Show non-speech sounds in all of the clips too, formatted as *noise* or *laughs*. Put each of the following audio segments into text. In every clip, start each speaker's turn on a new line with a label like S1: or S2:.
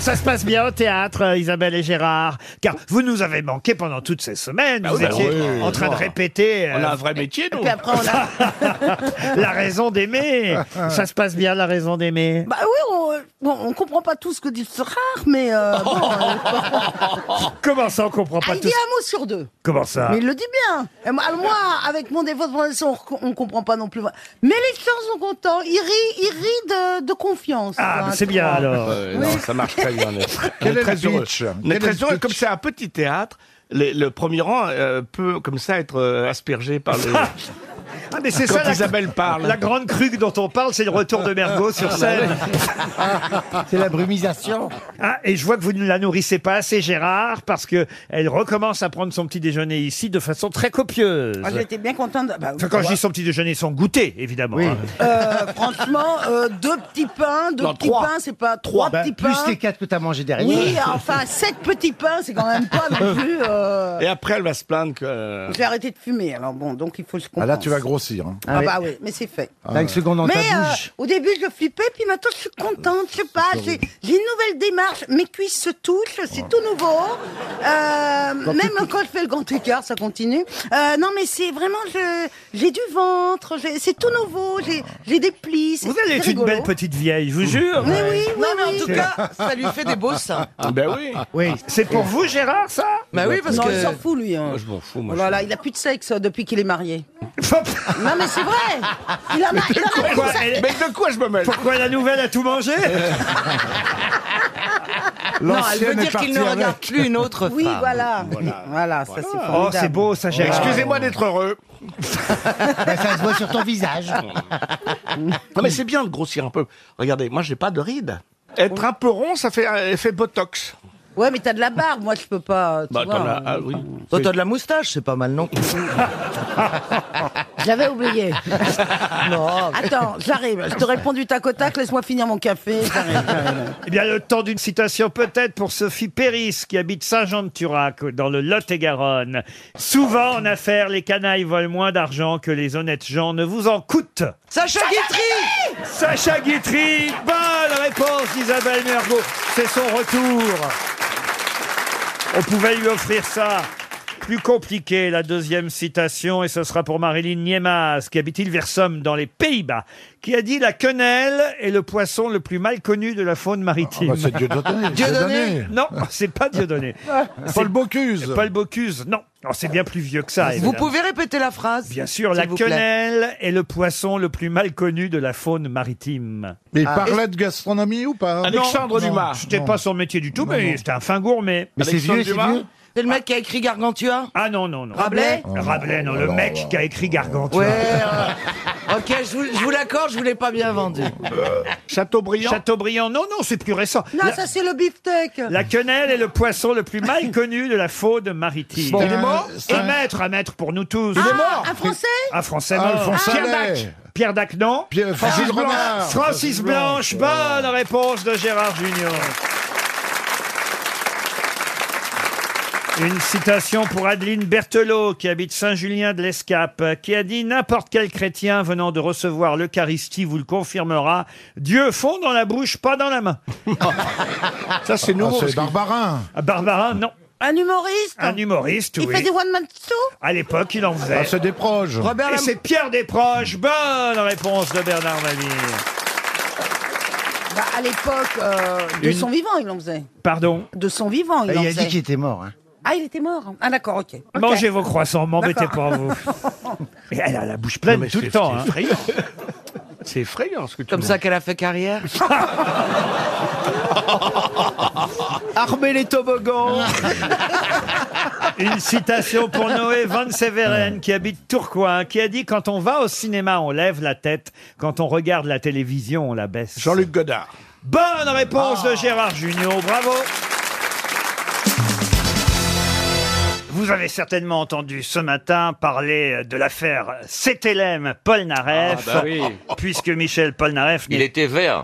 S1: Ça se passe bien au théâtre, euh, Isabelle et Gérard, car vous nous avez manqué pendant toutes ces semaines.
S2: Bah
S1: vous
S2: oui, bah
S1: étiez
S2: oui.
S1: en train de répéter euh,
S2: On a un vrai métier, nous.
S3: Puis après, on
S1: *laughs*
S3: a...
S1: la raison d'aimer. Ça se passe bien, la raison d'aimer.
S3: Bah oui, on, bon, on comprend pas tout ce que dit Ferrare,
S1: *laughs*
S3: mais euh, bon, euh,
S1: Comment ça, on comprend
S3: ah,
S1: pas
S3: il
S1: tout
S3: dit
S1: ça
S3: un mot sur deux.
S1: Comment ça
S3: Mais il le dit bien. Et moi, alors moi, avec mon défaut de prononciation, on reco- on, comprend pas non plus. Mais les gens sont contents. Ils rient, ils rient de, de confiance.
S1: Ah,
S3: Hein,
S1: mais c'est bien
S3: tu vois.
S1: alors.
S2: Euh, non, ça marche très *laughs* bien. on est- on est
S4: Quel est
S2: très
S4: le
S2: heureux.
S4: pitch
S2: On est
S4: Quel est
S2: très
S4: le
S2: heureux.
S4: pitch
S2: Comme c'est un petit théâtre, les- le premier rang euh, peut, comme ça, être euh, aspergé par
S5: *laughs*
S2: le.
S1: Ah, mais c'est
S2: Quand
S1: ça la,
S2: Isabelle parle. Ah,
S1: la grande crue dont on parle, c'est le retour de Mergot sur scène.
S2: bah
S5: *laughs* C'est la brumisation.
S1: Ah, et je vois que vous ne la nourrissez pas assez, Gérard, parce que elle recommence à prendre son petit déjeuner ici de façon très copieuse.
S3: Ah, J'étais bien contente. de- bah,
S1: Enfin, quand je dis son petit déjeuner, son goûter, évidemment. hein.
S3: euh, franchement, euh, deux petits pains, deux
S2: Non,
S3: petits
S2: trois.
S3: pains, c'est pas trois
S5: Bah,
S3: petits
S5: plus
S3: pains.
S5: les quatre que t'as mangé derrière. *laughs*
S4: *laughs*
S3: Oui, enfin, sept petits pains, c'est quand même pas non plus. euh,
S2: Et après, elle va se plaindre que. euh,
S3: J'ai arrêté de fumer, alors bon, donc il faut se
S4: Ah,
S3: comprendre.
S4: là, tu vas grossir. hein.
S3: Ah
S5: oui.
S3: bah oui, mais c'est fait.
S5: T'as une seconde dans
S3: Mais
S5: ta
S3: euh,
S5: bouche.
S3: au début, je flippais, puis maintenant, je suis contente, je sais pas, j'ai j'ai une nouvelle démarche, mes cuisses se touchent, c'est tout nouveau. Euh, même quand je fais le grand écart, ça continue. Euh, non, mais c'est vraiment, je- j'ai du ventre, j'ai- c'est tout nouveau, j'ai- j'ai des plis. c'est-
S1: Vous allez
S3: c'est
S1: être une
S3: rigolo.
S1: belle petite vieille, je vous jure.
S3: Mais oui, oui,
S6: Non, mais en
S3: oui. Ah,
S6: tout cas, ça lui fait des beaux seins.
S1: Ah,
S2: Ben oui.
S5: Oui.
S1: C'est pour vous, Gérard, ça
S6: Bah oui, parce
S3: Non, il
S6: que.
S3: s'en fout, lui. hein.
S2: Moi, je m'en fous. Moi,
S3: Oh là là, il a plus de sexe euh, depuis qu'il
S1: *laughs*
S3: est marié.
S1: Pourquoi
S3: Non, mais c'est vrai Il en a, il en a-
S2: je-
S1: elle-
S2: Mais de quoi je me mêle
S1: pourquoi la nouvelle a
S2: *laughs*
S1: tout mangé
S6: Non, elle veut
S4: L'ancienne est
S6: dire qu'il
S4: partie
S6: ne regarde
S4: avec.
S6: plus une autre femme.
S3: Oui, voilà. Voilà, ça c'est
S1: Oh,
S3: formidable.
S1: c'est beau, ça, Gérard.
S2: Excusez-moi d'être
S3: *laughs*
S2: heureux.
S5: Bah, *laughs* ça se voit sur ton visage.
S2: Non, mais c'est bien de grossir un peu. Regardez, moi, j'ai pas de rides. Être un peu rond, ça fait euh, effet botox.
S3: Ouais, mais t'as de la barbe, moi je peux pas. Tu
S2: Bah,
S3: vois,
S2: t'en as.
S3: euh,
S2: Ah oui.
S6: Oh, t'as de la moustache, c'est pas mal
S1: *laughs*
S7: *laughs*
S6: non plus.
S3: Je l'avais oublié. Attends, j'arrive. Je te réponds du tac au tac, laisse-moi finir mon café. J'arrive, j'arrive.
S1: Eh bien, le temps d'une citation peut-être pour Sophie Péris, qui habite Saint-Jean-de-Turac, dans le Lot-et-Garonne. Souvent, en affaires, les canailles volent moins d'argent que les honnêtes gens ne vous en coûtent.
S6: Sacha Guitry
S1: Sacha Guitry, bonne réponse d'Isabelle Mergo. C'est son retour. On pouvait lui offrir ça. Plus compliqué, la deuxième citation, et ce sera pour Marilyn Niemas, qui habite Ilversum dans les Pays-Bas, qui a dit La quenelle est le poisson le plus mal connu de la faune
S4: Ah
S1: maritime.
S4: bah,
S1: *laughs*
S4: c'est Dieudonné.
S6: Dieudonné.
S1: non, c'est pas Dieudonné.
S4: Paul Bocuse.
S1: Paul Bocuse, non. Non, c'est bien plus vieux que ça.
S6: Vous
S1: Ah, évidemment.
S6: pouvez répéter la phrase
S1: Bien sûr,
S6: s'il
S1: la
S6: vous plaît
S1: quenelle est le poisson le plus mal connu de la faune maritime.
S4: Mais
S3: Ah,
S6: Ah,
S4: il parlait de gastronomie ou pas hein?
S2: Alexandre Dumas.
S1: Ah C'était pas son métier du tout, mais c'était un fin gourmet.
S5: Mais c'est
S2: Alexandre
S5: vieux, c'est
S2: Dumas
S5: vieux.
S6: C'est le mec qui a écrit Gargantua
S1: Ah non, non, oh non.
S6: Rabelais
S1: Rabelais, non, le mec qui a écrit Gargantua.
S6: Ouais. euh, Ok, je vous, je vous l'accorde, je vous l'ai pas bien
S1: *laughs*
S6: vendu.
S1: Euh.
S2: Chateaubriand.
S1: Chateaubriand, non, non, c'est plus récent.
S3: Non,
S1: la,
S3: ça c'est le beefsteak.
S1: la quenelle est le poisson le plus mal connu de la faune maritime.
S4: Bon, il est mort
S1: Et maître, à maître pour nous tous.
S3: Ah, Un français
S1: Un français
S4: Ah,
S1: mort.
S4: Alphonse
S1: Pierre
S4: Allais.
S1: Dac. Pierre Dac, non.
S4: Pierre- Francis Blanche.
S1: Francis Blanche, bonne réponse de Gérard Junior. Une citation pour Adeline Berthelot, qui habite Saint-Julien de l'Escape, qui a dit N'importe quel chrétien venant de recevoir l'Eucharistie vous le confirmera, Dieu fond dans la bouche, pas dans la main.
S2: Ça, c'est
S4: Ah,
S2: nouveau. parce
S4: c'est
S2: que-
S4: Barbarin.
S1: Ah, Barbarin, non.
S3: Un humoriste
S1: Un humoriste,
S3: Il
S1: oui.
S3: fait des one-man show
S1: À l'époque, il en faisait.
S4: Ah, c'est des proches.
S6: Robert
S1: Et
S6: Lam-
S1: c'est Pierre Desproges. Bonne réponse de Bernard Mabille.
S3: bah, À l'époque, euh, de
S1: Une-
S3: son vivant, il en faisait.
S1: Pardon.
S3: De son vivant, il
S5: Il
S3: en
S5: a dit
S3: faisait.
S5: qu'il était mort. hein.
S3: Ah, il était mort. Ah, d'accord, ok. Ok.
S1: Mangez vos croissants, m'embêtez pas, vous. Et elle a la bouche pleine
S2: mais
S1: tout
S2: c'est-
S1: le temps.
S2: c'est
S1: hein.
S2: effrayant. C'est effrayant ce que tu
S6: Comme
S1: Ah.
S2: me
S6: ça qu'elle a fait
S1: *laughs*
S6: carrière. Armez les toboggans.
S1: *laughs* Une citation pour Noé Van Severen, qui habite Tourcoing, qui a dit Quand on va au cinéma, on lève la tête. Quand on regarde la télévision, on la baisse.
S2: Jean-Luc Godard. Ah.
S1: Bonne réponse de Gérard Junior, bravo. Vous avez certainement entendu ce matin parler de l'affaire CTLM Polnareff,
S8: Ah, bah oui.
S1: *laughs* puisque Michel Polnareff
S8: Il
S1: n'est
S8: était vert.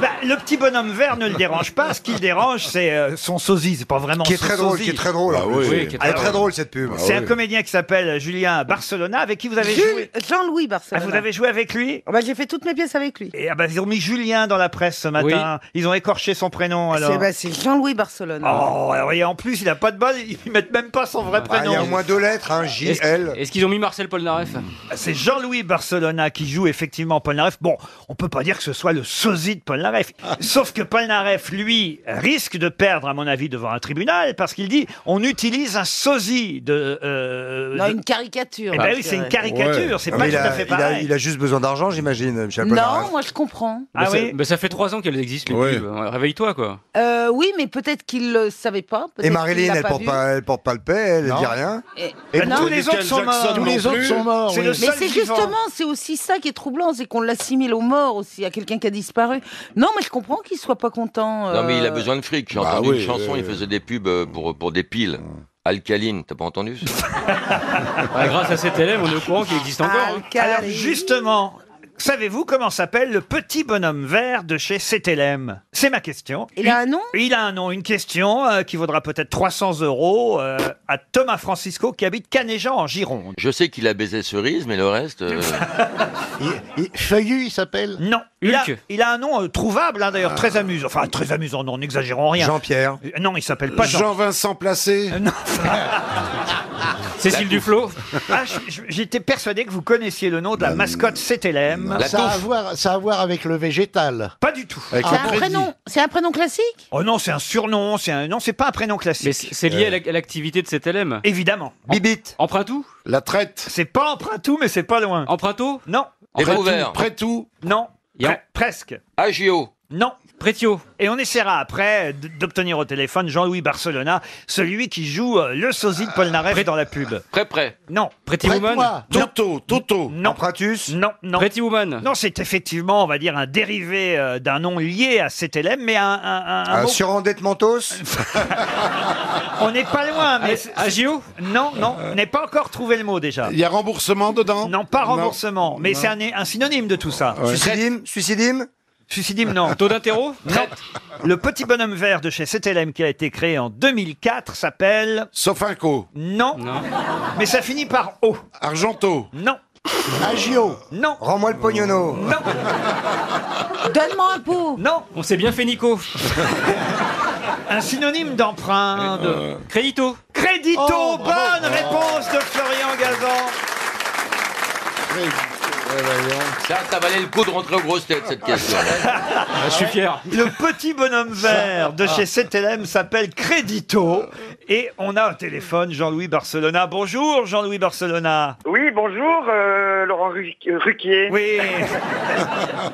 S1: Bah, le petit bonhomme vert ne le dérange pas. Ce qui le dérange, c'est euh, son sosie. C'est pas vraiment
S5: Qui est
S1: son
S5: très drôle,
S1: sosie.
S5: qui est très drôle. en plus.
S1: Ah oui, qui est
S5: Elle est
S1: très
S5: très
S1: drôle.
S5: drôle cette pub.
S1: C'est
S5: Ah
S1: un
S5: oui.
S1: comédien qui s'appelle Julien Barcelona, avec qui *laughs* vous avez
S9: Jules-
S1: joué.
S9: Jean-Louis
S1: Ah,
S9: Barcelona.
S1: vous avez joué avec lui
S9: Ah bah, J'ai fait toutes mes pièces avec lui.
S1: et, ah bah, Ils ont mis Julien dans la presse ce matin. Ils ont écorché son prénom alors.
S9: C'est bah, c'est Jean-Louis Barcelona.
S1: Oh, alors, et en plus, il a pas de bol, ils mettent même pas son vrai
S5: Ah, Il y a
S1: prénom.
S5: au moins deux lettres, hein, J,
S10: Est-ce
S5: L.
S10: est-ce qu'ils ont mis Marcel Polnareff
S1: C'est Jean-Louis Barcelona qui joue effectivement Polnareff. Bon, on peut pas dire que ce soit le sosie de Polnareff.
S5: Ah.
S1: Sauf que Polnareff, lui, risque de perdre, à mon avis, devant un tribunal, parce qu'il dit on utilise un sosie de. euh,
S3: Non,
S1: de-
S3: une caricature. Ah,
S1: Eh ben oui, c'est une caricature, c'est
S5: Ah,
S1: pas
S5: mais
S1: tout
S5: il,
S1: à
S5: a,
S1: fait
S5: il, a,
S1: pareil.
S5: il a juste besoin d'argent, j'imagine, Michel Polnareff.
S3: Non, moi je comprends.
S1: Ah
S10: Bah, ça-
S1: oui
S10: bah, Ça fait trois ans qu'elles existent, les
S11: Ouais.
S10: pubs. Ouais, Réveille-toi, quoi.
S3: Euh, oui, mais peut-être qu'il le savait pas. peut-être
S5: Et
S3: qu'il
S5: Marilyn,
S3: l'a
S5: elle porte
S3: vu.
S5: pas, elle porte pas le paix, elle
S6: Non.
S5: dit rien.
S3: Et-
S5: Et
S1: Bah,
S3: non,
S1: Tous les autres sont morts.
S6: Tous les autres sont morts.
S1: C'est
S6: oui.
S1: le
S3: Mais
S1: seul
S3: c'est
S1: vivant.
S3: justement, c'est aussi ça qui est troublant, c'est qu'on l'assimile aux morts aussi, à quelqu'un qui a disparu. Non, mais je comprends qu'il soit pas content. euh,
S8: Non, mais il a besoin de fric. J'ai
S11: Bah
S8: entendu
S11: oui,
S8: une chanson,
S11: oui,
S8: il
S11: oui.
S8: faisait des pubs euh, pour, pour des piles. Alcaline, t'as pas entendu ça
S10: Bah, grâce à cet élève, on est au courant qu'il existe encore. hein.
S3: Alcali.
S1: Alors justement, savez-vous comment s'appelle le petit bonhomme vert de chez CTLM C'est ma question.
S3: Il a un nom
S1: Et Il a un nom, une question euh, qui vaudra peut-être 300 euros euh, à Thomas Francisco qui habite Canéjan en Gironde.
S8: Je sais qu'il a baisé Cerise, mais le reste. euh,
S12: Il- il- Feuillu, il s'appelle
S1: Non, il a,
S10: Hulk.
S1: il a un nom euh, trouvable hein, d'ailleurs, très amusant. Enfin, très amusant, non, n'exagérons rien.
S5: Jean-Pierre.
S1: Euh, Non, il s'appelle pas Jean.
S11: Jean-Vincent Placé.
S10: Cécile Duflo.
S1: Ah, je- je- J'étais persuadé que vous connaissiez le nom de la mascotte CTLM.
S8: la
S6: Ça a, à
S8: touffe.
S6: voir, ça a à voir avec le végétal.
S1: Pas du tout.
S11: Avec
S3: C'est
S11: le
S3: un
S11: crédit.
S3: prénom, c'est un prénom classique
S1: Oh non, c'est un surnom, c'est un non, c'est pas un prénom
S10: Mais
S1: classique.
S10: c'est c'est lié à l'ac- à l'activité de cet élève.
S1: Évidemment,
S5: Bibite.
S10: Empruntou
S11: La traite.
S1: c'est pas tout, mais c'est pas loin.
S10: Emprunto
S1: Non,
S8: Les
S10: Prêt-
S8: bras ouverts.
S11: Près tout.
S1: non,
S10: Et en-
S1: pre- presque.
S8: AGO.
S1: Non.
S10: Prétio.
S1: Et on essaiera après d- d'obtenir au téléphone Jean-Louis Barcelona, celui qui joue euh, le sosie de Polnareff dans la pub.
S8: Très près.
S1: Non,
S10: Pretty Woman.
S6: Prête-moi.
S12: Toto, Toto.
S1: non,
S5: Empratus.
S1: non, non.
S10: Pretty Woman.
S1: Non, c'est effectivement, on va dire, un dérivé euh, d'un nom lié à CTLM, mais un, un- un- un
S5: Un
S1: mot-
S5: surendettementos.
S1: *laughs* On n'est pas loin, mais...
S10: AGO
S1: Non, non, on n'est pas encore trouvé le mot déjà.
S11: Il y a remboursement dedans
S1: Non, pas remboursement, mais c'est un, un synonyme de tout ça.
S5: Suicidime. Suicidime.
S1: Suicidime, non.
S10: *laughs* Taux d'interro
S1: Non. Le petit bonhomme vert de chez CTLM qui a été créé en 2004 s'appelle...
S11: Sofinco.
S1: Non.
S10: Non.
S1: Mais ça finit par O.
S11: Argento.
S1: Non.
S6: Agio.
S1: Non.
S5: Rends-moi le pognono.
S1: Non. *laughs*
S3: Donne-moi un pot
S1: Non.
S10: On s'est bien fait Nico.
S1: Un synonyme d'emprunt. De...
S10: Crédito.
S1: Crédito.
S5: Oh,
S1: bonne réponse de Florian Gazan.
S8: Ça, ça valait le coup de rentrer aux grosses têtes, cette question.
S10: Ah, je suis fier. Ah.
S1: Le petit bonhomme vert de chez CTLM s'appelle Crédito. Et on a au téléphone Jean-Louis Barcelona. Bonjour Jean-Louis Barcelona.
S13: Oui, bonjour, euh, Laurent Ru- Ruquier. *laughs*
S1: Oui.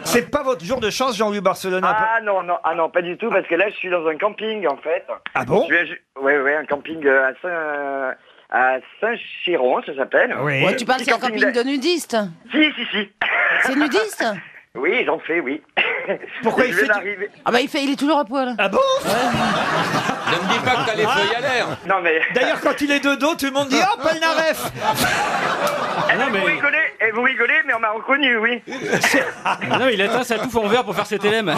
S1: C'est pas votre jour de chance Jean-Louis Barcelona.
S13: Ah non, non, ah non, pas du tout, parce que là, je suis dans un camping, en fait.
S1: Ah bon
S13: Je vais à Ju- ouais, ouais, un camping euh, à Saint... À Saint-Chiron, ça s'appelle.
S1: Oui.
S3: Ouais, Tu parles
S13: Petit
S3: d'un camping de nudistes
S13: Si, si, si.
S3: C'est nudiste
S13: *laughs* Oui, j'en fais, oui.
S1: *laughs* Pourquoi il
S13: je vais
S1: fait du-
S13: d'arriver-
S3: Ah bah il, fait, il est toujours à poil.
S1: Ah bon
S8: ne me dis pas que t'as les feuilles à l'air.
S13: Non, mais...
S1: D'ailleurs quand il est de dos tout le monde dit oh Polnareff.
S13: Eh, *laughs* Vous rigolez, eh, vous rigolez, mais on m'a reconnu, oui.
S10: Ah, Non, mais il atteint sa touffe en vert pour faire cet élève.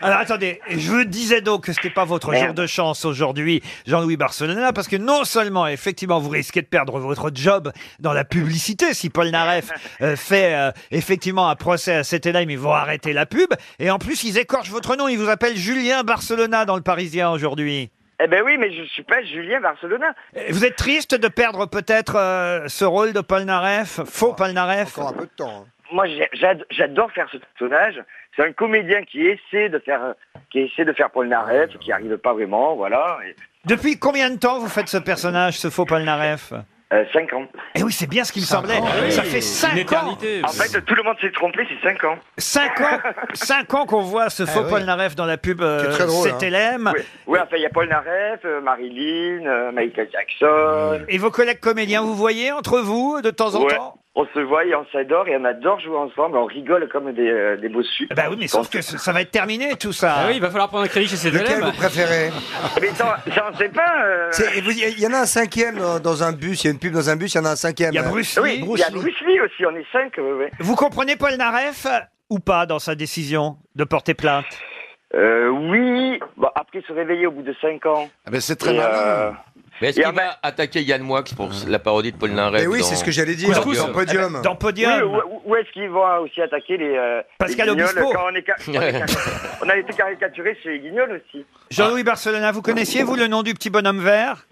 S1: Alors attendez, je vous disais donc que c'était pas votre
S13: Merde.
S1: jour de chance aujourd'hui, Jean-Louis Barcelona, parce que non seulement effectivement vous risquez de perdre votre job dans la publicité si Paul
S13: *laughs*
S1: Naref euh, fait euh, effectivement un procès à cet élève, ils vont arrêter la pub, et en plus ils écorchent votre nom, ils vous appellent Julien Barcelona dans le Parisien aujourd'hui.
S13: Eh ben oui, mais je suis pas Julien Barcelona.
S1: Euh, Vous êtes triste de perdre peut-être euh, ce rôle de Paul Naref, faux Paul Naref
S5: Ah, Encore un peu de temps. hein.
S13: Moi, j'ai- j'ad- j'adore faire ce personnage. C'est un comédien qui essaie de faire, qui essaie de faire Paul Naref, qui arrive pas vraiment, voilà. Et,
S1: Depuis combien de temps vous faites ce personnage, ce faux Paul Naref
S13: euh, cinq ans.
S1: Eh oui, c'est bien ce qu'il me semblait. Ça fait
S10: Une
S1: 5 ans.
S10: éternité.
S13: En fait, tout le monde s'est trompé, c'est 5 ans.
S1: 5 ans, cinq ans qu'on voit
S5: Eh
S1: ce faux
S6: oui.
S1: Polnareff dans la pub euh,
S5: C'est très drôle, hein.
S1: CTLM.
S13: Oui, oui enfin, il y a Paul Naref, euh, Marilyn, euh, Michael Jackson.
S1: Et vos collègues comédiens, vous voyez entre vous de temps en
S13: Ouais.
S1: temps
S13: On se voit et on s'adore et on adore jouer ensemble. On rigole comme des, euh, des bossus.
S1: Eh Ben oui, mais sauf que ça ça va être terminé tout ça.
S10: Ah oui, il va falloir prendre un crédit chez cet
S5: Lequel vous
S10: élève.
S5: préférez
S13: Mais Eh ben, j'en j'en sais pas. euh,
S5: C'est- et vous- Il y en a un cinquième dans- dans un bus. Il y a une pub dans un bus. Il y en a un cinquième.
S1: Il y a Bruce
S13: Oui,
S1: Lee.
S13: il y a Bruce Lee aussi, on est 5.
S1: Vous comprenez Polnareff ou pas dans sa décision de porter plainte
S14: Euh, oui, Bon, après se réveiller au bout de 5 ans.
S8: Ah ben, c'est
S14: très Et, malin. euh,
S8: Mais est-ce qu'il va attaquer Yann Moix pour la parodie de Paul Naref
S15: Mais oui, c'est ce que j'allais dire, Couscous. dans Podium.
S1: Eh ben, Dans Podium.
S14: Oui, où, où est-ce qu'ils vont aussi attaquer les, euh,
S1: Pascal
S14: les guignols
S1: Obispo.
S14: quand on, est ca- on,
S1: *laughs*
S14: est ca- on a été caricaturé chez les guignols aussi.
S1: Jean-Louis Barcelona, vous connaissiez, vous, le nom du petit bonhomme vert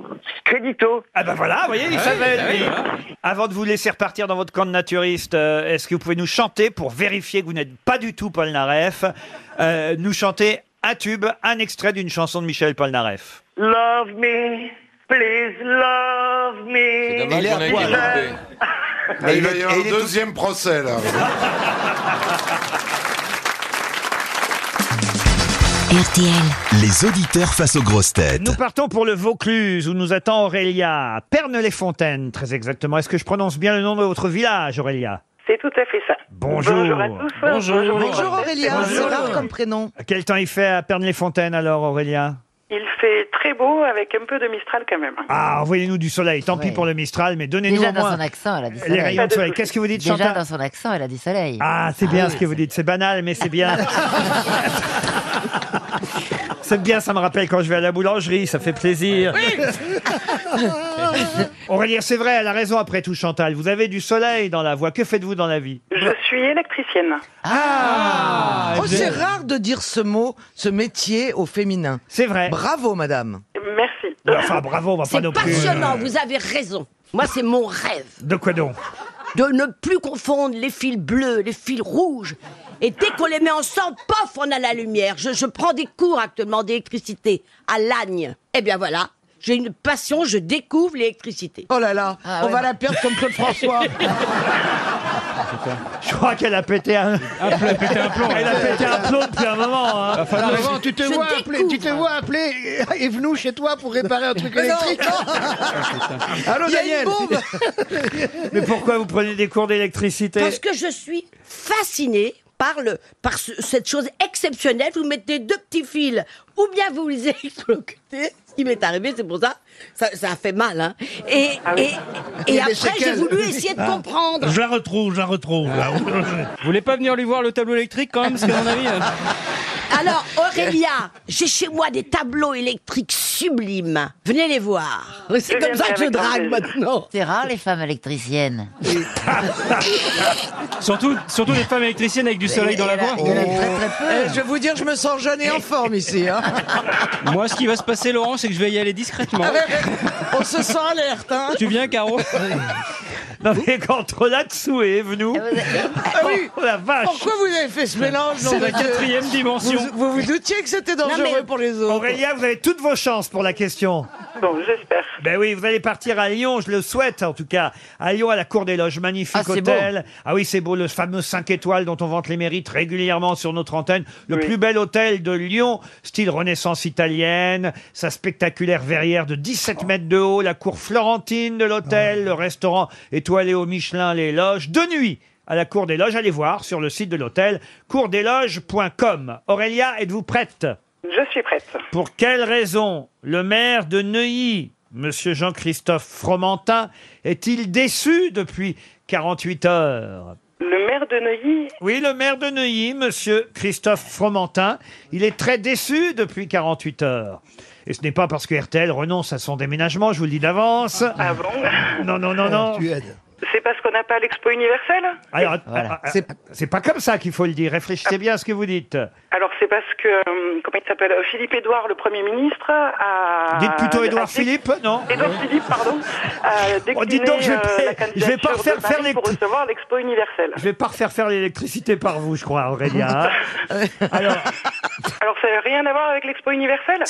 S14: Crédito.
S1: Ah bah ben voilà, vous voyez, il
S13: ah
S1: savait, lui. Avant de vous laisser repartir dans votre camp de naturiste, euh, est-ce que vous pouvez nous chanter, pour vérifier que vous n'êtes pas du tout Polnareff, euh, nous chanter un tube, un extrait d'une chanson de Michel Polnareff
S14: Love me, please love me.
S8: dommage qu'on a été
S14: Deserve- *laughs*
S8: coupé.
S16: Ah, il va y avoir un deuxième procès, là.
S11: Les auditeurs face aux grosses têtes.
S1: Nous partons pour le Vaucluse, où nous attend Aurélia, à Pernes-les-Fontaines, très exactement. Est-ce que je prononce bien le nom de votre village, Aurélia
S13: C'est tout à fait ça.
S1: Bonjour.
S13: à tous.
S1: Bonjour.
S13: les
S1: Bonjour,
S13: grosses
S1: Aurélien.
S13: têtes.
S1: Bonjour. C'est rare comme
S17: prénom.
S1: Quel temps il fait à Pernes-les-Fontaines, alors, Aurélia
S13: Il fait très beau avec un peu de mistral quand même.
S1: Ah, envoyez-nous du soleil, tant pis pour le Mistral, mais donnez-nous
S18: Déjà
S1: au
S18: dans
S1: moins
S18: son accent, elle a dit soleil.
S1: les rayons de soleil. Qu'est-ce que vous dites,
S18: Déjà
S1: Chantal
S18: dans son accent, elle a dit soleil.
S1: Ah, c'est bien ce que vous dites. C'est banal, mais c'est
S18: *laughs*
S1: bien. c'est bien, ça me rappelle quand je vais à la boulangerie, ça fait plaisir. Aurélia, c'est vrai, elle a raison après tout, Chantal. Vous avez du soleil dans la voix. Que faites-vous dans la vie
S13: Je suis électricienne.
S7: Ah,
S1: Ah,
S7: Oh,
S1: je-
S7: C'est rare de dire ce mot, ce métier au féminin.
S1: C'est vrai. Bah,
S7: Bravo, madame.
S13: Merci.
S1: Enfin, bravo, on va pas
S19: C'est
S1: non plus.
S19: passionnant, vous avez raison. Moi, c'est mon rêve
S1: De quoi donc
S19: de ne plus confondre les fils bleus, les fils rouges. Et dès qu'on les met ensemble, pof, on a la lumière. Je, je prends des cours actuellement d'électricité à Lagne. Eh bien voilà, j'ai une passion, je découvre l'électricité.
S7: Oh là là, on
S19: ouais,
S7: va
S19: bah.
S7: la perdre comme Claude
S19: *laughs*
S7: François.
S1: Je crois qu'elle a pété un.
S7: elle a pété un plomb.
S1: Elle a pété un plomb depuis un moment. hein.
S6: Laurent, tu te, vois appeler, tu te vois appeler et venu chez toi pour réparer un truc
S7: Mais non.
S6: électrique.
S7: Allô, *laughs*
S6: Il y a
S7: Daniel.
S6: une bombe.
S1: *laughs* Mais pourquoi vous prenez des cours d'électricité
S19: Parce que je suis fascinée par, le, par ce- cette chose exceptionnelle. Vous mettez deux petits fils, ou bien vous les électrocutez. Ce qui m'est arrivé, c'est pour ça. ça. Ça a fait mal, hein. Et, et,
S10: Ah Il
S19: et
S10: y a des
S19: après, j'ai
S10: séquelles.
S19: voulu essayer de
S10: Ah.
S19: comprendre.
S10: la retrouve, je la retrouve.
S5: Ah.
S10: *laughs* Vous voulez pas venir lui voir le tableau électrique quand même Parce que à mon avis. euh,
S19: Alors, Aurélia, j'ai chez moi des tableaux électriques sublimes. Venez les voir. C'est comme ça que je drague maintenant.
S18: C'est rare les femmes électriciennes.
S10: Surtout, surtout les femmes électriciennes avec du soleil dans la voix.
S7: Eh, je vais vous dire, je me sens jeune et en forme
S1: *laughs*
S7: ici. hein.
S10: Moi, ce qui va se passer, Laurent, c'est que je vais y aller discrètement.
S7: On se sent alerte. Hein.
S10: Tu viens, Caro
S1: *laughs* Non, mais quand on l'a dessous est venu. *laughs*
S7: Ah oui.
S1: Oh la vache
S7: Pourquoi vous avez fait ce mélange
S1: C'est
S7: nom
S1: la
S7: de Dieu
S1: quatrième dimension.
S7: Vous vous, vous doutiez que c'était dangereux
S1: Non, mais-
S7: pour les autres.
S1: Aurélia, vous avez toutes vos chances pour la question.
S13: Bon, j'espère.
S1: Ben oui, vous allez partir à Lyon, je le souhaite en tout cas. À Lyon, à la Cour des Loges, magnifique
S18: Ah, c'est
S1: hôtel. Ah oui, c'est beau, le fameux 5 étoiles dont on vante les mérites régulièrement sur notre antenne. Le plus bel hôtel de Lyon, style renaissance italienne. Sa spectaculaire verrière de 17 mètres de haut, la cour florentine de l'hôtel, le restaurant étoilé au Michelin, les loges. De nuit à la Cour des Loges, allez voir sur le site de l'hôtel, courdesloges.com. Aurélia, êtes-vous prête
S13: Je suis prête.
S1: pour quelle raison le maire de Neuilly, Monsieur Jean-Christophe Fromentin, est-il déçu depuis 48 heures
S13: Le maire de Neuilly,
S1: Oui, le maire de Neuilly, Monsieur Christophe Fromentin, il est très déçu depuis 48 heures. Et ce n'est pas parce que RTL renonce à son déménagement, je vous le dis d'avance.
S13: Ah bon
S1: Non, non, non, non.
S13: c'est parce qu'on n'a pas l'expo universelle
S1: Alors, ah, ah, c'est pas comme ça qu'il faut le dire.
S13: Ah.
S1: Réfléchissez bien à ce que vous dites.
S13: Alors c'est parce que, euh, comment il s'appelle Philippe Édouard, le Premier ministre, a...
S1: Dites plutôt Édouard
S13: a-
S1: Philippe, non
S13: Édouard Philippe, pardon. a
S1: Oh, dites donc, je vais
S13: décliné,
S1: pas-
S13: euh, la
S1: je vais pas
S13: candidature de
S1: faire- faire
S13: Paris
S1: les-
S13: pour recevoir l'expo universelle.
S1: Je vais pas refaire faire l'électricité par vous, je crois, Aurélia. hein.
S13: Alors ça n'a rien à voir avec l'expo universelle
S1: Mais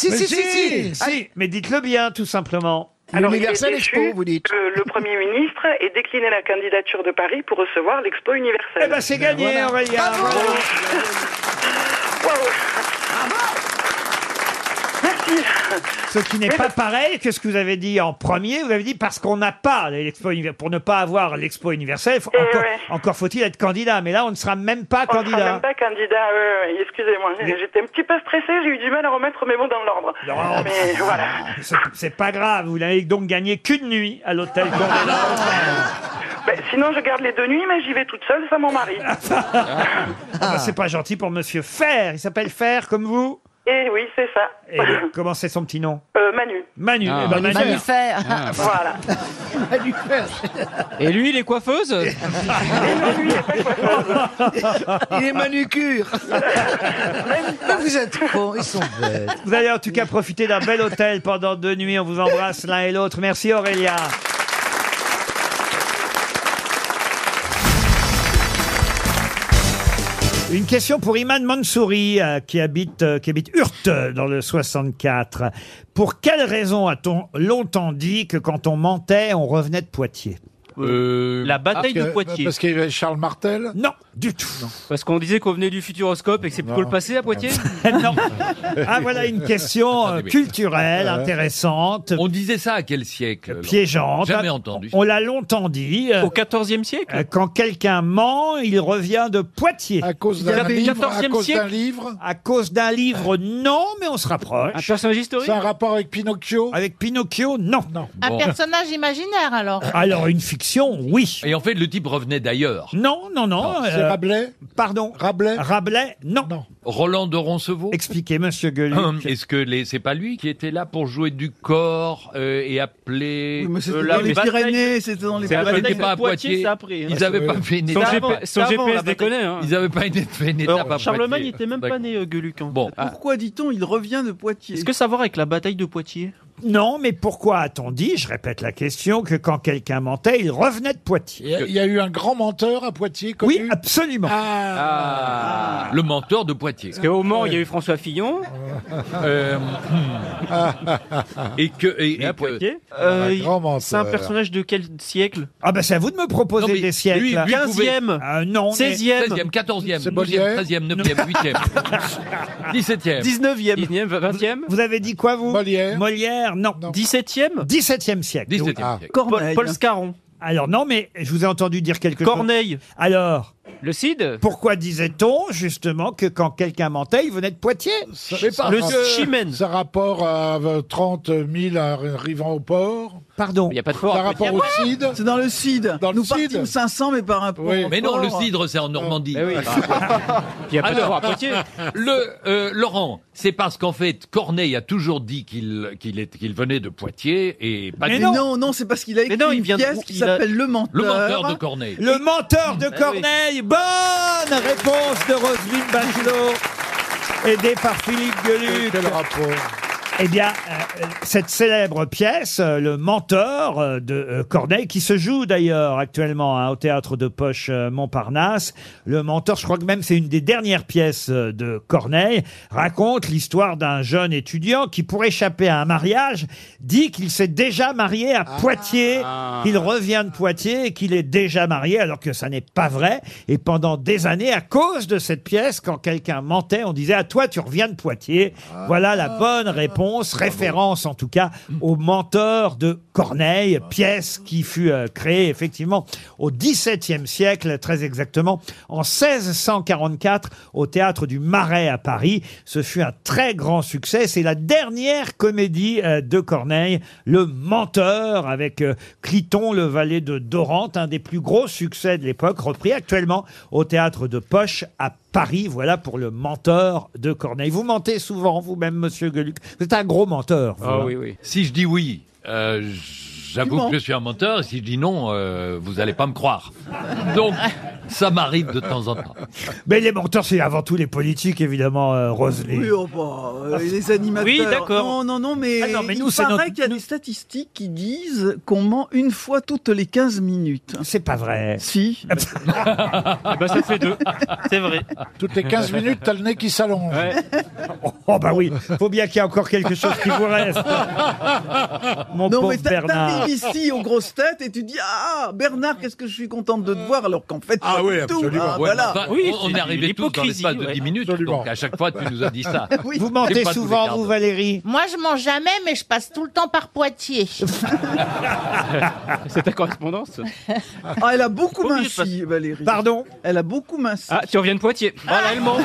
S1: si, Mais dites-le bien, tout simplement.
S13: Ah, Alors, il est déçu que le Premier ministre ait décliné la candidature de Paris pour recevoir l'expo universelle.
S1: Eh ben, c'est gagné, Aurélia. Bravo.
S13: Waouh.
S1: Ce qui n'est pas pareil. Qu'est-ce que vous avez dit en premier Vous avez dit parce qu'on n'a pas l'expo univer- pour ne pas avoir l'expo universelle.
S13: Eh
S1: faut- encore encore faut-il être candidat. Mais là, on ne sera même pas
S15: On ne sera
S1: candidat.
S15: même pas candidat, ouais, ouais, excusez-moi. J'étais un petit peu stressée, j'ai eu du mal à remettre mes mots dans l'ordre. Mais voilà.
S1: Ah, C'est- C'est pas grave. Vous n'avez donc gagné qu'une nuit à
S13: *laughs*
S1: l'hôtel Condé-Nord.
S15: Ben, sinon, je garde les deux nuits, mais j'y vais toute seule, ça mon mari.
S1: Ah bah, c'est pas gentil pour Monsieur Fer. Il s'appelle Fer comme vous.
S15: Et Eh oui, c'est ça.
S1: Et comment c'est son petit nom
S15: Euh, Manu.
S1: Manu.
S10: Ah.
S1: eh ben, Manu.
S15: Voilà.
S10: Et lui, il est coiffeuse
S5: *laughs* Il est manucure. Mais vous êtes con, ils sont bêtes.
S1: Vous allez en tout cas profiter d'un bel hôtel pendant deux nuits. On vous embrasse l'un et l'autre. Merci Aurélia. Une question pour Iman Mansouri, euh, qui habite, euh, qui habite Urte, euh, dans le 64. Pour quelle raison a-t-on longtemps dit que quand on mentait, on revenait de Poitiers
S10: La
S1: Euh,
S10: bataille
S1: parce
S10: de
S1: que-
S10: Poitiers.
S1: parce
S10: qu'il y avait Charles Martel
S1: Non, du tout.
S10: Parce qu'on disait qu'on venait du futuroscope et que c'est plutôt le passé à Poitiers
S1: *laughs* Non. Ah, voilà une
S20: *laughs*
S1: question
S10: Ah,
S1: euh, culturelle intéressante.
S20: On disait ça à quel siècle Laurent
S1: piégeante.
S20: Jamais entendu.
S1: On l'a longtemps dit. Au
S10: XIVe siècle
S1: Quand quelqu'un ment, il revient de Poitiers. À cause
S10: d'un Depuis le livre, à 14e cause siècle d'un
S1: livre À cause d'un livre, non, mais on se rapproche. Un
S10: personnage historique
S1: C'est un rapport avec Pinocchio Avec Pinocchio, non.
S21: Un personnage imaginaire alors.
S1: Alors, une fiction, oui. Hmm.
S20: Et en fait, le type revenait d'ailleurs.
S1: Non, non, non.
S20: Non, c'est
S1: Rabelais Pardon Rabelais Rabelais, non.
S20: Roland de Roncevaux
S1: Expliquez, monsieur Gueuluc.
S20: Hum, Est-ce que les- c'est pas lui qui était là pour jouer du corps euh, et appeler
S13: Oui, mais c'était
S20: euh,
S13: dans les
S20: bataille-
S13: Pyrénées, c'était dans les
S20: C'est-
S13: Pyrénées.
S20: c'était pas à
S13: Poitiers,
S20: Poitiers.
S13: c'est après, hein.
S20: Ils avaient
S13: Ouais.
S20: pas fait une
S13: Son
S20: étape.
S13: GP son
S20: C'était
S13: GPS
S20: avant la bataille.
S13: déconne, hein.
S20: Ils avaient pas été- fait une étape à
S10: Charlemagne
S20: Poitiers.
S10: n'était même pas
S20: D'accord.
S10: né euh, Gueuluc. hein.
S20: Bon. ah.
S13: Pourquoi dit-on il revient de Poitiers
S10: Est-ce que ça a à voir avec la bataille de Poitiers
S1: Non, mais pourquoi a-t-on dit, je répète la question, que quand quelqu'un mentait, il revenait de Poitiers
S20: Il
S1: y a eu un grand menteur à Poitiers Oui, absolument.
S20: Ah. Le mentor de Poitiers.
S10: Parce qu'au Mans, il y a eu François Fillon.
S20: Euh, Ah.
S10: hmm. *laughs*
S20: et que et, et que- Ah,
S10: Euh, il- c'est un personnage de quel siècle
S1: Ah ben c'est à vous de me proposer des siècles.
S10: lui, lui 15e.
S1: Ah, non. mais-
S10: 16e.
S20: 16e, 14e,
S1: C'est
S20: 12e,
S1: Molière
S20: 13e, 9e,
S10: *laughs*
S20: 8e, 17e.
S10: 19e. 20e.
S1: Vous avez dit quoi, vous Molière. Molière, non.
S10: 17e
S1: 17e siècle.
S20: 17e
S1: Ah.
S20: siècle.
S10: Corneille. Paul- Paul Scarron.
S1: Alors non, mais je vous ai entendu dire quelque
S10: Corneille.
S1: chose. Alors
S10: Le Cid
S1: Pourquoi disait-on, justement, que quand quelqu'un mentait, il venait de Poitiers
S22: Ça rapport à euh, 30 000 arrivant au port.
S1: Pardon.
S20: Il y a pas de
S22: Ça rapport au CID.
S13: C'est dans le Cid.
S22: Dans le
S13: Nous
S22: Cid.
S13: partîmes 500, mais par un pont
S22: Oui.
S13: en
S20: Mais non,
S13: port.
S20: le cidre, c'est en Normandie.
S10: Eh
S20: Ah.
S10: *laughs* y a pas de
S20: Alors,
S10: voir à Poitiers.
S20: *laughs* le, euh, Laurent, c'est parce qu'en fait, Corneille a toujours dit qu'il qu'il est- qu'il venait de Poitiers et pas
S13: Mais
S20: de-
S13: non, non, c'est parce qu'il a écrit
S20: non, il
S13: une
S20: vient de-
S13: pièce qui
S20: il a-
S13: s'appelle Le Menteur.
S20: Le Menteur de Corneille. Eh
S1: Le menteur de
S13: oui.
S1: Corneille. Bonne réponse de Roselyne Bachelot, aidée par Philippe Gueluc.
S22: Quel rapport
S1: Eh bien, euh, cette célèbre pièce, euh, Le Menteur euh, de euh, Corneille, qui se joue d'ailleurs actuellement hein, au théâtre de Poche euh, Montparnasse, Le Menteur, je crois que même c'est une des dernières pièces euh, de Corneille, raconte l'histoire d'un jeune étudiant qui, pour échapper à un mariage, dit qu'il s'est déjà marié à Poitiers, qu'il revient de Poitiers et qu'il est déjà marié, alors que ça n'est pas vrai. Et pendant des années, à cause de cette pièce, quand quelqu'un mentait, on disait à toi, tu reviens de Poitiers. Voilà la bonne réponse, référence en tout cas au menteur de Corneille, pièce qui fut euh, créée effectivement au XVIIe siècle, très exactement en 1644 au théâtre du Marais à Paris. Ce fut un très grand succès. C'est la dernière comédie euh, de Corneille, Le Menteur, avec euh, Cliton, le valet de Dorante, un des plus gros succès de l'époque, repris actuellement au théâtre de Poche à Paris. Voilà pour Le Menteur de Corneille. Vous mentez souvent vous-même, monsieur Gueluc. Vous êtes un gros menteur. vous,
S20: Ah
S10: Ah
S1: hein.
S20: Si je dis oui, euh,
S1: Tu
S20: j'avoue
S1: mens.
S20: que je suis un menteur. Et si je dis non, euh, vous allez pas me croire. Donc, ça m'arrive de temps en temps.
S1: Mais les menteurs, c'est avant tout les politiques, évidemment, euh, Roselyne.
S13: Oui, *laughs* oh, bah, euh, les animateurs.
S1: Oui, d'accord.
S13: Non, non, non, mais,
S1: Ah non, mais
S13: il
S1: nous, c'est
S13: paraît
S1: notre-
S13: qu'il y a des statistiques qui disent qu'on ment une fois toutes les 15 minutes.
S1: C'est pas vrai.
S13: Si.
S1: Eh ben,
S10: bah, ça fait deux. C'est vrai.
S22: Toutes les 15 minutes, t'as le nez qui s'allonge.
S1: *laughs* Oh bah oui, faut bien qu'il y ait encore quelque *laughs* chose qui vous
S13: *laughs*
S1: reste. Mon
S13: non,
S1: pauvre
S13: mais t'a-
S1: Bernard.
S13: t'arrives ici aux grosses têtes et tu dis Ah, Bernard, qu'est-ce que je suis contente de te voir, alors qu'en fait,
S1: Ah
S22: Ah oui,
S20: tout.
S22: absolument.
S20: Ouais,
S22: voilà.
S20: enfin,
S22: Oui,
S20: on, on
S22: c'est
S20: est
S13: *laughs*
S20: arrivé tous dans
S22: l'hypocrisie,
S20: l'espace de
S22: ouais.
S20: 10 minutes, donc à chaque fois, tu nous as dit ça.
S1: Oui.
S20: C'est
S1: Vous mentez
S20: pas tous les
S1: souvent,
S20: quarts
S1: vous, Valérie
S21: Moi, je mange jamais, mais je passe tout le temps
S13: *laughs*
S21: par Poitiers.
S10: C'est ta *laughs* correspondance
S13: Ah, elle a beaucoup
S10: Oh, oui,
S13: minci, Valérie.
S1: Pardon
S13: Elle a beaucoup minci.
S10: Ah, tu reviens de Poitiers. Voilà, elle ment.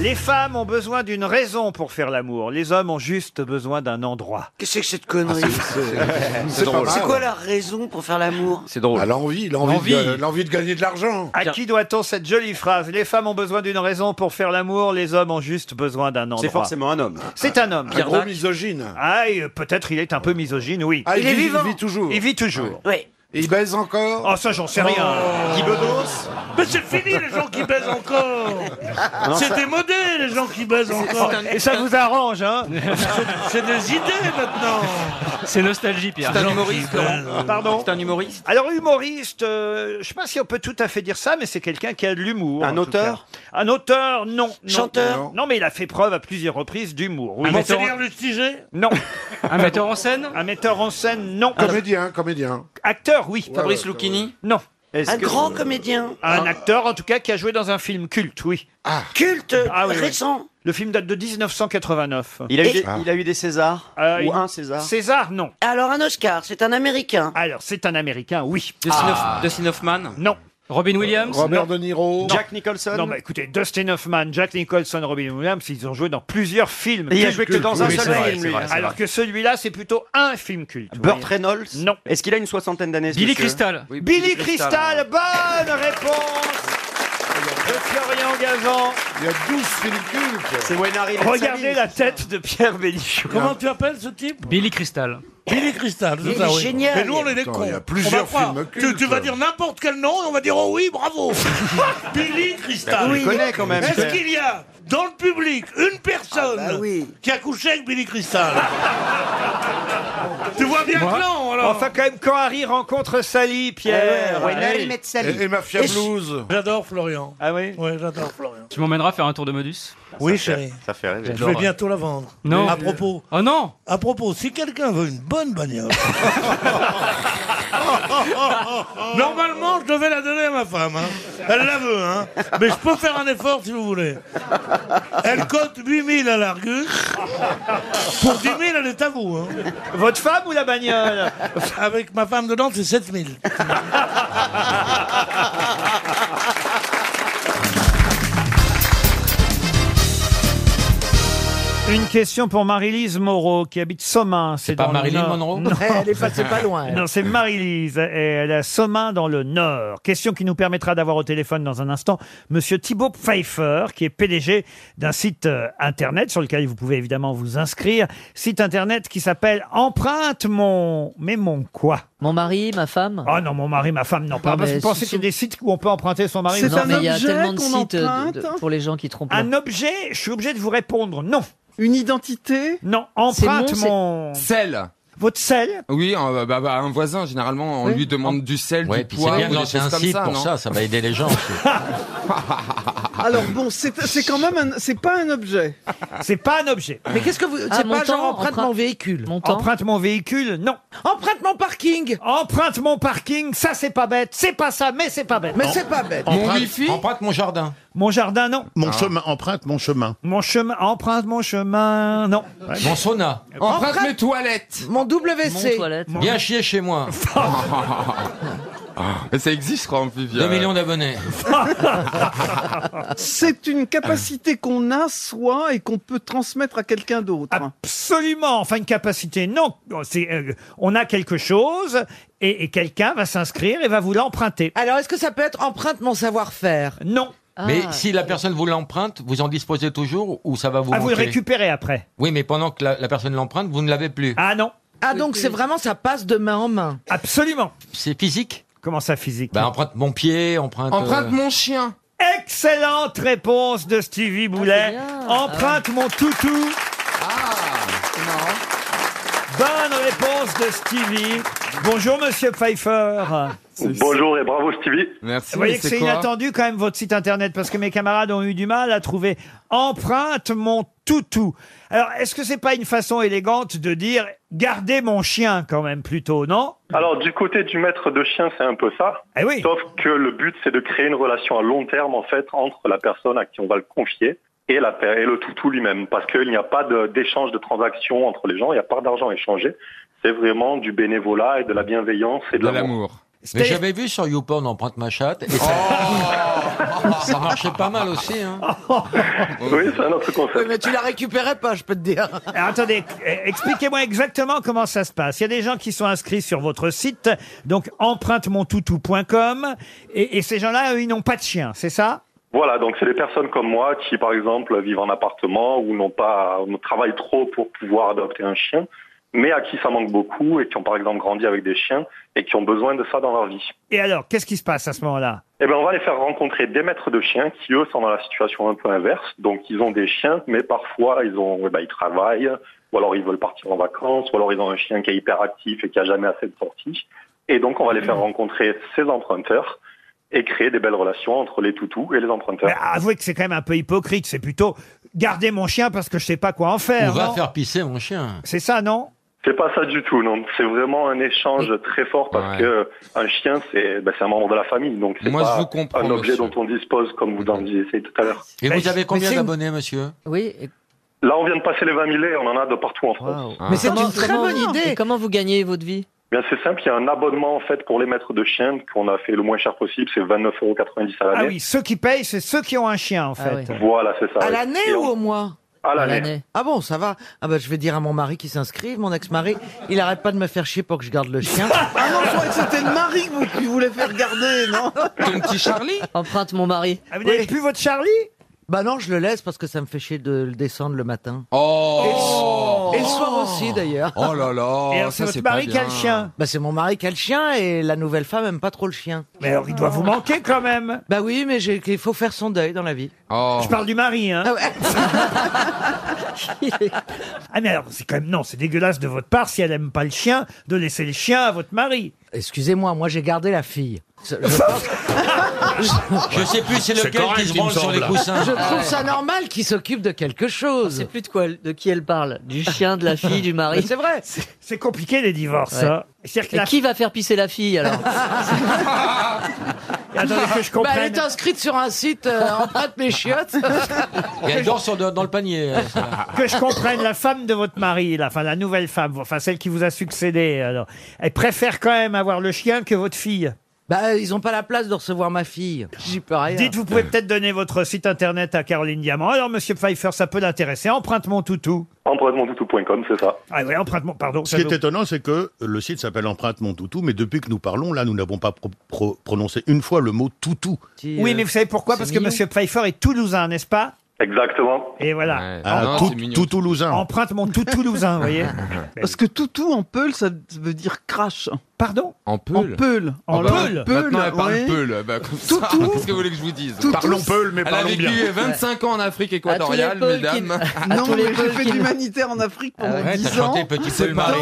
S1: Les femmes ont besoin d'une raison pour faire l'amour. Les hommes ont juste besoin d'un endroit.
S23: Qu'est-ce que c'est que cette connerie
S1: Ah, c'est-
S13: *laughs*
S1: c'est- c'est
S23: C'est
S1: drôle.
S23: c'est quoi la raison pour faire l'amour
S1: C'est drôle.
S4: l'envie, l'envie de- L'envie. l'envie de gagner de l'argent.
S1: À qui doit-on cette jolie phrase Les femmes ont besoin d'une raison pour faire l'amour, les hommes ont juste besoin d'un endroit.
S8: forcément un homme.
S1: C'est un homme.
S8: Un Pierre gros Dac.
S1: misogyne. Ah, et, euh, peut-être il est un peu misogyne, oui.
S8: Ah, il Il est vit- vivant.
S1: Il vit toujours. Il vit toujours.
S23: Oui.
S1: il baise encore Oh, ça, j'en sais rien.
S24: Oh. Guy Bedos Mais c'est fini les gens qui baisent encore
S1: Non,
S24: C'est
S1: ça-
S24: démodé les gens qui baisent encore
S1: Oh, Et ça vous arrange, hein
S24: C'est des idées maintenant
S10: *laughs* C'est nostalgie, Pierre.
S1: C'est un
S10: Jean-
S1: humoriste, Laurent. Pardon C'est un humoriste Alors, humoriste, euh, je ne sais pas si on peut tout à fait dire ça, mais c'est quelqu'un qui a de l'humour. Un auteur Un auteur, non. non.
S24: Chanteur
S1: non. mais il a fait preuve à plusieurs reprises d'humour. oui.
S24: Monseigneur Lustiger
S1: Non. Un metteur en scène Un metteur en scène, non.
S4: Comédien, comédien.
S1: Acteur, oui.
S4: Fabrice ouais,
S1: Lucchini Non.
S23: Un grand comédien.
S1: Un acteur, en tout cas, qui a joué dans un film culte, oui.
S23: Culte
S1: Ah oui, oui.
S23: récent.
S1: Le film date de 1989.
S23: Il a eu des-
S1: il a eu des Césars
S23: Ou un César
S1: César, non.
S23: Alors un Oscar, c'est un Américain.
S1: Alors c'est un Américain, oui.
S10: Ah.
S8: Ah. Dustin Hoffman
S1: Non. Robin
S8: Williams
S1: Euh, Robert
S8: Non.
S1: De Niro
S8: Jack Nicholson
S1: Non, mais écoutez, Dustin Hoffman, Jack Nicholson, Robin Williams, ils ont joué dans plusieurs films.
S8: Et il a
S1: cultes.
S8: joué que dans un Oui, seul c'est vrai, film, c'est lui. vrai, c'est
S1: Alors
S8: vrai.
S1: que celui-là, c'est plutôt un film culte.
S8: Burt
S1: Vous voyez.
S8: Reynolds
S1: Non.
S8: Est-ce qu'il a une soixantaine d'années ce
S1: Billy
S8: monsieur
S1: Crystal.
S8: Oui,
S1: Billy Crystal, bonne réponse de Florian Gazan.
S4: Il y a 12 films cultes.
S8: C'est Wenari
S1: Regardez la tête de Pierre Bénichou.
S24: Comment tu appelles ce type
S10: Billy Crystal.
S24: Billy Crystal,
S10: Il
S24: c'est
S10: est
S24: ça, oui.
S10: génial.
S24: Mais nous, on est des
S10: Attends,
S24: cons.
S10: il y a plusieurs
S24: On va croire.
S10: films
S24: Tu,
S10: cultes.
S24: tu vas dire n'importe *laughs* quel nom et on va dire oh oui, bravo. *laughs* Billy Crystal.
S8: Bah, tu le Oui. connais quand même,
S24: Est-ce
S8: Pierre.
S24: qu'il y a dans le public une personne qui a couché avec Billy Crystal Tu vois bien
S1: Moi
S24: que non, alors.
S1: Enfin, Ah, quand même, quand Harry rencontre Sally, Pierre. Ah,
S24: Eh ouais, Harry met Sally. Et- et Mafia Et-
S1: Blues.
S24: J'adore Florian.
S1: Ah oui
S24: Oui, j'adore Florian.
S10: Tu m'emmèneras faire un tour de modus
S24: Oui, chérie.
S8: Ça fait rêver.
S24: Je vais bientôt la vendre.
S10: Non.
S24: À propos.
S10: Oh non
S24: À propos, si quelqu'un veut une bonne bagnole. *laughs* *laughs* Normalement, je devais la donner à ma femme. hein. Elle la veut, hein. Mais je peux faire un effort si vous voulez. Elle cote 8000 à l'Argus. Pour 10 000, elle est à vous. hein.
S1: Votre femme ou la bagnole
S24: Avec ma femme dedans, c'est 7000.
S1: Une question pour Marie-Lise Moreau qui habite Sommin. C'est
S8: pas
S1: dans le
S8: Marilyn
S1: Nord.
S8: Monroe
S1: Non.
S8: Elle est passée pas loin, elle.
S1: Non, c'est Marie-Lise. Et elle est à Sommin dans le Nord. Question qui nous permettra d'avoir au téléphone dans un instant Monsieur Thibaut Pfeiffer qui est PDG d'un site euh, internet sur lequel vous pouvez évidemment vous inscrire. Site internet qui s'appelle Empreinte mon. Mais mon quoi
S7: Mon mari, ma femme. Ah ben,
S1: Oh non, mon mari, ma femme, non. pas.
S7: Non,
S1: parce que
S7: mais
S1: vous pensez
S7: ce
S1: qu'il y a des sites où on peut emprunter son mari
S7: non,
S1: Non,
S7: mais il y a tellement de
S1: qu'on
S7: sites euh, de-
S1: emprunte.
S7: de- pour les gens qui
S23: Ah,
S7: trompent.
S1: Un objet, je suis obligé de vous répondre non. Une identité Non,
S7: C'est
S1: empreinte
S7: mon-
S1: mon...
S8: Sel.
S1: Votre sel
S8: Oui, euh, bah, bah, un voisin, généralement, on
S1: Oui.
S8: lui demande du sel,
S25: Ouais,
S8: du
S25: puis
S8: poids,
S25: c'est bien
S8: ou
S25: de
S8: des
S25: lancer
S8: choses
S25: un
S8: comme
S25: site
S8: ça,
S25: pour
S8: non
S25: ça, ça va aider les gens.
S13: Ah. Alors bon, c'est c'est quand même un- c'est pas un objet.
S1: C'est pas un objet.
S13: Mais qu'est-ce que vous
S1: Ah, c'est mon pas genre temps, empreinte emprunt- mon
S13: véhicule.
S1: Empreinte mon véhicule Non. Empreinte mon parking Empreinte mon parking, ça c'est pas bête. C'est pas ça, mais c'est pas bête.
S13: Mais c'est pas bête.
S1: Mon
S25: Empreinte-
S1: wifi
S25: Emprunte mon jardin.
S1: Mon jardin, non.
S25: Mon chemin,
S1: empreinte mon chemin. Mon chemin, empreinte mon chemin, non.
S25: Mon sauna.
S8: Emprunte mes toilettes.
S13: Mon
S25: WC. Mon toilette. Viens chier chez
S21: *laughs*
S25: moi.
S8: Mais ça existe, je crois, en plus.
S25: Deux millions d'abonnés.
S13: Ah. C'est une capacité qu'on a soi et qu'on peut transmettre à quelqu'un d'autre.
S1: Absolument, enfin une capacité. Non, c'est, euh, on a quelque chose et, et quelqu'un va s'inscrire et va vous l'emprunter.
S7: Alors est-ce que ça peut être empreinte mon savoir-faire
S1: Non.
S25: Ah. Mais
S1: Ah,
S25: si la personne vous l'emprunte, vous en disposez toujours ou ça va vous
S1: Ah, vous le
S25: manquer
S1: récupérez après.
S25: Oui, mais pendant que la, la personne l'emprunte, vous ne l'avez plus.
S1: Ah non.
S7: Ah donc c'est vraiment ça passe de main en main.
S1: Absolument.
S25: C'est physique
S1: Comment ça physique
S21: Ben,
S25: Bah emprunte mon pied, emprunte...
S8: Emprunte
S25: euh,
S8: mon chien.
S1: Excellente réponse de
S7: Ah,
S1: Stevie Boulet. Emprunte mon toutou. Bonne réponse de Stevie. Bonjour, monsieur Pfeiffer.
S2: Bonjour et bravo Stevie.
S1: Vous voyez que c'est inattendu quand même votre site internet parce que mes camarades ont eu du mal à trouver empreinte mon toutou. Alors, est-ce que c'est pas une façon élégante de dire gardez mon chien quand même plutôt, non
S2: Alors du côté du maître de chien, c'est un peu ça.
S1: Eh
S2: Sauf que le but, c'est de créer une relation à long terme en fait entre la personne à qui on va le confier et, la, per- et le toutou lui-même, parce qu'il n'y a pas de- d'échange de, transactions entre les gens, il n'y a pas d'argent échangé. C'est vraiment du bénévolat et de la bienveillance et de, l'amour.
S21: Mais j'avais vu sur YouPorn empreinte ma chatte et ça,
S7: Oh.
S21: ça marchait pas mal aussi. Hein.
S2: oui, c'est un autre concept.
S7: Mais tu la récupérais pas, je peux te dire.
S1: *laughs* Alors, attendez, eh, expliquez-moi exactement comment ça se passe. Il y a des gens qui sont inscrits sur votre site, donc empruntemontoutou.com, et, et ces gens-là, eux, ils n'ont pas de chien, c'est ça
S2: Voilà, donc c'est des personnes comme moi qui, par exemple, vivent en appartement ou n'ont pas, ou travaillent trop pour pouvoir adopter un chien, mais à qui ça manque beaucoup et qui ont, par exemple, grandi avec des chiens et qui ont besoin de ça dans leur vie.
S1: Et alors, qu'est-ce qui se passe à ce moment-là
S2: Eh bien, on va les faire rencontrer des maîtres de chiens qui, eux, sont dans la situation un peu inverse. Donc, ils ont des chiens, mais parfois, ils, ont, eh ben, ils travaillent, ou alors ils veulent partir en vacances, ou alors ils ont un chien qui est hyperactif et qui a jamais assez de sorties. Et donc, on va les faire rencontrer ces emprunteurs et créer des belles relations entre les toutous et les emprunteurs.
S1: Avouez que c'est quand même un peu hypocrite, c'est plutôt garder mon chien parce que je sais pas quoi en
S21: On
S1: faire.
S21: va
S1: non
S21: faire pisser mon chien.
S1: C'est ça, non
S2: C'est pas ça du tout, non. C'est vraiment un échange très fort parce que un chien, c'est ben, c'est un membre de la famille, donc c'est
S21: Moi,
S2: pas
S21: je vous comprends,
S2: un objet
S21: monsieur.
S2: dont on dispose comme vous en disiez tout à l'heure.
S21: Et vous avez combien d'abonnés, monsieur
S22: Oui. et-
S2: Là, on vient de passer les 20 000 et on en a de partout en France.
S1: Ah.
S22: Mais
S21: Ah.
S22: c'est une très bonne idée. Et comment vous gagnez votre vie
S2: Bien, c'est simple, il y a un abonnement en fait pour les maîtres de chiens qu'on a fait le moins cher possible, c'est 29,90 euros à l'année.
S1: Ah oui, ceux qui payent, c'est ceux qui ont un chien, en fait.
S2: Voilà, c'est ça.
S1: À
S2: oui.
S1: l'année
S2: Et
S7: Né ou
S2: on-
S7: au mois
S2: À l'année. À l'année.
S7: Ah bon, ça va. Ah bah je vais dire à mon mari qui s'inscrive, mon ex-mari, il arrête pas de me faire chier pour que je garde le chien.
S26: Ah non, je croyais que c'était le mari que vous, qui voulait faire garder,
S21: *laughs*
S26: non
S2: Ton petit Charlie
S26: Emprunte mon mari.
S1: Ah, vous n'avez plus votre Charlie
S7: Bah non, je le laisse parce que ça me fait chier de le descendre le matin.
S21: Oh
S7: Et le, so- et le soir aussi d'ailleurs.
S21: Oh là là,
S7: Et
S21: Et alors, c'est ça, votre c'est pas mari qui bien. a le chien
S7: Bah c'est mon mari qui a le chien et la nouvelle femme aime pas trop le chien.
S1: Mais alors il doit vous manquer quand même.
S7: Bah oui, mais j'ai- il faut faire son deuil dans la vie.
S21: Oh.
S1: Je parle du mari, hein. Ah, *laughs* mais alors, c'est quand même non, c'est dégueulasse de votre part si elle aime pas le chien de laisser le chien à votre mari.
S7: Excusez-moi, moi j'ai gardé la fille.
S1: *laughs*
S7: Je *laughs*
S21: Je sais plus c'est lequel qui se branle sur les coussins.
S7: Je trouve ça normal qu'il s'occupe de quelque chose.
S22: C'est plus de quoi, de qui elle parle, du chien, de la fille, du mari.
S7: Mais c'est vrai.
S1: C'est compliqué les divorces.
S22: Ouais.
S1: hein. C'est-à-dire que
S22: Et
S1: la-
S22: qui va faire pisser la fille alors
S1: *laughs* Attendez que je
S7: Bah,
S1: comprenne.
S7: elle est inscrite sur un site euh, emprunte mes
S22: *laughs*
S7: chiottes.
S21: Et elle dort sur- dans le panier. euh, ça.
S1: que je comprenne la femme de votre mari, la, enfin la nouvelle femme, enfin celle qui vous a succédé. Alors, elle préfère quand même avoir le chien que votre fille.
S7: Bah, ils ont pas la place de recevoir ma fille. J'y peux rien.
S1: Dites, vous pouvez peut-être donner votre site internet à Caroline Diamant. Alors, Monsieur Pfeiffer, ça peut l'intéresser. Emprunte mon toutou.
S2: Empruntemontoutou.com, c'est ça.
S1: Ah oui, emprunte mon, pardon.
S4: Ce
S1: ça
S4: qui
S1: nous-
S4: est étonnant, c'est que le site s'appelle Empreinte mon toutou, mais depuis que nous parlons, là, nous n'avons pas pro- pro- prononcé une fois le mot toutou.
S1: Oui, mais vous savez pourquoi Parce que Monsieur Pfeiffer est toulousain, n'est-ce pas
S2: Exactement.
S1: Et voilà.
S4: Ah,
S1: Emprunte-
S4: tout- tout toulousain.
S1: Emprunte mon tout toulousain, vous voyez.
S13: Parce que toutou en peul, ça veut dire crash.
S1: Pardon
S13: En
S21: peul
S13: En peul.
S21: Ah
S13: peul.
S21: bah, Maintenant, elle parle
S13: ouais.
S21: peul. Bah, comme ça, Qu'est-ce que vous voulez que je vous dise
S13: Toutou. Parlons
S21: peul,
S13: mais
S21: elle
S13: parlons
S21: a vécu
S13: bien.
S21: 25 ans en Afrique équatoriale,
S25: *laughs*
S21: mesdames.
S13: Non, mais j'ai fait de l'humanitaire en Afrique
S22: Ah
S13: pendant
S21: ouais, t'as
S13: 10 ans.
S21: chanté Petit
S13: C'est
S21: Peul Marie.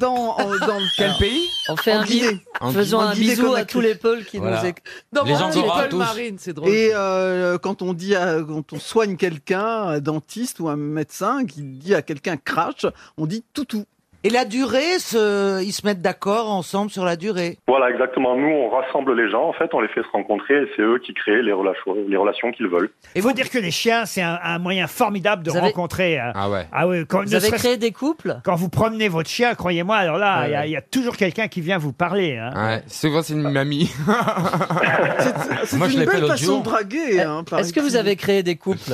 S13: dans- dans, en- dans
S21: Quel pays
S22: On fait
S13: En
S22: un bisou.
S13: Guinée.
S22: Faisons
S13: En
S22: un
S13: Guinée
S22: bisou à
S13: Conakry.
S22: tous les peuls qui
S13: Voilà.
S22: nous écoutent.
S13: Dans
S22: Les
S13: mon
S22: gens
S13: petit
S22: à
S13: Paul
S22: tous.
S13: Marine,
S22: c'est drôle.
S13: Et euh, quand on dit, à- quand on soigne quelqu'un, un dentiste ou un médecin qui dit à quelqu'un crash, on dit toutou.
S7: Et la durée, ce- ils se mettent d'accord ensemble sur la durée.
S2: Voilà, exactement. Nous, on rassemble les gens, en fait, on les fait se rencontrer et c'est eux qui créent les relations, les relations qu'ils veulent.
S1: Et vous dire que les chiens, c'est un, un moyen formidable de
S2: Vous avez-
S1: rencontrer. Ah ouais. Ah oui. Quand,
S22: Vous
S1: ne
S22: avez
S1: serait-ce-
S22: créé des couples
S1: Quand vous promenez votre chien, croyez-moi, alors là,
S21: Ouais,
S1: il y a-
S21: ouais.
S1: il y, a toujours quelqu'un qui vient vous parler. hein.
S21: Ouais, souvent
S25: Ah.
S21: c'est une mamie.
S13: C'est
S21: Moi, je
S13: une
S21: l'appelle
S13: belle
S21: l'autre
S13: façon
S21: jour.
S13: de draguer. hein, par
S22: Eh, Est-ce que vous
S13: exemple.
S22: avez créé des couples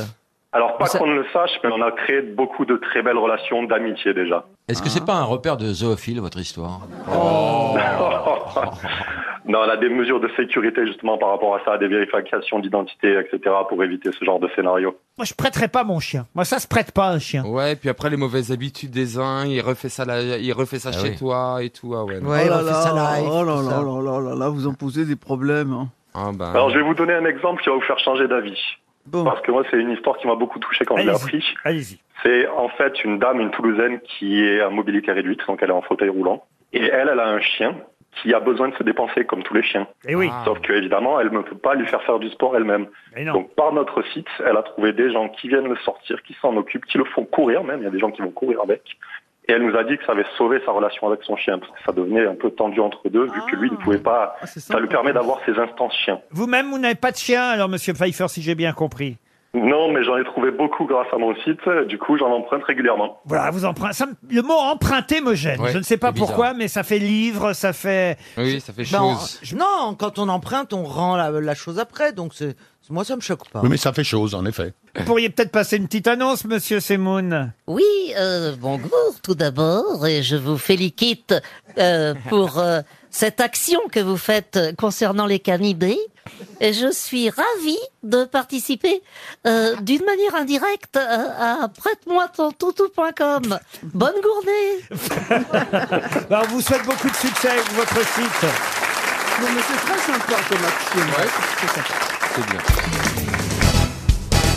S2: Alors, pas qu'on ne le sache, mais on a créé beaucoup de très belles relations d'amitié déjà.
S21: Est-ce que c'est pas un repère de zoophile, votre histoire
S1: Oh.
S2: *laughs* non, on a des mesures de sécurité justement par rapport à ça, des vérifications d'identité, etc., pour éviter ce genre de scénario.
S1: Moi, je prêterais pas mon chien. Moi, ça se prête pas un chien.
S21: Ouais, puis après les mauvaises habitudes des uns, il refait ça, là- il refait ça
S1: Ah
S21: chez
S1: oui.
S21: toi et tout. Ah ouais. non.
S13: oh là là, oh là là là là là là, vous en posez des problèmes. hein.
S21: Ah ben.
S1: bah.
S2: Alors, je vais vous donner un exemple qui va vous faire changer d'avis. Parce que moi, c'est une histoire qui m'a beaucoup touché quand je l'ai appris.
S1: Allez-y.
S2: C'est en fait une dame, une Toulousaine, qui est à mobilité réduite, donc elle est en fauteuil roulant. Et elle, elle a un chien qui a besoin de se dépenser, comme tous les chiens.
S1: Eh oui.
S2: Sauf que, évidemment, elle ne peut pas lui faire faire du sport elle-même.
S1: Eh non.
S2: Donc, par notre site, elle a trouvé des gens qui viennent le sortir, qui s'en occupent, qui le font courir même. Il y a des gens qui vont courir avec. Et elle nous a dit que ça avait sauvé sa relation avec son chien, parce que ça devenait un peu tendu entre deux, vu que lui ne
S1: Ah.
S2: pouvait pas... ça lui permet d'avoir ses instances chiens.
S1: Vous-même, vous n'avez pas de chien, alors, monsieur Pfeiffer, si j'ai bien compris.
S2: Non, mais j'en ai trouvé beaucoup grâce à mon site. Du coup, j'en emprunte régulièrement.
S1: Voilà, vous empruntez. ça me- Le mot emprunter me gêne.
S2: Ouais,
S1: je ne sais pas
S2: c'est bizarre.
S1: pourquoi, mais ça fait livre, ça fait.
S8: Oui, ça fait
S1: Ben,
S27: Non,
S1: chose.
S27: je- Non, quand on emprunte, on rend la, la chose après, donc c'est- moi ça me choque pas.
S11: Oui, mais ça fait chose, en effet.
S1: Vous pourriez peut-être passer une petite annonce, monsieur Semoun. *laughs*
S28: Oui, euh, bonjour tout d'abord, et je vous félicite euh, pour euh, cette action que vous faites concernant les canidés. Et je suis ravie de participer euh, d'une manière indirecte euh, à prête-moi ton toutou.com. Bonne gournée
S1: Ben, on vous souhaite beaucoup de succès avec votre site.
S13: Non, mais c'est très sympa comme action.
S8: C'est bien.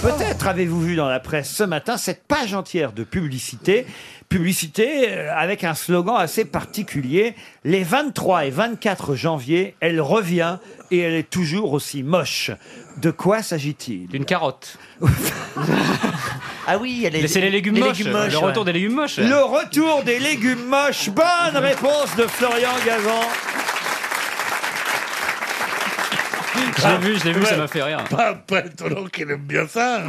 S1: Peut-être avez-vous vu dans la presse ce matin cette page entière de publicité, publicité euh, avec un slogan assez particulier. Les 23 et 24 janvier, elle revient et elle est toujours aussi moche. De quoi s'agit-il D'une carotte.
S27: *laughs* Ah oui, elle est.
S10: Laissez les légumes moches. le retour des légumes moches.
S1: Le retour des légumes moches. Bonne réponse de Florian Gazan.
S10: Je l'ai vu, je l'ai vu, ça
S24: Ouais.
S10: m'a fait rire.
S24: Pas, pas étonnant qu'il aime bien
S10: *laughs*
S24: ça.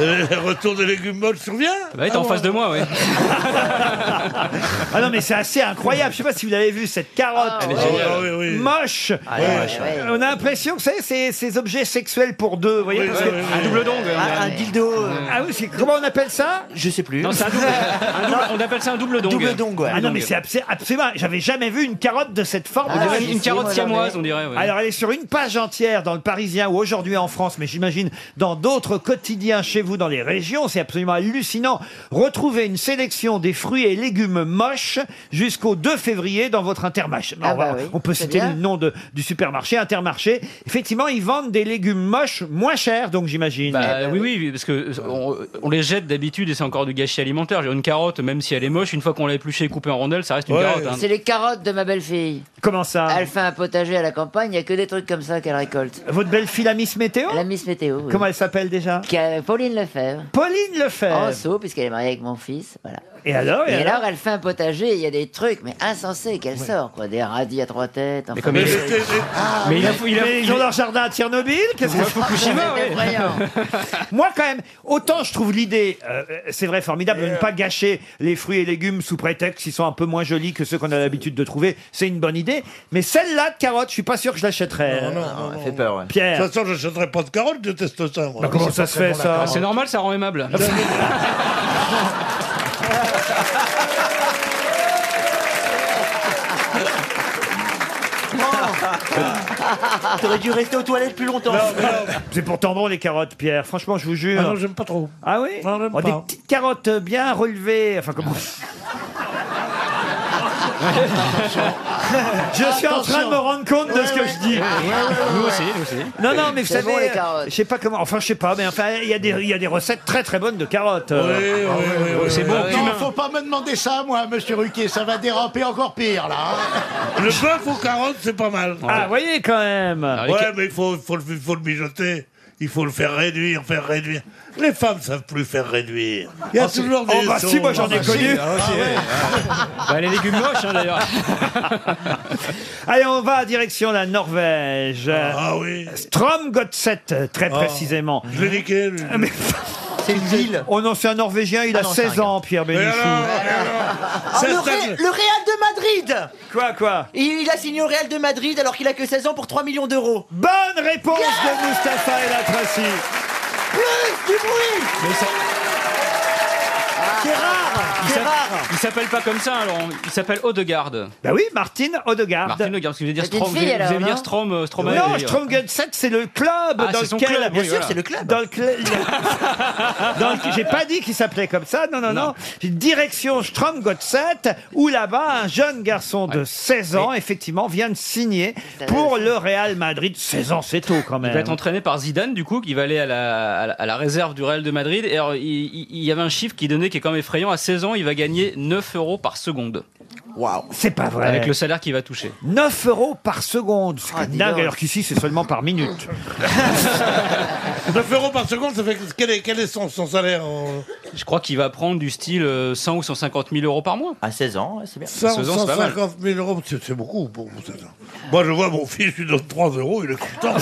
S24: Euh, Le retour des légumes molles survient.
S10: Bah, t'es en face de moi, ouais.
S24: Ah,
S1: Ah non, mais c'est assez incroyable. Je sais pas si vous l'avez vu, cette carotte. euh,
S10: Elle est géniale.
S24: Ah, oui, oui, oui.
S1: Moche. Euh,
S10: Ah, elle est moche, ouais.
S1: On a l'impression que c'est ces, ces objets sexuels pour deux. Vous voyez,
S10: Oui,
S1: parce
S10: oui,
S1: que-
S10: oui, oui. Un double dong,
S1: Ah,
S10: euh,
S1: un dildo. euh. Ah oui, c'est- comment on appelle ça Je sais plus.
S10: Non, c'est un double- un double- on appelle ça un double dong.
S1: Double dong, ouais. Ah non,
S10: Dong.
S1: mais c'est abs- absolument. J'avais jamais vu une carotte de cette forme. Ah,
S10: On dirait Ah, une- une j'ai fait, carotte moi, siamoise, j'en ai. on dirait, ouais.
S1: Alors, elle est sur une page entière dans le Parisien ou aujourd'hui en France, mais j'imagine dans d'autres quotidiens chez vous, dans les régions. C'est absolument hallucinant. Retrouvez une sélection des fruits et légumes moches jusqu'au 2 février dans votre intermarché.
S7: Ah
S1: on, va-
S7: bah oui,
S1: on peut
S7: c'est
S1: citer
S7: bien.
S1: le nom de- du supermarché, intermarché. Effectivement, ils vendent des légumes moches moins chers, donc j'imagine.
S10: Bah, oui, oui, parce que euh, on, on les jette d'habitude et c'est encore du gâchis alimentaire. Genre, Une carotte, même si elle est moche, une fois qu'on l'a épluchée et coupée en rondelles, ça reste une carotte. hein.
S28: C'est les carottes de ma belle-fille.
S1: Comment ça
S28: Elle fait un potager à la campagne, il n'y a que des trucs comme ça qu'elle récolte.
S1: Votre belle-fille, la Miss Météo
S28: La Miss Météo, oui.
S1: Comment elle s'appelle déjà
S28: Pauline Lefebvre.
S18: *laughs*
S1: Pauline Lefebvre
S28: En saut, puisqu'elle est mariée avec mon fils, voilà.
S1: Et alors, et
S28: Et
S1: alors
S28: alors, elle fait un potager, il y a des trucs, mais insensés qu'elle sort, quoi. Des radis à trois têtes, enfin...
S10: comme Mais il- c'était-
S28: Ah,
S10: mais il a-
S1: Mais
S10: il a-
S1: ils ont leur jardin à Tchernobyl Qu'est-ce que
S10: Ouais, Fukushima, ouais.
S24: *laughs*
S1: Moi, quand même, autant je trouve l'idée, euh, c'est vrai, formidable, de ne
S24: euh,
S1: pas gâcher les fruits et légumes sous prétexte qu'ils sont un peu moins jolis que ceux qu'on a l'habitude de trouver. C'est une bonne idée. Mais celle-là de carotte, je suis pas sûr que je l'achèterais.
S24: Non, non, non, non.
S1: Ah, fait peur, Pierre.
S24: De toute façon, je n'achèterai pas de carottes, je déteste ça. moi.
S1: Bah, comment ça se fait, ça
S10: Ah, C'est normal, ça rend aimable. *laughs* *laughs*
S1: T'aurais dû rester aux toilettes plus longtemps. C'est pourtant bon les carottes, Pierre. Franchement, je vous jure.
S24: Ah non, j'aime pas trop.
S1: Ah oui
S24: Non, j'aime
S1: Oh, Des
S24: pas.
S1: petites carottes bien relevées. Enfin, comment.
S24: Ah.
S1: je suis en train de me rendre compte de ce que je dis.
S10: Nous aussi, nous aussi.
S1: Non, non, mais vous
S10: C'est
S1: savez,
S10: bon, les
S1: euh, je sais pas comment, enfin, je sais pas, mais enfin, il y, a des- il y a des recettes très très bonnes de carottes. euh.
S24: oui, oui, oui,
S1: c'est
S24: oui, Ah
S1: bon,
S24: oui.
S1: cumin.
S6: Non, faut pas me demander ça, moi, monsieur Ruquier, ça va déraper encore pire, là. hein.
S24: Le bœuf aux carottes, c'est pas mal.
S1: Ah, voyez quand même.
S10: Ah,
S24: Ouais, mais il faut, faut, le- faut le mijoter. Il faut le faire réduire, faire réduire. Les femmes savent plus faire réduire. Il y a
S1: Oh, c'est-
S24: toujours des. Ah,
S1: oh, bah, si, moi, j'en ai connu. Ah,
S10: les légumes moches, hein, d'ailleurs.
S1: Allez, on va direction la Norvège.
S24: Ah oui.
S1: Stromgodset, très
S24: Ah.
S1: précisément. Ah,
S24: Je l'ai niqué. lui.
S1: C'est une ville. Oh non, c'est un Norvégien, il
S24: Ah
S1: a
S24: non, c'est un
S1: 16 ans, Pierre
S24: Mais
S1: Bénichou.
S24: alors,
S13: Ah,
S18: Oh, le, Ré- le Real de Madrid
S1: Quoi, quoi
S18: Il a signé au Real de Madrid alors qu'il a que 16 ans pour 3 millions d'euros.
S1: Bonne réponse de Mustapha El Atrassi.
S18: Plus du bruit
S10: Mais ça-
S1: *laughs*
S18: C'est rare
S10: Il s'appelle- Il s'appelle pas comme ça, alors. Il s'appelle Odegaard.
S1: Bah oui, Martine Odegaard.
S10: Martine Odegaard, parce que vous allez dire
S1: C'est une
S10: Strom. Vous
S1: fille,
S10: allez vous
S1: alors,
S10: allez me dire
S1: non
S10: Strom, euh, Stromae, vous
S1: non,
S10: allez dire.
S1: Stromgenset, c'est le club
S10: Ah,
S1: dans
S10: c'est son
S1: lequel.
S10: club, Bien oui, sûr, voilà. c'est le club.
S1: Dans lequel. *laughs* dans lequel- J'ai pas dit qu'il s'appelait comme ça. Non, non, non. J'ai dit Direction Stromgenset, où là-bas, un jeune garçon de 16 ans, effectivement, vient de signer pour le Real Madrid. 16 ans, c'est tôt quand
S10: Il va
S1: même.
S10: être entraîné par Zidane, du coup, qui va aller à la, à la, à la réserve du Real de Madrid. Et alors, il, il- il y avait un chiffre qui donnait, qui est quand même effrayant. À 16 ans, il va gagner 9 euros par seconde.
S1: Waouh. C'est pas vrai.
S10: Avec le salaire qu'il va toucher.
S1: 9 euros par seconde. Ce qui est
S10: Ah, dis
S1: dingue,
S10: donc.
S1: alors qu'ici, c'est seulement par minute.
S24: 9 euros par seconde, ça fait. Quel est, quel est son, son salaire en-
S10: Je crois qu'il va prendre du style euh, 100 ou 150 000 euros par mois.
S18: À 16 ans, c'est bien.
S24: 100,
S10: 16 ans, c'est pas mal.
S24: 150 000 euros, c'est c'est beaucoup pour pour ça. Moi, je vois mon fils, je lui donne 3 euros, il est
S10: *laughs*
S24: content.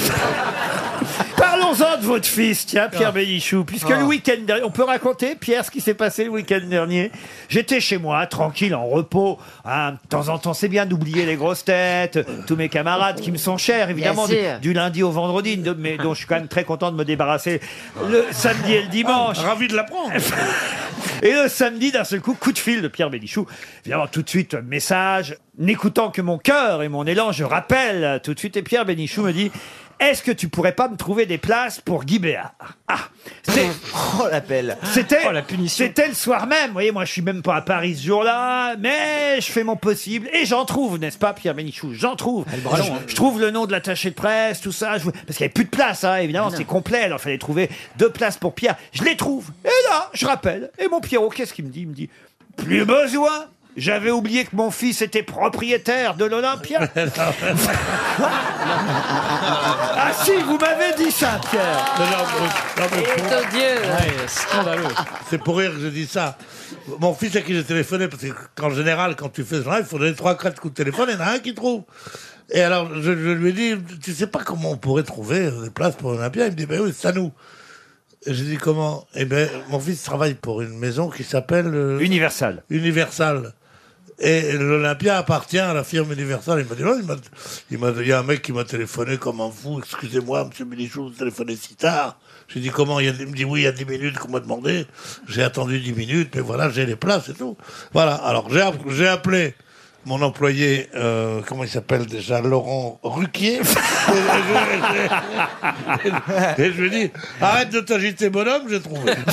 S1: Parlons-en de votre fils, tiens, Pierre
S24: Ah.
S1: Bénichou, puisque
S24: Ah.
S1: le week-end dernier, on peut raconter, Pierre, ce qui s'est passé le week-end dernier. J'étais chez moi, tranquille, en repos. hein. de temps en temps, c'est bien d'oublier les grosses têtes, tous mes camarades qui me sont chers, évidemment, du,
S29: Bien sûr.
S1: du lundi au vendredi, de- mais dont je suis quand même très content de me débarrasser le samedi et le dimanche.
S24: Ravi
S1: *laughs*
S24: de l'apprendre.
S1: Et le samedi, d'un seul coup, coup de fil de Pierre Bénichou. Évidemment, tout de suite, message. N'écoutant que mon cœur et mon élan, je rappelle tout de suite. Et Pierre Bénichou me dit Est-ce que tu pourrais pas me trouver des places pour Guy Béard Ah c'est-
S18: Oh l'appel
S1: C'était
S29: Oh,
S1: C'était le soir même. Vous voyez, moi, je suis même pas à Paris ce jour-là, mais je fais mon possible. Et j'en trouve, n'est-ce pas, Pierre Bénichou J'en trouve.
S29: bras
S1: je,
S29: long, hein.
S1: je trouve le nom de l'attaché de presse, tout ça. je vous- Parce qu'il n'y avait plus de place, hein,
S29: Ah,
S1: évidemment, c'est complet. Alors, il fallait trouver deux places pour Pierre. Je les trouve. Et là, je rappelle. Et mon Pierrot, qu'est-ce qu'il me dit Il me dit Plus besoin j'avais oublié que mon fils était propriétaire de l'Olympia.
S29: *laughs*
S1: ah si, vous m'avez dit ça, Pierre.
S24: Ouais, scandaleux. C'est pour rire que je dis ça. Mon fils à qui j'ai téléphoné, parce qu'en général, quand tu fais ce genre, il faut donner trois, quatre coups de téléphone, il y en a un qui trouve. Et alors, je, je lui ai dit, tu sais pas comment on pourrait trouver euh, des places pour l'Olympia Il me dit, ben oui, c'est à nous. Et j'ai dit, comment Eh ben, mon fils travaille pour une maison qui s'appelle... euh,
S1: Universal.
S24: Universal. Et l'Olympia appartient à la firme Universal. Il m'a dit, non, il m'a- il m'a- il y a un mec qui m'a téléphoné comme un fou. Excusez-moi, monsieur Bénichou, vous téléphonez si tard. J'ai dit, comment Il y a- Il me dit, oui, il y a 10 minutes qu'on m'a demandé. J'ai attendu 10 minutes, mais voilà, j'ai les places et tout. Voilà. Alors, j'ai app- j'ai appelé mon employé, euh, comment il s'appelle déjà Laurent Ruquier. *laughs* Et je- et je- et je lui ai dit, arrête de t'agiter, bonhomme, j'ai trouvé. *laughs*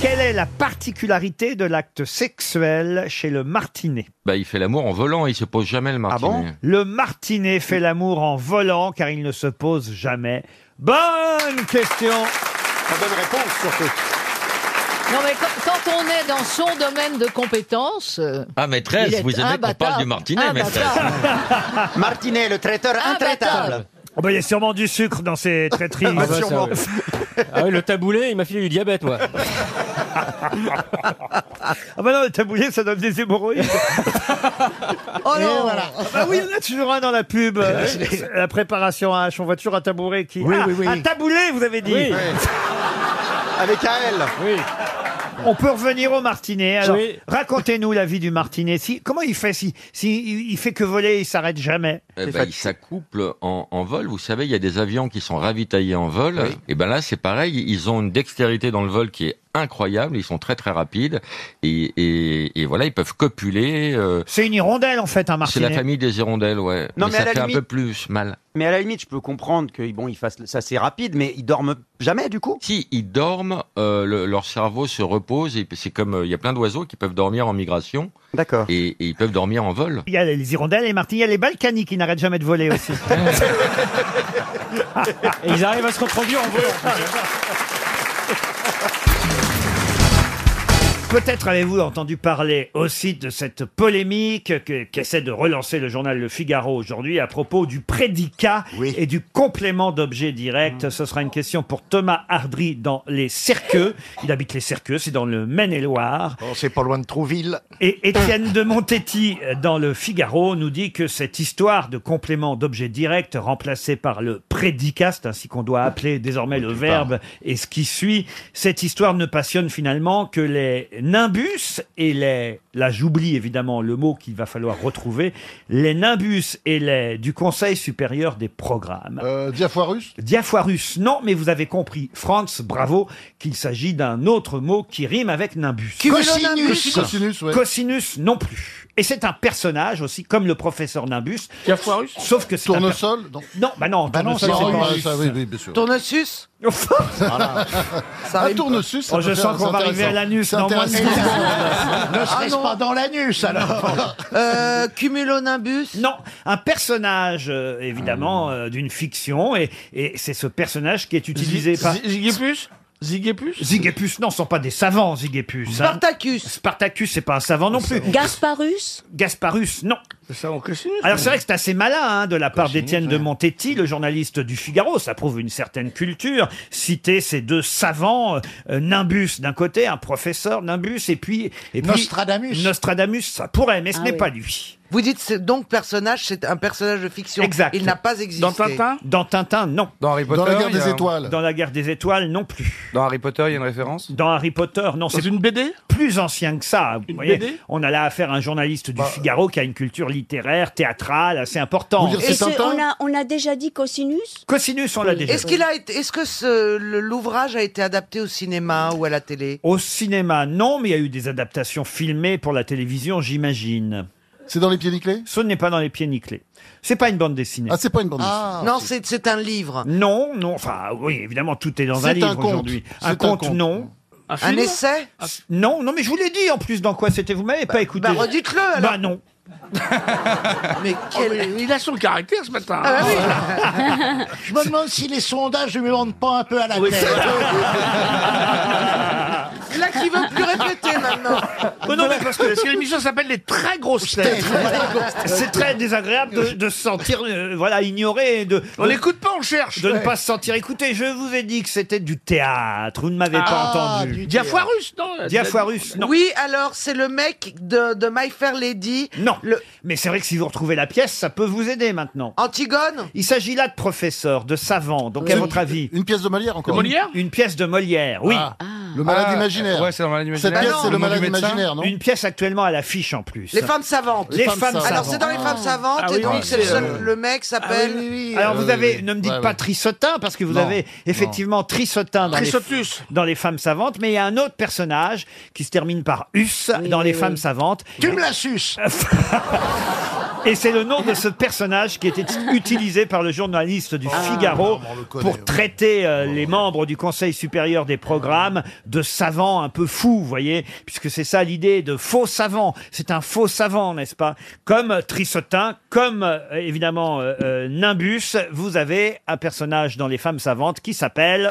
S1: Quelle est la particularité de l'acte sexuel chez le martinet
S8: Bah, il fait l'amour en volant, il se pose jamais le
S19: Ah
S8: martinet.
S1: Le martinet fait l'amour en volant car il ne se pose jamais. Bonne question
S4: bonne réponse, surtout.
S15: Non, mais quand, quand on est dans son domaine de compétences. euh,
S8: Ah, maîtresse,
S15: il est
S8: vous aimez qu'on
S15: imbattable.
S8: parle du martinet, maîtresse.
S15: Ah,
S18: Martinet, le traiteur
S15: bah,
S18: intraitable
S1: Oh ben, il y a sûrement du sucre dans
S10: *laughs*
S1: ces traiteries.
S10: Ah bah, ça, Sûrement. oui. Ah oui, le taboulé, il m'a filé du diabète, moi.
S1: Ah bah non, le taboulé, ça donne des
S10: *laughs*
S1: hémorroïdes.
S15: Oh
S1: Et voilà. Ah bah oui, il y en a toujours un dans la
S10: *laughs*
S1: pub. euh, la préparation H, on voit toujours un tabouret qui...
S29: Oui,
S1: Ah,
S29: oui, oui.
S1: Un taboulé, vous avez dit
S29: Oui.
S1: Avec un L. Oui. On peut revenir au martinet. Alors,
S29: Oui.
S1: racontez-nous la vie du martinet. Si, comment il fait si, si il- il fait que voler, il s'arrête jamais
S8: Eh ben, il s'accouple en, en vol. Vous savez, il y a des avions qui sont ravitaillés en vol. Et ben là, c'est pareil. Ils ont une dextérité dans le vol qui est incroyable. Ils sont très très rapides. Et, et- et voilà, ils peuvent copuler. euh,
S1: C'est une hirondelle en fait, un
S8: c'est
S1: martinet.
S8: la famille des hirondelles, ouais.
S19: Non, mais à
S8: ça
S19: la
S8: fait
S19: limite-
S8: un peu plus mal.
S19: Mais à la limite, je peux comprendre que bon, ils fassent ça, c'est rapide, mais ils dorment jamais du coup.
S8: Si ils dorment, euh, le- leur cerveau se repose. Et c'est comme euh, il y a plein d'oiseaux qui peuvent dormir en migration.
S19: D'accord.
S8: Et, et ils peuvent dormir en vol.
S1: Il y a les hirondelles, les martinets, il y a les balkaniques qui n'arrêtent jamais de voler aussi.
S10: Et ils arrivent à se reproduire en volant.
S1: Peut-être avez-vous entendu parler aussi de cette polémique que- qu'essaie de relancer le journal Le Figaro aujourd'hui à propos du prédicat et du complément d'objet direct. Ce sera une question pour Thomas Hardry dans les Cerqueux. Il habite les Cerqueux, c'est dans le Maine-et-Loire. Oh, c'est pas loin de Trouville. Et Étienne de Montetti euh, dans le Figaro nous dit que cette histoire de complément d'objet direct remplacé par le prédicat, c'est ainsi qu'on doit appeler désormais le verbe et ce qui suit, cette histoire ne passionne finalement que les nimbus et les... Là, j'oublie évidemment le mot qu'il va falloir retrouver. Les nimbus et les du Conseil supérieur des programmes.
S6: Euh,
S1: Diafoirus Diafoirus, non, mais vous avez compris, France, bravo, qu'il s'agit d'un autre mot qui rime avec nimbus.
S6: Cumulonimbus.
S1: Cosinus,
S6: Cosinus, ouais.
S1: Cosinus non plus. Et c'est un personnage aussi, comme le professeur Nimbus. Diafoirus Sauf que c'est un per-
S6: Tournesol,
S1: non. bah non,
S6: Bah non, ça,
S1: tournesol,
S6: c'est
S1: c'est
S6: pas-
S1: pas-
S6: ça, oui, oui, bien sûr.
S1: Tournesus
S6: *laughs* Voilà.
S1: Ça
S6: un
S1: rime pas.
S6: tournesus, ça
S1: Oh,
S6: peut
S1: je
S6: faire-
S1: sens qu'on
S6: c'est
S1: va arriver
S6: intéressant.
S1: à l'anus
S6: C'est
S1: dans moins de *laughs*
S6: intéressant.
S1: dix secondes.
S6: Ne serait-ce
S1: Ah non.
S6: pas dans *laughs* l'anus, alors
S1: Euh, cumulonimbus Non, un personnage, euh, évidemment, euh, d'une fiction, et, et c'est ce personnage qui est utilisé par... Zigépus Zigépus Zigépus, non, ce sont pas des savants, Zigépus. Spartacus Spartacus, c'est pas un savant non plus. Gasparus Gasparus, non. Alors c'est vrai que c'est assez malin hein, de la part d'Étienne de Montetti, le journaliste du Figaro. Ça prouve une certaine culture. Citer ces deux savants, euh, Nimbus d'un côté, un professeur Nimbus, et puis et puis-
S6: Nostradamus.
S1: Nostradamus, ça pourrait, mais ce
S27: Ah
S1: n'est
S27: oui.
S1: pas lui.
S27: Vous dites c'est donc personnage, c'est un personnage de fiction.
S1: Exact.
S27: Il n'a pas existé.
S1: Dans Tintin, non. Dans Harry
S27: Potter, Dans la guerre il y a des un- étoiles.
S1: Dans la guerre des étoiles, non plus. Dans Harry Potter, il y a une référence Dans Harry Potter, non. C'est une BD Plus ancien que ça. Vous voyez,
S6: BD
S1: on a là affaire à un journaliste du
S27: Bah,
S1: Figaro qui a une culture littéraire, théâtrale, assez importante.
S29: Et c'est- on, a, on a déjà dit cosinus
S1: Cosinus, on l'a déjà
S27: Est-ce qu'il a été- est-ce que ce- le- l'ouvrage a été adapté au cinéma ou à la télé
S1: Au cinéma, non, mais il y a eu des adaptations filmées pour la télévision, j'imagine. C'est dans Les Pieds Nickelés Ce n'est pas dans Les Pieds Nickelés. C'est pas une bande dessinée. Ah, c'est pas une bande
S27: Non, c'est c'est un livre.
S1: Non, non, enfin, oui, évidemment, tout est dans un
S27: C'est un
S1: livre
S27: conte.
S1: aujourd'hui.
S27: C'est
S1: Un
S27: un
S1: conte,
S27: conte.
S1: non. Ah,
S27: Un film Un essai
S1: Non, non, mais je vous l'ai dit en plus dans quoi c'était. Vous m'avez pas écouté.
S27: bah, redites-le, alors.
S1: Bah
S27: *laughs*
S1: non.
S5: Mais
S6: Oh,
S5: il a son caractère ce matin.
S6: Ah bah oui. *laughs* Je me demande si les sondages ne me rendent pas un peu à la tête.
S27: Là, qui veut plus répéter
S6: *laughs*
S27: maintenant
S1: Oh non, mais parce que-
S5: l'émission s'appelle Les Très Grosses Têtes.
S1: C'est très désagréable de, de se sentir euh, voilà ignoré et de
S5: On n'écoute pas, on cherche.
S1: de ne
S5: Ouais.
S1: pas se sentir écouté. Je vous ai dit que c'était du théâtre. Vous ne m'avez pas
S27: Ah,
S1: entendu.
S27: du théâtre. Diafoirus,
S6: euh,
S1: non. Diafoirus, non.
S27: Oui, alors c'est le mec de, de My Fair Lady.
S1: Non. Mais c'est vrai que si vous retrouvez la pièce, ça peut vous aider maintenant.
S27: Antigone
S1: Il s'agit là de professeurs, de savants. Donc, à
S6: Une-
S1: votre avis
S6: Une pièce de Molière encore
S1: Une- une, pièce de Molière, oui.
S6: Ah. Le malade
S1: Ah,
S6: imaginaire.
S1: ouais, c'est dans Malade
S6: Cette
S1: imaginaire.
S6: pièce,
S1: Ah
S6: c'est
S1: non,
S6: le
S1: nom du
S6: malade
S1: médecin.
S6: imaginaire, non
S1: Une pièce actuellement à l'affiche en plus.
S27: Les femmes savantes.
S1: Les, femmes, savantes.
S27: Alors c'est dans les femmes savantes
S1: Ah
S27: et
S1: oui,
S27: donc
S1: oui,
S27: c'est le,
S1: c'est,
S27: seul-
S1: euh,
S27: le mec
S6: Ah
S27: s'appelle.
S1: Alors vous avez, ne me dites pas Trissotin parce que vous
S6: Non,
S1: avez effectivement Trissotin dans les,
S6: Trissotus.
S1: dans les femmes savantes, mais il y a un autre personnage qui se termine par Us dans les femmes savantes. Euh,
S6: Tu me la suces
S1: Et c'est le nom de ce personnage qui était utilisé par le journaliste du Figaro
S6: non, mais Ah. on le connaît,
S1: pour
S6: ouais.
S1: traiter euh, les membres du Conseil supérieur des programmes de savants un peu fous, vous voyez, puisque c'est ça l'idée de faux savants. C'est un faux savant, n'est-ce pas Comme Trissotin, comme euh, évidemment euh, euh, Nimbus, vous avez un personnage dans Les Femmes Savantes qui s'aelle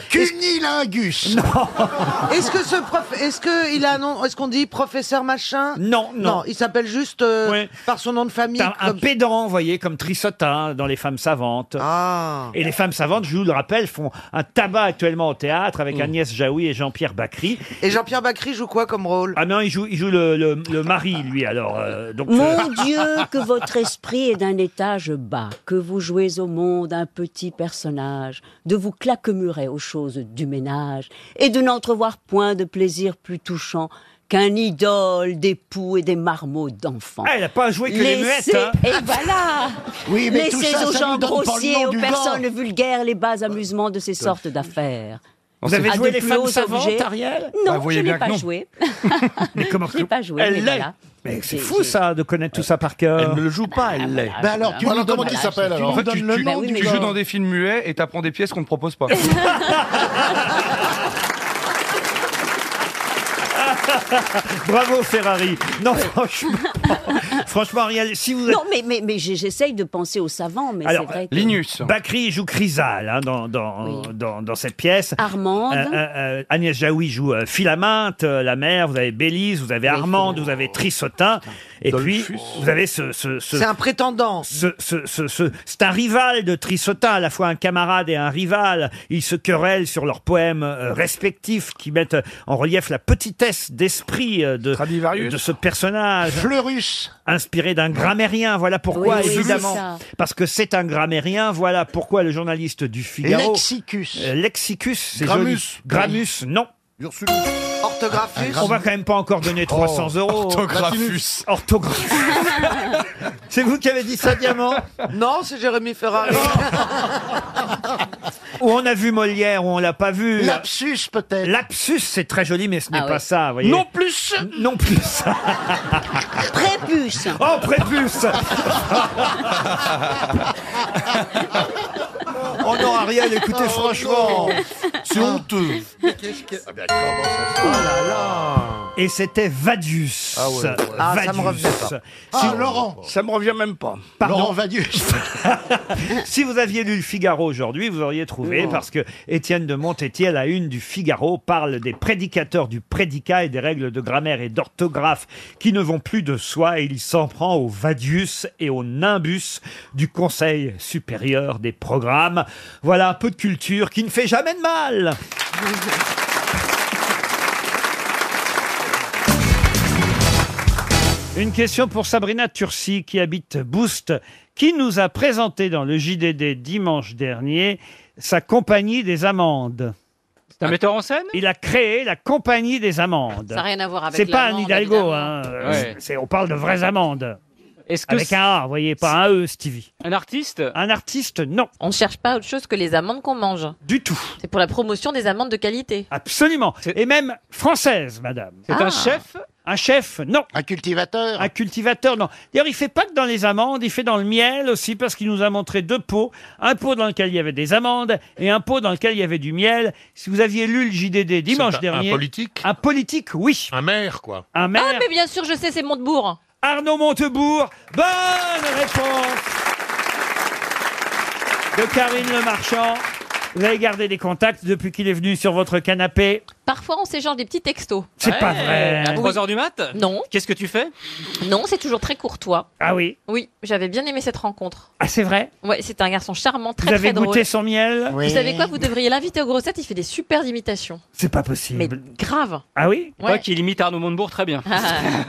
S6: Cunilingus
S27: *laughs* Est-ce que ce prof, est-ce que il a un nom, est-ce qu'on dit professeur machin
S1: Non, non.
S27: il s'appelle juste euh, par son nom de famille.
S1: un, un
S27: comme-
S1: pédant, vous voyez, comme Trissotin dans Les Femmes Savantes.
S27: Ah.
S1: Et les Femmes Savantes, je vous le rappelle, font un tabac actuellement au théâtre avec Agnès Jaoui et Jean-Pierre Bacry.
S27: Mm. Et Jean-Pierre Bacry joue quoi comme rôle
S1: Ah non, il joue, il joue le, le- le mari, lui, alors. euh, donc,
S29: Mon
S1: euh,
S29: Dieu, que votre esprit est d'un étage bas, que vous jouez au monde un petit personnage, de vous claquemurez aux choses du ménage, et de n'entrevoir point de plaisir plus touchant qu'un idole d'époux et des marmots d'enfants.
S1: Ah, elle n'a pas joué que les
S29: Laissez-
S1: muettes, hein.
S29: Et
S1: *laughs*
S29: voilà
S6: Oui, mais tout
S29: Laissez
S6: ça,
S29: aux
S6: ça
S29: gens
S6: nous donne pas le
S29: grossiers,
S6: nom
S29: aux
S6: du
S29: personnes
S6: gars.
S29: vulgaires, les bas amusements de ces sortes d'affaires.
S1: Vous avez
S29: À
S1: joué
S29: de
S1: les
S29: plus
S1: femmes
S29: hauts
S1: savantes,
S29: objets.
S1: Ariel Bah,
S29: Non,
S1: vous voyez
S29: je n'ai
S1: bien que
S29: pas
S1: non.
S29: joué.
S1: *laughs* mais comment
S29: Je n'ai pas joué,
S1: Elle
S29: mais
S1: l'est.
S29: voilà.
S1: *laughs* Mais c'est
S29: J'ai-
S1: fou, ça, de connaître tout ça par cœur.
S20: Elle ne le joue pas, elle l'est.
S1: Ben alors, tu
S20: Voilà
S1: nous donnes-
S20: Bah, comment il
S1: voilà,
S20: s'appelle
S1: tu
S20: alors.
S1: nous
S20: En fait,
S1: donnes
S20: tu-
S1: le
S21: Bah
S20: tu-
S1: nom
S20: tu
S1: du
S20: joues
S1: genre.
S20: dans des films muets et t'apprends des pièces qu'on te propose pas.
S1: Bravo, Ferrari. Non, franchement, franchement, Ariel, si vous êtes.
S29: Non, mais, mais, mais j'ai- j'essaye de penser aux savants, mais c'est
S1: Alors,
S29: vrai que...
S1: Bacri joue Chrysal hein, dans, dans, dans, dans cette pièce.
S29: Armande.
S1: Euh, euh, euh, Agnès Jaoui joue euh, Philaminte, euh, la mère. Vous avez Bélise, vous avez Armande, vous avez Trissotin. Et puis, vous avez ce. ce, ce-
S27: C'est un prétendant.
S1: ce- ce- ce- ce- c'est un rival de Trissotin, à la fois un camarade et un rival. Ils se querellent sur leurs poèmes euh, respectifs qui mettent euh, en relief la petitesse d'esprit euh, de, de ce personnage.
S6: Fleurus.
S1: Inspiré d'un grammairien, voilà pourquoi,
S6: Oui, oui, c'est
S1: évidemment.
S6: ça.
S1: Parce que c'est un grammairien, voilà pourquoi le journaliste du Figaro.
S6: Lexicus.
S1: Euh, Lexicus, c'est
S6: Grammus.
S1: joli. Grammus, non. Orthographus. On va quand même pas encore donner 300 euros.
S11: Orthographus.
S1: Orthographus. C'est vous qui avez dit ça, Diamant
S27: *laughs* Non, c'est Jérémy Ferrari.
S1: Ou on a vu Molière, ou on l'a pas vu.
S6: Lapsus, peut-être.
S1: Lapsus, c'est très joli, mais ce n'est
S6: Ah
S1: pas
S6: ouais.
S1: ça, vous voyez.
S6: Non
S1: plus Non plus
S6: *laughs* Prépuce.
S1: Oh, prépuce
S6: Oh
S1: On n'aura rien écouté, franchement. C'est honteux. Ah, Et c'était Vadius.
S21: Oh Ah ouais, ouais. Ah, ça me revenait pas. Ah, Laurent.
S1: Ça me revient même pas. Pardon. Laurent Vadius. *laughs* si vous aviez lu le Figaro aujourd'hui, vous auriez trouvé,
S21: Non.
S1: parce que Étienne de Montétier, à la une du Figaro, parle des prédicateurs du prédicat et des règles de grammaire et d'orthographe qui ne vont plus de soi et il s'en prend au Vadius et au Nimbus du Conseil supérieur des programmes. Voilà un peu de culture qui ne fait jamais de mal. Une question pour Sabrina Tursi qui habite Boost, qui nous a présenté dans le JDD dimanche dernier sa compagnie des amandes. C'est
S10: un metteur en scène
S1: Il a créé la compagnie des amandes.
S22: Ça n'a rien à voir avec
S1: C'est pas un
S22: l'amande,
S1: Hidalgo,
S22: évidemment.
S1: hein.
S10: Ouais.
S1: C'est- on parle de vraies amandes.
S10: Est-ce que
S1: Avec
S10: c'est-
S1: un A, vous voyez, pas un E, Stevie.
S10: Un artiste
S1: Un artiste, non.
S22: On cherche pas autre chose que les amandes qu'on mange.
S1: Du tout.
S22: C'est pour la promotion des amandes de qualité.
S1: Absolument. Et même française, madame.
S22: C'est un Ah. chef
S1: Un chef, non. Un cultivateur Un cultivateur, non. D'ailleurs, il fait pas que dans les amandes, il fait dans le miel aussi, parce qu'il nous a montré deux pots. Un pot dans lequel il y avait des amandes et un pot dans lequel il y avait du miel. Si vous aviez lu le JDD dimanche
S11: C'est un- un
S1: dernier.
S11: politique
S1: Un politique, oui.
S11: Un maire, quoi.
S1: Un maire.
S22: Ah, mais bien sûr, je sais, c'est Montebourg.
S1: Arnaud Montebourg, bonne réponse de Karine Le Marchand. Vous avez gardé des contacts depuis qu'il est venu sur votre canapé.
S22: Parfois, on s'échange des petits textos.
S1: C'est pas vrai.
S10: À 3h du mat
S22: Non.
S10: Qu'est-ce que tu fais
S22: Non, c'est toujours très courtois.
S1: Ah oui
S22: Oui, j'avais bien aimé cette rencontre.
S1: Ah, c'est vrai
S22: Ouais, c'est un garçon charmant, très
S1: Vous avez
S22: très drôle.
S1: goûté son miel
S22: Vous savez quoi Vous devriez l'inviter aux grossettes, il fait des super imitations.
S1: C'est pas possible.
S22: Grave.
S1: Ah oui
S22: Ouais.
S10: Toi qui imite Arnaud Montebourg très bien.
S1: Ah.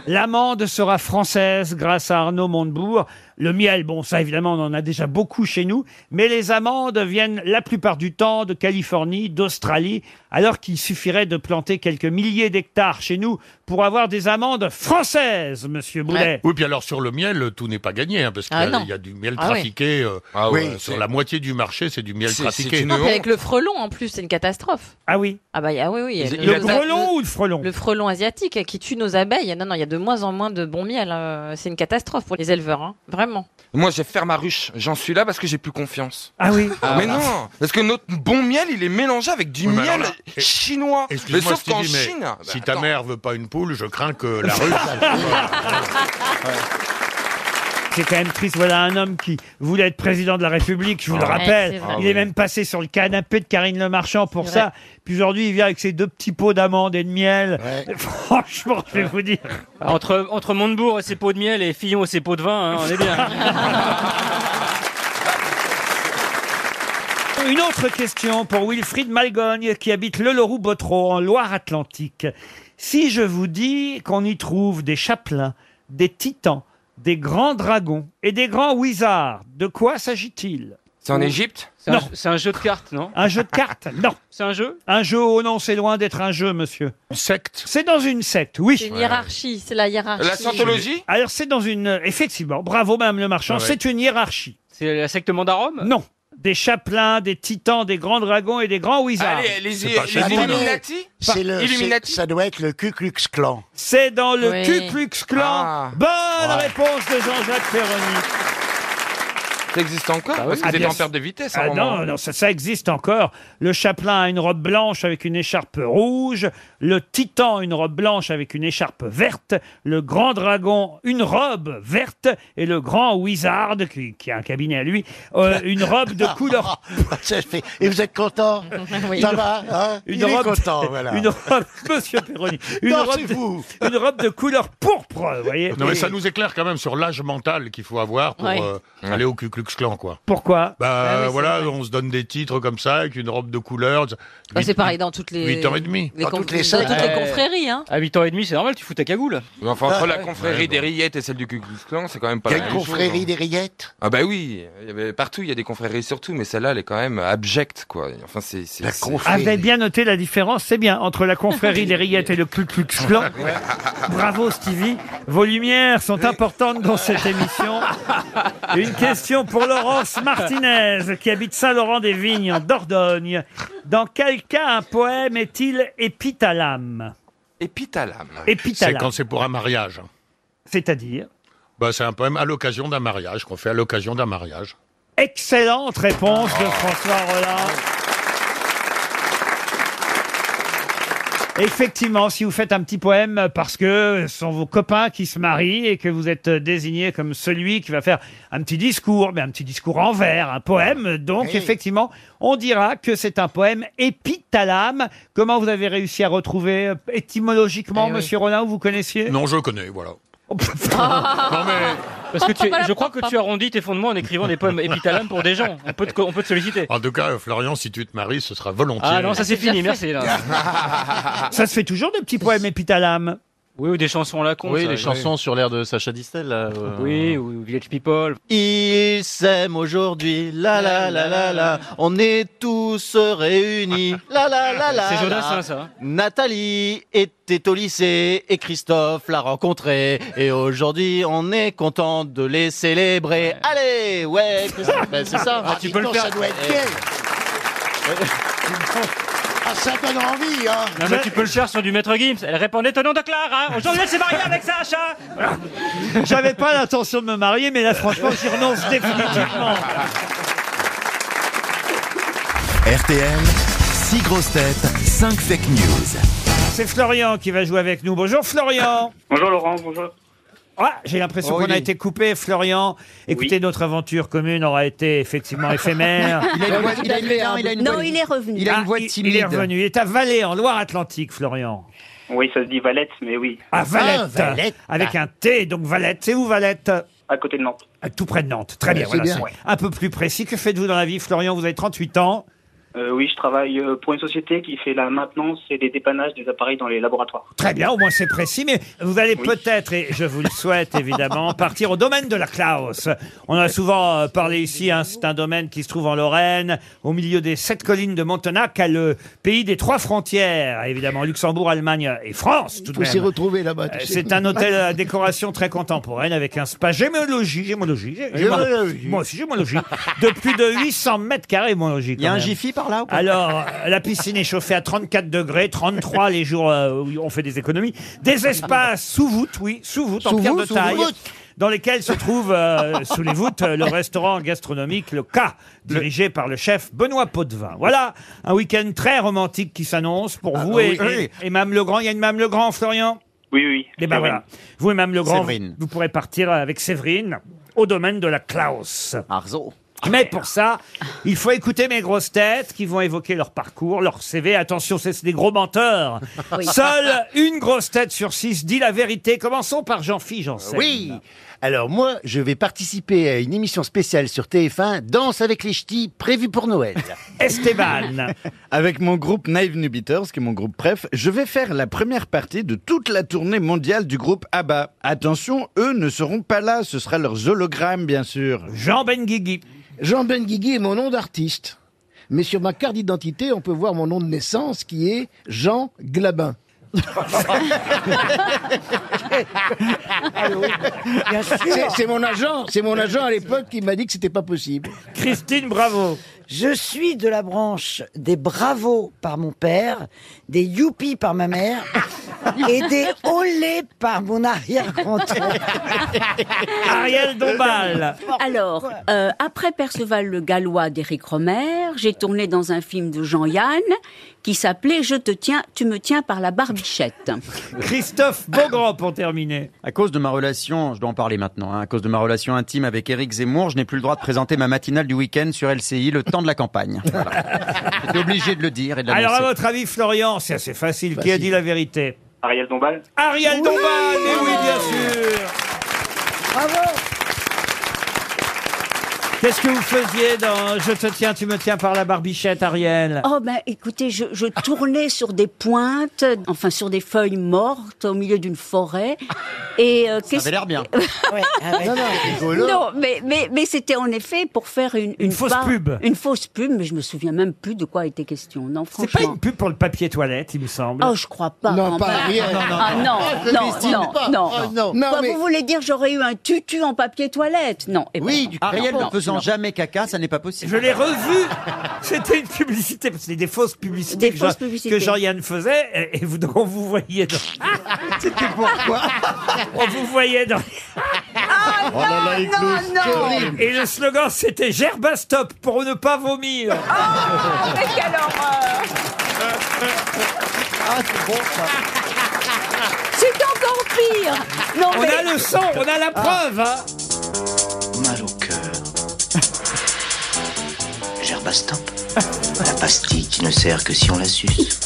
S1: L'amande sera française grâce à Arnaud Montebourg. Le miel, bon, ça évidemment, on en a déjà beaucoup chez nous. Mais les amandes viennent la plupart du temps de Californie, d'Australie, alors qu'il suffirait de planter quelques milliers d'hectares chez nous pour avoir des amandes françaises, monsieur Boulet.
S4: Oui, puis alors sur le miel, tout n'est pas gagné, hein, parce qu'il
S1: Ah,
S4: y a-
S1: non.
S4: il y a du miel
S22: Ah, oui.
S4: trafiqué. euh,
S8: Ah, ouais,
S4: euh,
S8: c'est-
S4: sur la moitié du marché, c'est du miel
S8: C'est-
S4: trafiqué.
S22: Ah, puis avec le frelon en plus, c'est une catastrophe.
S1: Ah oui
S22: Ah bah y a- oui, oui.
S4: Ils- ils- Le
S1: frelon ou le frelon
S22: Le frelon asiatique qui tue nos abeilles. Non, non, il y a de moins en moins de bon miel. euh, C'est une catastrophe pour les éleveurs, hein. vraiment.
S21: *laughs* Moi, je ferme ma ruche. J'en suis là parce que j'ai plus confiance.
S1: Ah oui
S20: bah.
S21: mais non, parce que notre bon miel, il est mélangé avec du
S4: Oui, mais alors
S21: miel
S4: là, eh,
S21: chinois. Mais
S4: Excuse-moi,
S21: sauf
S4: Stevie,
S21: qu'en
S4: mais
S21: Chine, bah,
S4: si ta
S21: attends.
S4: mère veut pas une poule, je crains que
S8: *laughs*
S4: la rue.
S1: *laughs* C'est quand même triste. Voilà un homme qui voulait être président de la République, je vous le
S21: Ah ouais,
S1: rappelle.
S21: c'est vrai.
S1: il
S21: Ah
S1: est
S21: oui.
S1: même passé sur le canapé de Karine Le Marchand pour
S21: C'est vrai.
S1: ça. Puis aujourd'hui, il vient avec ses deux petits pots d'amandes et de miel. *laughs* Franchement, je vais vous dire.
S10: Entre, entre Montebourg et ses pots de miel et Fillon et ses pots de vin, hein, on est bien.
S1: Une autre question pour Wilfried Malgogne qui habite Le Leroux-Bottereau en Loire-Atlantique. Si je vous dis qu'on y trouve des chapelains, des titans, des grands dragons et des grands wizards, de quoi s'agit-il
S21: C'est en Égypte
S10: *laughs* C'est un-
S1: Non.
S10: C'est un jeu de cartes, non
S1: Un jeu de cartes Non.
S10: C'est un jeu
S1: Un jeu, oh non, c'est loin d'être un jeu, monsieur. Une secte C'est dans une secte, oui.
S22: C'est une hiérarchie, c'est la hiérarchie.
S1: Ah, Alors c'est dans une... Effectivement, bravo Madame le Marchand,
S10: Ah ouais.
S1: c'est une hiérarchie.
S10: C'est la secte Mandarome
S1: Non. Des chapelains, des titans, des grands dragons et des grands wizards.
S21: Allez, les,
S1: C'est
S21: les
S1: pas chez nous, non.
S21: Illuminati
S6: C'est le,
S21: Illuminati
S6: c'est- *laughs* ça doit être le Ku Klux Klan.
S1: C'est dans le
S6: Oui.
S1: Ku Klux Klan.
S21: Ah.
S1: Bonne
S21: Ouais.
S1: réponse de Jean-Jacques Ferroni.
S21: Ça existe encore Parce que
S1: Ah,
S21: vous êtes
S1: bien
S21: en perte
S1: sûr.
S21: de vitesse
S1: Ah
S21: à un moment.
S1: non, non, ça, ça existe encore. Le chapelain a une robe blanche avec une écharpe rouge. Le titan a une robe blanche avec une écharpe verte. Le grand dragon, une robe verte. Et le grand wizard, qui, qui a un cabinet à lui, euh, une
S6: *laughs*
S1: robe de couleur.
S6: Et vous êtes
S1: *laughs*
S6: content
S22: Oui.
S6: Ça va hein
S1: Une
S6: Il est
S1: robe-
S6: content, voilà.
S1: Une *laughs* robe, monsieur Perroni. Une,
S6: Non,
S1: robe
S6: c'est
S1: de-
S6: vous.
S1: une robe de couleur pourpre, vous voyez.
S4: Non, mais
S1: Et-
S4: ça nous éclaire quand même sur l'âge mental qu'il faut avoir pour
S1: Ouais.
S4: euh, aller au Ku Klux Klux Klan, quoi.
S1: Pourquoi
S4: Bah
S22: Ah oui, c'est
S4: voilà, on se donne des titres comme ça, avec une robe de couleur.
S22: Bah, c'est pareil dans toutes les.
S4: 8 ans et demi.
S22: les conf- dans toutes les confréries, hein.
S10: À 8 ans et demi, c'est normal, tu fous ta cagoule.
S21: Enfin,
S20: Ah,
S21: entre la
S10: Ouais.
S21: confrérie des rillettes et celle du Ku Klux Klan, c'est quand même pas
S10: Il y
S21: la
S10: a
S21: même
S10: une
S21: chose,
S10: confrérie
S21: hein.
S6: des rillettes
S21: Ah bah oui, il y avait- partout il y a des confréries surtout, mais celle-là elle est quand même abjecte quoi. Enfin c'est c'est c'est-
S1: Avez bien noté la différence, c'est bien, entre la confrérie des rillettes et le Ku Klux
S4: *laughs*
S1: Klan.
S21: Ouais.
S1: Bravo Stevie, vos lumières sont importantes dans cette
S4: *laughs*
S1: émission. Une question pour Laurence Martinez, qui habite Saint-Laurent-des-Vignes, en Dordogne. Dans quel cas un poème est-il épithalame
S21: Épithalame.
S1: Épithalame.
S4: Ah C'est quand c'est pour un mariage.
S1: C'est-à-dire
S4: Bah, c'est un poème à l'occasion d'un mariage, qu'on fait à l'occasion d'un mariage.
S1: Excellente réponse
S10: Ah.
S1: de François Rollin. Effectivement, si vous faites un petit poème parce que ce sont vos copains qui se marient et que vous êtes désigné comme celui qui va faire un petit discours, mais un petit discours en vers, un poème, donc effectivement, on dira que c'est un poème épithalame. Comment vous avez réussi à retrouver euh, étymologiquement,
S10: Eh
S1: monsieur Rollin, où vous connaissiez
S4: Non, je connais, voilà.
S1: Non, mais-
S10: *laughs* Parce que tu es- je crois que tu arrondis tes fondements en écrivant des poèmes épithalames pour des gens. On peut te, on peut te solliciter.
S4: En tout cas, euh, Florian, si tu te maries, ce sera volontiers.
S10: Ah non, ça c'est fini, merci. Là.
S1: Ah, Ça se fait toujours des petits poèmes épithalames
S10: *laughs* Oui, ou des chansons à la con.
S3: Oui,
S10: ça,
S3: les chansons sur l'air de Sacha Distel. là, euh.
S10: Oui, ou Village People.
S3: Ils s'aiment aujourd'hui, la la la la la, on est tous réunis, la la la la.
S10: C'est
S3: la.
S10: Jodassin, ça, hein.
S3: Nathalie était au lycée et Christophe l'a rencontrée et aujourd'hui on est content de les célébrer. Allez, ouais, Christophe, ben, c'est ça.
S6: Ah, dis donc, Ça doit
S10: Eh.
S6: être gay. Ah, ça donne envie, hein.
S10: Non, mais tu peux le faire sur du Maître Gims. Elle répondait ton nom de Clara. hein. Aujourd'hui, elle s'est mariée avec Sacha.
S1: J'avais pas l'intention de me marier, mais là, franchement, j'y renonce définitivement.
S23: RTL, 6 grosses têtes, 5 fake news.
S1: C'est Florian qui va jouer avec nous. Bonjour Florian.
S25: Bonjour Laurent, bonjour.
S1: Ah, j'ai l'impression
S25: Oh,
S1: qu'on
S25: il
S1: a
S25: est-
S1: été coupé, Florian. Écoutez, notre aventure commune aura été effectivement éphémère.
S29: Il a une voix- il a une- non, il a une Non, voix- il est revenu. il a une voix
S1: Ah, il- Il est
S25: timide.
S1: revenu. Il est à Valais, en Loire-Atlantique, Florian.
S25: Oui, ça se dit Valette, mais oui.
S3: Ah,
S29: Ah,
S1: À Ah, Valette. Avec un T, donc Valette. C'est où Valette
S25: À côté de Nantes.
S1: Ah, Tout près de Nantes. Très bien,
S25: C'est
S1: voilà,
S25: bien.
S1: c'est
S25: Ouais.
S1: Un peu plus précis. Que faites-vous dans la vie, Florian Vous avez 38 ans.
S25: Euh, oui, je travaille euh, pour une société qui fait la maintenance et les dépannages des appareils dans les laboratoires.
S1: Très bien, au moins c'est précis, mais vous allez peut-être, et je vous le
S25: *laughs*
S1: souhaite évidemment, partir au domaine de la Klaus. On a souvent euh, parlé ici, hein, c'est un domaine qui se trouve en Lorraine, au milieu des sept collines de Montenac, à le pays des trois frontières, évidemment, Luxembourg, Allemagne et France tout de
S6: Faut s'y
S1: même.
S6: retrouver là-bas.
S1: Euh,
S6: tu sais.
S25: *laughs*
S1: C'est un hôtel à décoration très contemporaine avec un spa gémologie, gémologie, gé-
S6: Gémologie.
S1: gémologie. moi aussi
S25: *laughs*
S1: gémologie, de plus de 800 mètres carrés gémologie.
S25: Il y a
S1: quand
S25: un
S1: même.
S25: Jiffy par là ou pas
S1: Alors, euh, la piscine est chauffée à 34 degrés, 33 les jours euh, où on fait des économies. Des espaces sous voûte, oui, sous voûte, en
S6: Sous
S1: pierre de
S6: voûte, sous
S1: taille.
S6: voûte.
S1: Dans lesquels se trouve euh, sous les voûtes euh, le restaurant gastronomique Le K, dirigé par le chef Benoît Potvin. Voilà un week-end très romantique qui s'annonce pour vous
S25: Ah oui,
S1: et,
S25: oui.
S1: et, et Mme Legrand. Il y a une Mme Legrand, Florian
S25: Oui, oui.
S1: eh ben
S25: Séverine.
S1: voilà. Vous et Mme Legrand,
S25: Séverine.
S1: vous pourrez partir euh, avec Séverine au domaine de la Klaus. Arzo. Mais pour ça, il faut écouter mes grosses têtes qui vont évoquer leur parcours, leur CV. Attention, c'est c'est des gros menteurs.
S30: Oui.
S1: Seule une grosse tête sur six dit la vérité. Commençons par Jean-Philippe Janssen.
S30: Euh, Oui Alors moi, je vais participer à une émission spéciale sur TF1, Danse avec les ch'tis, prévue pour Noël.
S1: *laughs* Esteban
S31: Avec mon groupe Naive New Beaters, qui est mon groupe préf, je vais faire la première partie de toute la tournée mondiale du groupe ABBA. Attention, eux ne seront pas là, ce sera leurs hologrammes, bien sûr.
S1: Jean Benguigui.
S31: Jean
S30: Benguigui est mon nom d'artiste. Mais sur ma carte d'identité, on peut voir mon nom de naissance qui est Jean
S1: *laughs*
S30: Glabin. C'est- C'est mon agent, c'est mon agent à l'époque qui m'a dit que c'était pas possible.
S1: Christine Bravo.
S32: Je suis de la branche des Bravo par mon père, des Youpi par ma
S2: *laughs*
S32: mère et des Olé par mon arrière-grand-père.
S1: *laughs* Ariel Dombal.
S29: Alors, euh, après Perceval le Gallois d'Éric Romer, j'ai tourné dans un film de Jean-Yann qui s'appelait Je te tiens, tu me tiens par la barbichette.
S1: Christophe Beaugrand pour terminer.
S19: À cause de ma relation, je dois en parler maintenant, hein, à cause de ma relation intime avec Éric Zemmour, je n'ai plus le droit de présenter ma matinale du week-end sur LCI le temps de
S1: *laughs*
S19: la campagne. Voilà. J'étais obligé de le dire et de l'annoncer.
S1: Alors, à votre avis, Florian, c'est assez facile. Qui a dit la vérité Ah,
S25: Ariel Dombal
S1: Ariel Dombal, mais oui, bien sûr
S32: Bravo
S1: Qu'est-ce que vous faisiez dans Je te tiens, tu me tiens par la barbichette, Ariel
S29: Oh ben écoutez, je, je tournais sur des pointes, enfin sur des feuilles mortes au milieu d'une forêt. Et euh, qu'est-ce-
S19: bien.
S29: non, mais, mais, mais c'était en effet pour faire une, une
S1: fausse
S29: part-
S1: pub.
S29: Une fausse pub, mais je me souviens même plus de quoi était question. Non,
S1: C'est pas
S29: franchement.
S1: une pub pour le papier toilette, il me semble.
S29: Oh, je crois pas.
S1: Non,
S29: quand
S1: pas
S29: même.
S1: Ariel. Non, non,
S29: Ah
S1: non.
S29: non,
S1: Je
S29: non,
S1: l'estime
S29: non,
S1: pas.
S29: non.
S1: Oh, non. Non,
S29: Quoi,
S1: mais-
S29: Vous voulez dire j'aurais eu un tutu en papier toilette Non. eh ben non.
S19: Ariel
S29: Non,
S19: ne faisant
S29: non.
S19: jamais caca, ça n'est pas possible.
S1: Je l'ai revu. *laughs* C'était une publicité, parce que c'était des fausses publicités
S29: Des
S1: que Jean-
S29: fausses publicités.
S1: que Jean-Yann faisait, et et vous, donc, on vous
S2: *laughs*
S1: voyait dans... C'était pourquoi *laughs* On vous voyait dans...
S2: Oh là là, Igloo, non, c'est non. horrible.
S1: Et le slogan, c'était « Gerbastop pour ne pas vomir
S29: Oh.
S2: Ah, mais quelle horreur
S1: Ah, c'est bon, ça
S29: C'est encore pire Non,
S1: On
S29: mais-
S1: a le son, on a la
S29: Ah.
S1: preuve hein.
S18: Mal au cœur.
S28: *laughs*
S2: Eh,
S18: Gerbastop. La pastille qui ne sert que si on la suce.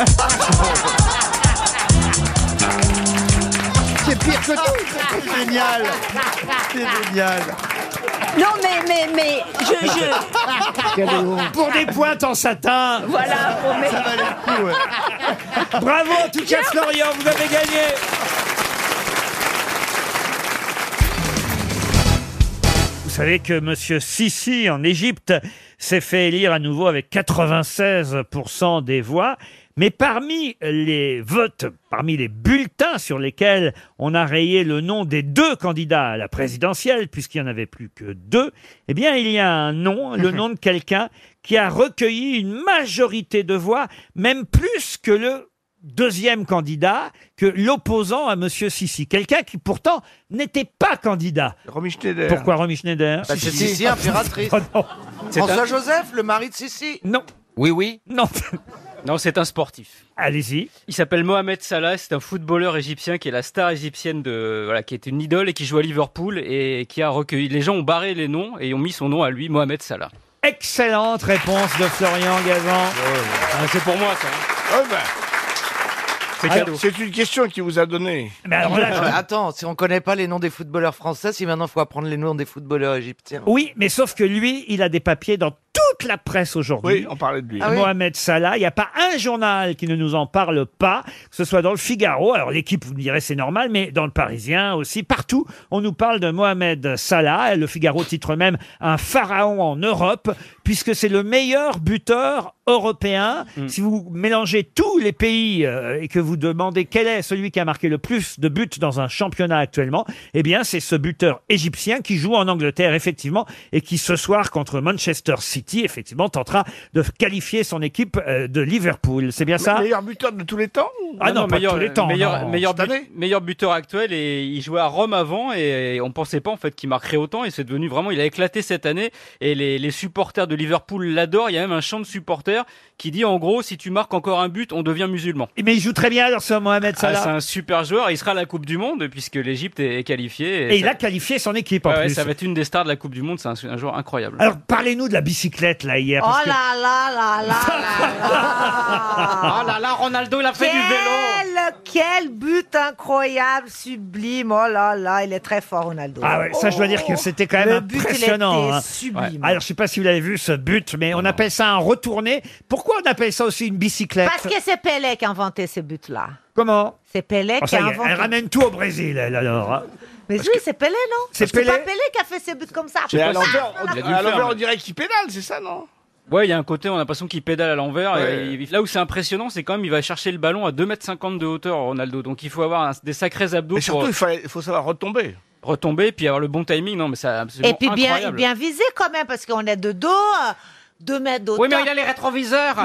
S2: C'est pire que tout C'est génial C'est génial
S29: Non, mais, mais, mais, je, je...
S1: Pour des pointes en satin
S29: Voilà, pour mes- Ça valait
S1: le coup, Bravo en tout cas Florian, vous avez gagné Vous savez que Monsieur Sisi en Égypte s'est fait élire à nouveau avec 96% des voix. Mais parmi les votes, parmi les bulletins sur lesquels on a rayé le nom des deux candidats à la présidentielle, puisqu'il n'y en avait plus que deux, eh bien, il y a un nom, le nom de quelqu'un qui a recueilli une majorité de voix, même plus que le deuxième candidat, que l'opposant à Monsieur Sisi. Quelqu'un qui pourtant n'était pas candidat.
S28: Romy Schneider.
S1: Pourquoi Romy Schneider
S28: Parce que Sissi,
S10: ah,
S28: impératrice.
S1: Oh non.
S28: François Joseph, le mari de Sissi.
S1: Non.
S10: Oui, oui.
S1: Non.
S10: *laughs* non, c'est un sportif.
S1: Allez-y.
S10: Il s'appelle Mohamed Salah, c'est un footballeur égyptien qui est la star égyptienne de voilà, qui est une idole et qui joue à Liverpool et qui a recueilli les gens ont barré les noms et ont mis son nom à lui Mohamed Salah.
S1: Excellente réponse de Florian Gazan.
S10: Ah, c'est pour moi ça.
S6: Oh, bah.
S10: C'est
S28: Ah,
S10: cadeau.
S28: C'est une question qu'il vous a donnée.
S1: Mais alors
S28: *laughs*
S1: là, je-
S13: Attends, si on connaît pas les noms des footballeurs français, si maintenant faut apprendre les noms des footballeurs égyptiens.
S1: Oui, mais sauf que lui, il a des papiers dans toute la presse aujourd'hui.
S13: Oui, on parlait de lui. Ah oui.
S1: Mohamed Salah, il n'y a pas un journal qui ne nous en parle pas, que ce soit dans le Figaro, alors l'équipe, vous me direz, c'est normal, mais dans le Parisien aussi, partout, on nous parle de Mohamed Salah. Le Figaro titre même un pharaon en Europe, puisque c'est le meilleur buteur européen.
S10: Mm.
S1: Si vous mélangez tous les pays euh, et que vous demandez quel est celui qui a marqué le plus de buts dans un championnat actuellement, eh bien, c'est ce buteur égyptien qui joue en Angleterre, effectivement, et qui ce soir, contre Manchester City, effectivement, tentera de qualifier son équipe euh, de Liverpool. C'est bien ça
S28: Meilleur buteur de tous les temps
S1: Ah non, pas
S10: meilleur,
S1: tous les temps,
S10: meilleur,
S1: non.
S10: meilleur, but- meilleur buteur actuel et il jouait à Rome avant et on pensait pas en fait qu'il marquerait autant et c'est devenu vraiment il a éclaté cette année et les, les supporters de Liverpool l'adorent. Il y a même un chant de supporters qui dit en gros si tu marques encore un but on devient musulman.
S1: Mais il joue très bien alors ce Mohamed
S10: Ah,
S1: Salah.
S10: c'est un super joueur, il sera à la Coupe du Monde puisque l'Égypte est est qualifiée.
S1: et il
S10: ça-
S1: a qualifié son équipe en
S10: Ouais, ouais,
S1: plus.
S10: ça va être une des stars de la Coupe du Monde, c'est un, un joueur incroyable.
S1: Alors parlez-nous de la bicyclette là hier. Ah
S33: Oh
S1: parce que-
S24: Oh là là là
S1: *laughs*
S28: Ah.
S1: Ah,
S10: oh là là, Ronaldo, il a fait
S24: quel,
S10: du vélo
S24: Quel but incroyable, sublime. Oh là là, il est très fort, Ronaldo.
S1: Ah ouais, ça je dois dire que c'était quand même
S24: Oh, Le but, il
S1: impressionnant.
S24: était
S1: hein.
S24: sublime.
S1: Alors je sais pas si vous l'avez vu ce but, mais on appelle ça un retourné. Pourquoi on appelle ça aussi une bicyclette
S24: Parce que c'est Pelé qui a inventé ce but-là.
S1: Comment
S24: C'est Pelé
S1: Oh,
S24: qui
S1: ça
S24: a
S1: y est,
S24: inventé.
S1: Elle ramène tout au Brésil elle alors. hein.
S24: Mais oui, c'est Pelé, non
S1: C'est
S24: Parce que
S1: Pelé
S24: pas Pelé qui a fait ce but comme ça.
S10: C'est
S24: Ah,
S10: à l'envers,
S24: voilà.
S10: Il a dû le faire, mais-
S28: dirait qu'il pédale, c'est ça, non
S10: Ouais, il y a un côté, on a l'impression qu'il pédale à l'envers.
S28: Ouais.
S10: et il- Là où c'est impressionnant, c'est quand même, il va chercher le ballon à 2m50 de hauteur, Ronaldo. Donc il faut avoir un- des sacrés abdos.
S28: Mais surtout,
S10: pour
S28: il fallait- il faut savoir retomber.
S10: retomber, puis avoir le bon timing. Non, mais c'est absolument
S24: Et puis bien,
S10: incroyable.
S24: bien visé quand même, parce qu'on est de dos, euh, deux mètres d'auteur.
S10: Oui, mais il a les
S24: *laughs*
S10: rétroviseurs.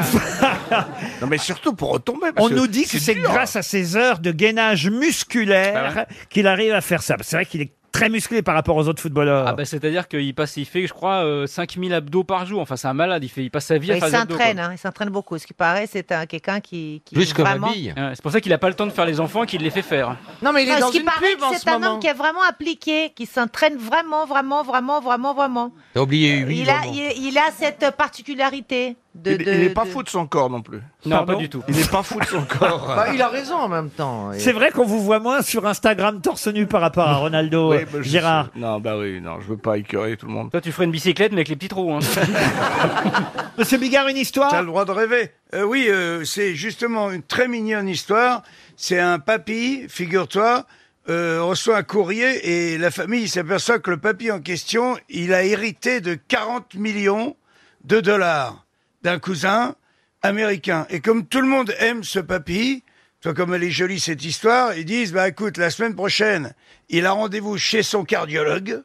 S28: Non, mais surtout pour retomber. parce
S1: On
S28: que
S1: nous dit que c'est
S28: dur. Bah
S1: grâce à ses heures de gainage musculaire qu'il arrive à faire ça. C'est vrai qu'il est très musclé par rapport aux autres footballeurs.
S10: Ah bah, c'est-à-dire qu'il passe, il fait, je crois, euh, 5000 abdos par jour. Enfin, c'est un malade. Il fait, il passe sa vie à
S24: Il
S10: faire des abdos.
S24: s'entraîne, hein, il s'entraîne beaucoup. Ce qui paraît, c'est un- quelqu'un qui, qui
S10: Plus
S24: vraiment...
S10: c'est pour ça qu'il a pas le temps de faire les enfants, et qu'il les fait faire.
S24: Non,
S13: mais il est dans
S24: ce qui
S13: une
S24: paraît
S13: pub
S24: que
S13: en ce
S24: C'est un
S13: moment.
S24: homme qui est vraiment appliqué, qui s'entraîne vraiment, vraiment, vraiment, vraiment, vraiment.
S8: T'as oublié 8
S24: il, a, il, il a cette particularité
S34: de-
S6: il,
S34: de-
S6: il est pas
S34: de-
S6: fou de son corps non plus.
S1: Non, Pardon pas du tout.
S6: Il n'est pas fou de son corps.
S18: Bah, il a raison en même temps. Et-
S1: C'est vrai qu'on vous voit moins sur Instagram torse nu par rapport
S28: *laughs*
S1: à Ronaldo
S6: Oui,
S1: euh,
S6: bah, je
S1: Gérard.
S6: sais. Non, bah oui, non, je veux pas écœurer tout le monde. Ah
S10: Toi, tu ferais une bicyclette, mais avec les petits trous.
S6: *laughs*
S10: Hein. *laughs*
S1: Monsieur Bigard, une histoire
S5: T'as le droit de rêver. Euh, oui, euh, c'est justement une très mignonne histoire. C'est un papy, figure-toi, euh, reçoit un courrier et la famille s'aperçoit que le papy en question, il a hérité de 40 millions de dollars d'un cousin américain. Et comme tout le monde aime ce papy, toi, comme elle est jolie cette histoire, ils disent, bah écoute, la semaine prochaine, il a rendez-vous chez son cardiologue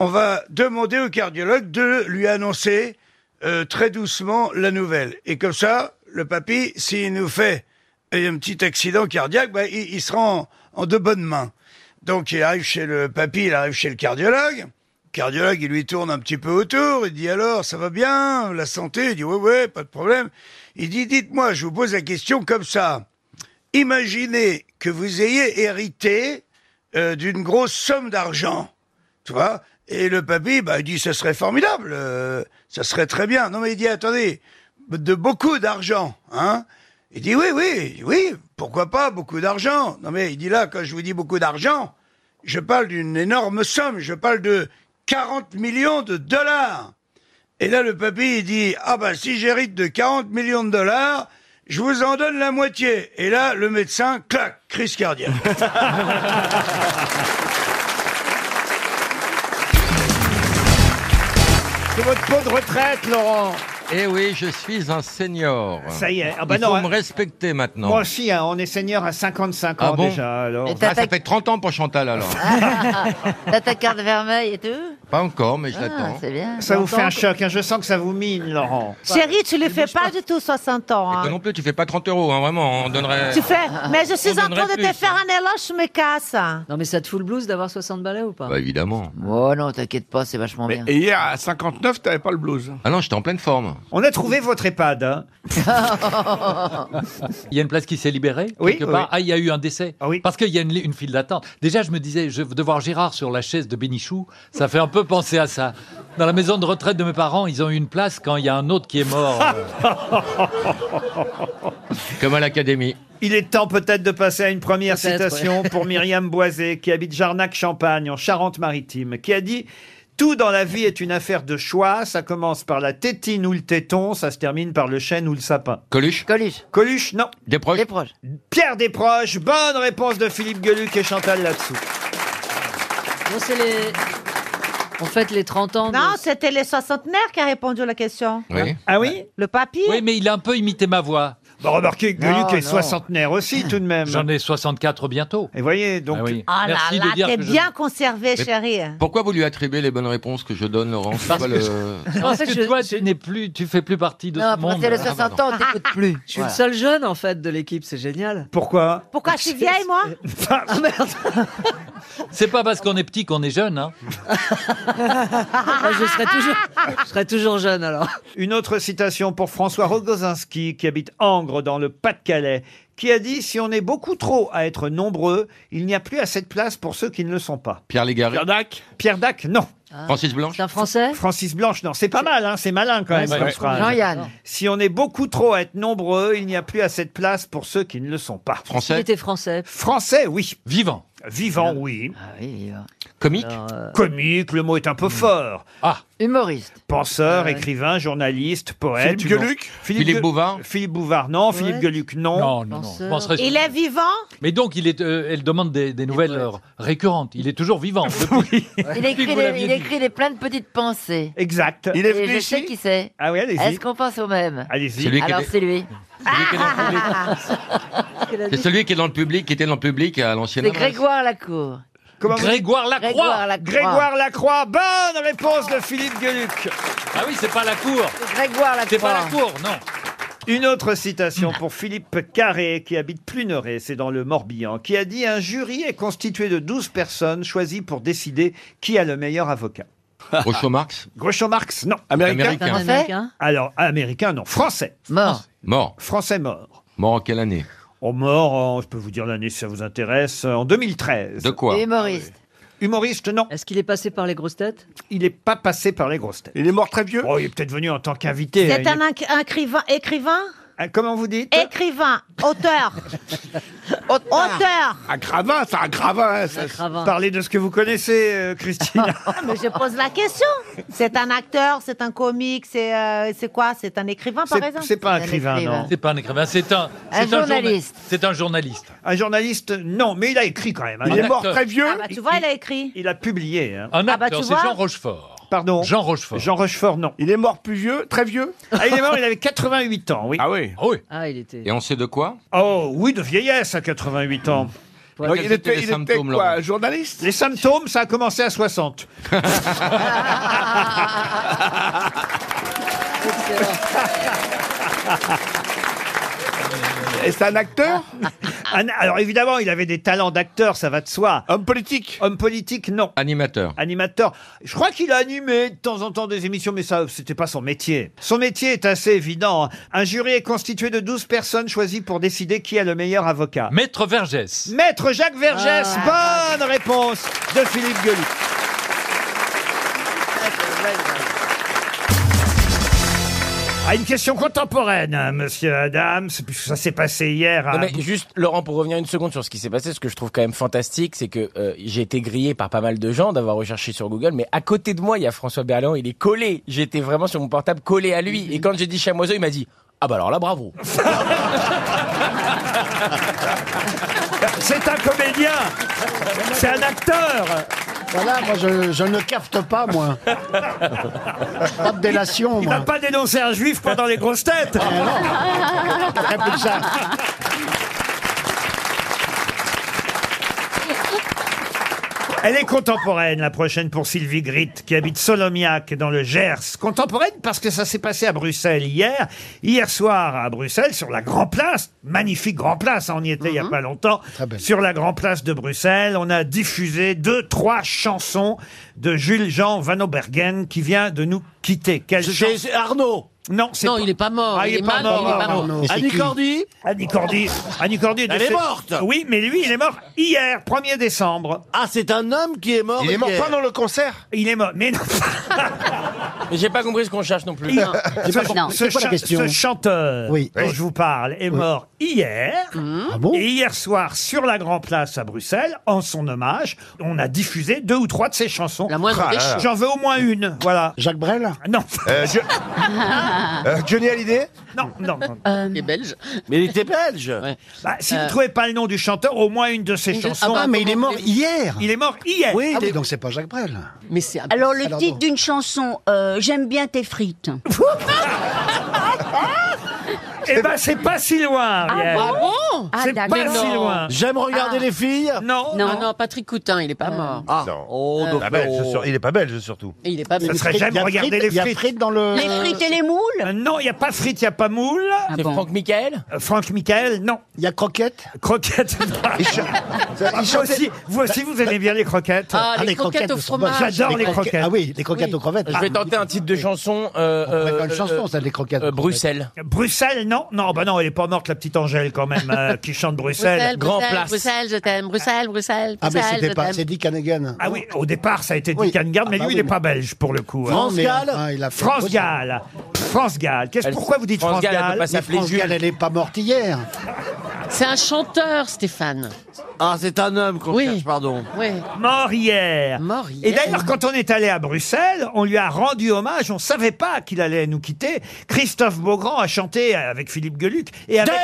S5: on va demander au cardiologue de lui annoncer euh, très doucement la nouvelle. Et comme ça, le papy, s'il nous fait euh, un petit accident cardiaque, bah, il, il sera en, en de bonnes mains. Donc il arrive chez le papy, il arrive chez le cardiologue. Le cardiologue, il lui tourne un petit peu autour, il dit alors, ça va bien, la santé Il dit ouais, ouais, pas de problème. Il dit, dites-moi, je vous pose la question comme ça. Imaginez que vous ayez hérité euh, d'une grosse somme d'argent, tu vois Et le papy, bah, il dit, ce serait formidable, euh, ça serait très bien. Non, mais il dit, attendez, de beaucoup d'argent, hein Il dit, oui, oui, oui, pourquoi pas, beaucoup d'argent. Non, mais il dit là, quand je vous dis beaucoup d'argent, je parle d'une énorme somme, je parle de 40 millions de dollars. Et là, le papy, il dit, ah bah, si j'hérite de 40 millions de dollars, je vous en donne la moitié. Et là, le médecin, clac,
S25: *laughs*
S5: crise cardiaque.
S1: C'est votre pot de retraite, Laurent.
S8: Eh oui, je suis un senior.
S1: Ça y est. Ah bah
S8: Il
S1: non,
S8: faut
S1: hein.
S8: me respecter maintenant.
S1: Moi aussi, hein, on est senior à 55 ans
S8: ah bon
S1: déjà. Alors.
S8: Ah, ça fait 30 ans pour Chantal alors.
S33: Ah.
S28: Ah,
S33: T'as ta carte vermeille et tout
S8: Pas encore, mais je
S33: Ah,
S8: l'attends.
S33: c'est bien.
S1: Ça vous fait un
S33: J'entends que-
S1: choc, hein, je sens que ça vous mine, Laurent.
S33: Chérie, tu les fais pas du tout 60 ans. hein.
S8: Toi non plus, tu fais pas 30 euros, hein, vraiment. On donnerait.
S33: Tu fais, mais je suis
S8: On
S33: en train de
S8: donnerait
S33: te
S8: plus.
S33: faire un éloge, je me casse.
S29: Non, mais ça te fout le blues d'avoir 60 balais ou pas
S8: Bah évidemment.
S18: Oh non, t'inquiète pas, c'est vachement bien.
S6: Et hier, à 59, t'avais pas le blues.
S8: Ah non, j'étais en pleine forme.
S1: On a trouvé votre
S18: *laughs*
S1: EHPAD. hein.
S18: Ah
S20: Il y a une place qui s'est libérée
S1: Oui,
S20: quelque
S1: oui.
S20: part. Ah, il y a eu un décès.
S1: oui.
S20: Parce qu'il y a une, li- une file d'attente. Déjà, je me disais, je, de voir Gérard sur la chaise de Bénichou, ça fait un peu penser à ça. Dans la maison de retraite de mes parents, ils ont eu une place quand il y a un autre qui est mort. euh.
S1: *laughs*
S8: Comme à l'académie.
S1: Il est temps peut-être de passer à une première
S20: Peut-être,
S1: citation
S20: ouais.
S1: pour Myriam Boisé, qui habite Jarnac-Champagne, en Charente-Maritime, qui a dit « Tout dans la vie est une affaire de choix. Ça commence par la tétine ou le téton, ça se termine par le chêne ou le sapin. »
S8: Coluche
S1: Coluche. Coluche, non.
S8: Desproges
S1: Desproges. Pierre Desproges. Bonne réponse de Philippe Gueluc et Chantal là-dessous.
S29: Bon, c'est les. En fait, les 30 ans. de-
S33: Non, c'était les soixantenaires qui a répondu à la question.
S8: Hein
S1: Ah oui
S33: Le papy
S20: Oui, mais il a un peu imité ma voix.
S1: Bah, remarquez que Gueluc
S8: Ah,
S1: est soixantenaire aussi, tout de même.
S20: J'en ai 64 bientôt.
S1: Et voyez, donc.
S33: Ah là
S8: Merci de
S33: là,
S8: dire
S33: t'es
S8: que je-
S33: bien conservé,
S8: Mais-
S33: chérie.
S8: Pourquoi vous lui attribuez les bonnes réponses que je donne, Laurent C'est
S20: Parce
S8: quoi
S20: que
S8: le-
S20: je- parce que toi, tu n'es plus, tu fais plus partie de
S29: Non,
S20: ce
S29: parce
S20: monde.
S29: que le
S20: Ah, pardon.
S29: 60 ans, on t'écoute
S33: *laughs*
S29: plus. Je suis
S20: Voilà.
S29: le seul jeune, en fait, de l'équipe, c'est génial.
S1: Pourquoi
S33: Pourquoi je suis vieille, moi
S29: Ah merde
S20: C'est pas parce qu'on est petit qu'on est jeune. Hein.
S29: Moi, Je serai toujours, je serai toujours jeune, alors.
S1: Une autre citation pour François Rogozinski, qui habite Angres, dans le Pas-de-Calais, qui a dit « Si on est beaucoup trop à être nombreux, il n'y a plus assez de place pour ceux qui ne le sont pas. »
S8: Pierre Légaré.
S1: Pierre Dac Pierre Dac, non.
S8: Francis Blanche.
S29: Ah. Un Français
S1: Francis Blanche, non. C'est pas mal, hein, c'est malin quand
S29: Ouais,
S1: même
S29: c'est
S1: comme
S29: vrai.
S1: phrase.
S29: Jean-Yann.
S1: Si on est beaucoup trop à être nombreux, il n'y a plus assez de place pour ceux qui ne le sont pas.
S29: Il était français.
S1: Français, oui.
S20: Vivant.
S1: Vivant,
S29: Ah.
S1: oui.
S8: Comique
S20: euh,
S1: Comique, le mot est un peu fort.
S20: Ah.
S1: Humoriste. Penseur, écrivain, journaliste, poète.
S20: Euh, Philippe
S1: humo-
S20: Gueluc
S1: Philippe,
S20: Philippe
S1: Guel-
S20: Bouvard
S1: Philippe Bouvard, non. Philippe Gueluc, non.
S20: Non, non, non. Je penserais-
S33: Il est vivant
S20: Mais donc, il est, euh, elle demande des, des nouvelles euh, récurrentes. Il est toujours vivant. depuis-
S33: Il
S20: depuis que
S33: écrit,
S20: vous
S33: des,
S20: l'aviez
S33: il
S20: dit.
S33: écrit des plein de petites pensées.
S1: Exact.
S20: Il est
S33: Et
S20: venu
S33: je sais qui c'est.
S1: Ah oui, allez-y.
S33: Est-ce qu'on pense au même
S1: Allez-y.
S8: Celui qui
S33: Alors
S8: est-
S33: c'est lui.
S8: C'est celui qui est dans le public, qui était dans le public à l'ancienne.
S33: C'est Grégoire Lacour.
S1: Comment vous-
S20: Grégoire
S33: Lacroix. Grégoire Lacroix.
S1: Grégoire Lacroix. Bonne réponse de Philippe Gueluc.
S20: Ah oui, c'est pas la cour.
S33: Grégoire
S20: C'est pas la cour, non.
S1: Une autre citation pour Philippe Carré, qui habite Pluneré, c'est dans le Morbihan, qui a dit Un jury est constitué de 12 personnes choisies pour décider qui a le meilleur avocat.
S8: Groucho Marx
S1: *laughs* Groucho Marx, non.
S8: Américain Américain. Un
S29: Américain
S1: Alors, américain, non. Français.
S29: Mort.
S8: Mort.
S1: Français mort.
S8: Mort en quelle année
S1: Oh, mort, en- je peux vous dire l'année si ça vous intéresse, en 2013.
S8: De quoi
S33: Humoriste.
S1: Humoriste, non.
S35: Est-ce qu'il est passé par les grosses têtes
S1: Il n'est pas passé par les grosses têtes. Il est mort très vieux Oh, il est peut-être venu en tant qu'invité.
S33: Vous
S1: hein,
S33: êtes
S1: il est-
S33: un inc- un écrivain, écrivain
S1: Ah, Comment vous dites
S33: Écrivain, auteur. auteur.
S1: Un cravin, c'est un cravin. Parlez de ce que vous connaissez, euh, Christine.
S33: Ah, mais je pose la question. C'est un acteur, c'est un comique, c'est euh, c'est quoi C'est un écrivain, par exemple
S20: C'est pas un écrivain, c'est un.
S33: Un
S20: c'est journa-
S33: journaliste.
S20: C'est un journaliste.
S1: Un journaliste, non, mais il a écrit quand même.
S20: Il est mort très
S1: vieux.
S33: Ah bah, tu vois, il a écrit.
S1: Il a publié. hein.
S20: Un
S33: Ah bah,
S20: acteur,
S33: tu
S20: c'est
S33: vois.
S20: Jean Rochefort.
S1: Pardon
S20: Jean Rochefort.
S1: Jean Rochefort, non.
S36: Il est mort plus vieux, très vieux
S1: Ah, il est mort, il avait 88 ans, oui.
S36: Ah oui
S20: Ah oui.
S35: Ah, il était.
S8: Et on sait de quoi
S1: Oh oui, de vieillesse à 88 ans.
S8: Donc, Quels il étaient était- les il était symptômes, quoi, Laurent
S1: journaliste Les symptômes, ça a commencé à 60. Et c'est un *laughs* acteur Alors évidemment, il avait des talents d'acteur, ça va de soi. Homme politique Homme politique, non.
S8: Animateur.
S1: Animateur. Je crois qu'il a animé de temps en temps des émissions, mais ça, c'était pas son métier. Son métier est assez évident. hein. Un jury est constitué de 12 personnes choisies pour décider qui a le meilleur avocat.
S20: Maître Vergès.
S1: Maître Jacques Vergès, bonne réponse de Philippe Gueluc. Ah, une question contemporaine, hein, monsieur Adams, puisque ça s'est passé hier. à-
S6: Non,
S1: *laughs*
S6: mais juste, Laurent, pour revenir une seconde sur ce qui s'est passé, ce que je trouve quand même fantastique, c'est que euh, j'ai été grillé par pas mal de gens d'avoir recherché sur Google, mais à côté de moi, il y a François Berléand, il est collé. J'étais vraiment sur mon portable collé à lui. Et quand j'ai dit chamoiseau, il m'a dit Ah bah alors là, bravo.
S1: *laughs* C'est un comédien C'est un acteur
S7: Voilà, moi je, je ne cafte pas, moi. Pas de délation,
S1: Il
S7: moi.
S1: va pas dénoncer un juif pendant les grosses têtes
S7: Très peu de ça.
S1: Elle est contemporaine, la prochaine, pour Sylvie Grit, qui habite Solomiac, dans le Gers. Contemporaine parce que ça s'est passé à Bruxelles hier. Hier soir, à Bruxelles, sur la Grand Place, magnifique Grand Place, hein, on y était il y a pas longtemps, sur la Grand Place de Bruxelles, on a diffusé deux, trois chansons de Jules-Jean Van Obergen, qui vient de nous quitter. Quelle chanson Arnaud non,
S13: Non,
S1: il n'est pas mort. il
S13: il
S1: n'est
S13: est mal,
S1: pas mort.
S13: il est pas mort. Mais c'est Annie qui Cordy
S1: Annie Cordy. Annie Cordy
S13: Elle est
S1: décédée-
S13: morte.
S1: Oui, mais lui, il est mort hier, 1er décembre. Ah, c'est un homme qui est mort
S13: Il est mort hier. pendant
S1: le concert Il est mort, mais non.
S6: Mais j'ai pas compris ce qu'on cherche non plus.
S1: Il-
S6: J'ai
S1: ce,
S6: pas compris.
S1: ce cha- ce chanteur dont je vous parle est mort hier. et hier soir, sur la Grand Place à Bruxelles, en son hommage, on a diffusé deux ou trois de ses chansons. La
S13: moindre des choses.
S1: J'en veux au moins une. Voilà. Jacques Brel Non.
S29: Euh,
S1: Johnny Hallyday Non, non. non.
S13: Il est belge.
S1: Mais il était belge. Bah, si vous ne
S13: Euh.
S1: trouvez pas le nom du chanteur, au moins une de ses
S13: Une de-
S1: chansons.
S13: Ah bah, mais il est mort
S1: hier. Il est mort hier.
S7: Oui,
S1: Ah
S7: il est- donc c'est pas Jacques Brel.
S29: Mais c'est Alors le titre d'une chanson, euh, J'aime bien tes frites.
S1: Eh ben, c'est pas si
S29: Ah
S1: loin.
S22: Ah
S1: Ah, Ariel.
S13: bon
S1: C'est pas si loin.
S13: J'aime regarder les filles.
S1: Non.
S13: Non, Ah non, Patrick Coutin, il est
S33: Euh.
S13: pas mort. Ah.
S4: Non.
S13: Oh,
S4: Pas
S13: donc,
S4: belge,
S13: oh.
S4: sur- il est pas belge surtout.
S13: Et il est pas
S1: Ça
S13: mort.
S1: serait j'aime regarder les frites. dans le...
S13: Les frites et
S29: les moules
S1: Non, il n'y a pas frites, il n'y a pas moules.
S6: Ah
S1: Euh,
S6: C'est Franck Michael
S1: Franck Michael, non. Il y a croquettes Croquettes. Ah, vous, aussi, vous aussi, vous aimez bien les croquettes
S13: Ah, les Ah, les croquettes croquettes au sont bonnes. fromage.
S1: J'adore les
S13: Les croquettes-
S1: croquettes.
S13: ah oui,
S7: les croquettes
S1: aux crevettes.
S6: Je vais tenter un titre de chanson. euh, euh, euh, euh, Bruxelles.
S1: Bruxelles, non Non, bah non, elle est pas morte, la petite Angèle, quand même, euh, qui chante Bruxelles.
S13: Bruxelles, Bruxelles, Bruxelles, je t'aime. Bruxelles, Bruxelles,
S1: Ah, mais
S13: Bruxelles,
S1: c'était
S13: je
S1: pas-
S13: t'aime.
S1: c'est Dick Ah oui, au départ, ça a été Dick Annegarde, mais
S7: Ah bah
S1: lui, il
S7: oui,
S1: n'est
S7: mais-
S1: pas belge, pour le coup.
S7: Non, mais,
S1: hein.
S7: enfin, il a fait
S1: France
S7: autre chose.
S1: Gall. France Gall. Qu'est-ce- Pourquoi vous dites France Gall
S7: Mais France Gall, elle n'est pas morte hier.
S13: C'est un chanteur, Stéphane.
S1: Ah, c'est un homme qu'on cherche, pardon.
S13: Ouais.
S1: Mort hier. Et d'ailleurs, quand on est allé à Bruxelles, on lui a rendu hommage. On savait pas qu'il allait nous quitter. Christophe Beaugrand a chanté avec Philippe Gueluc et avec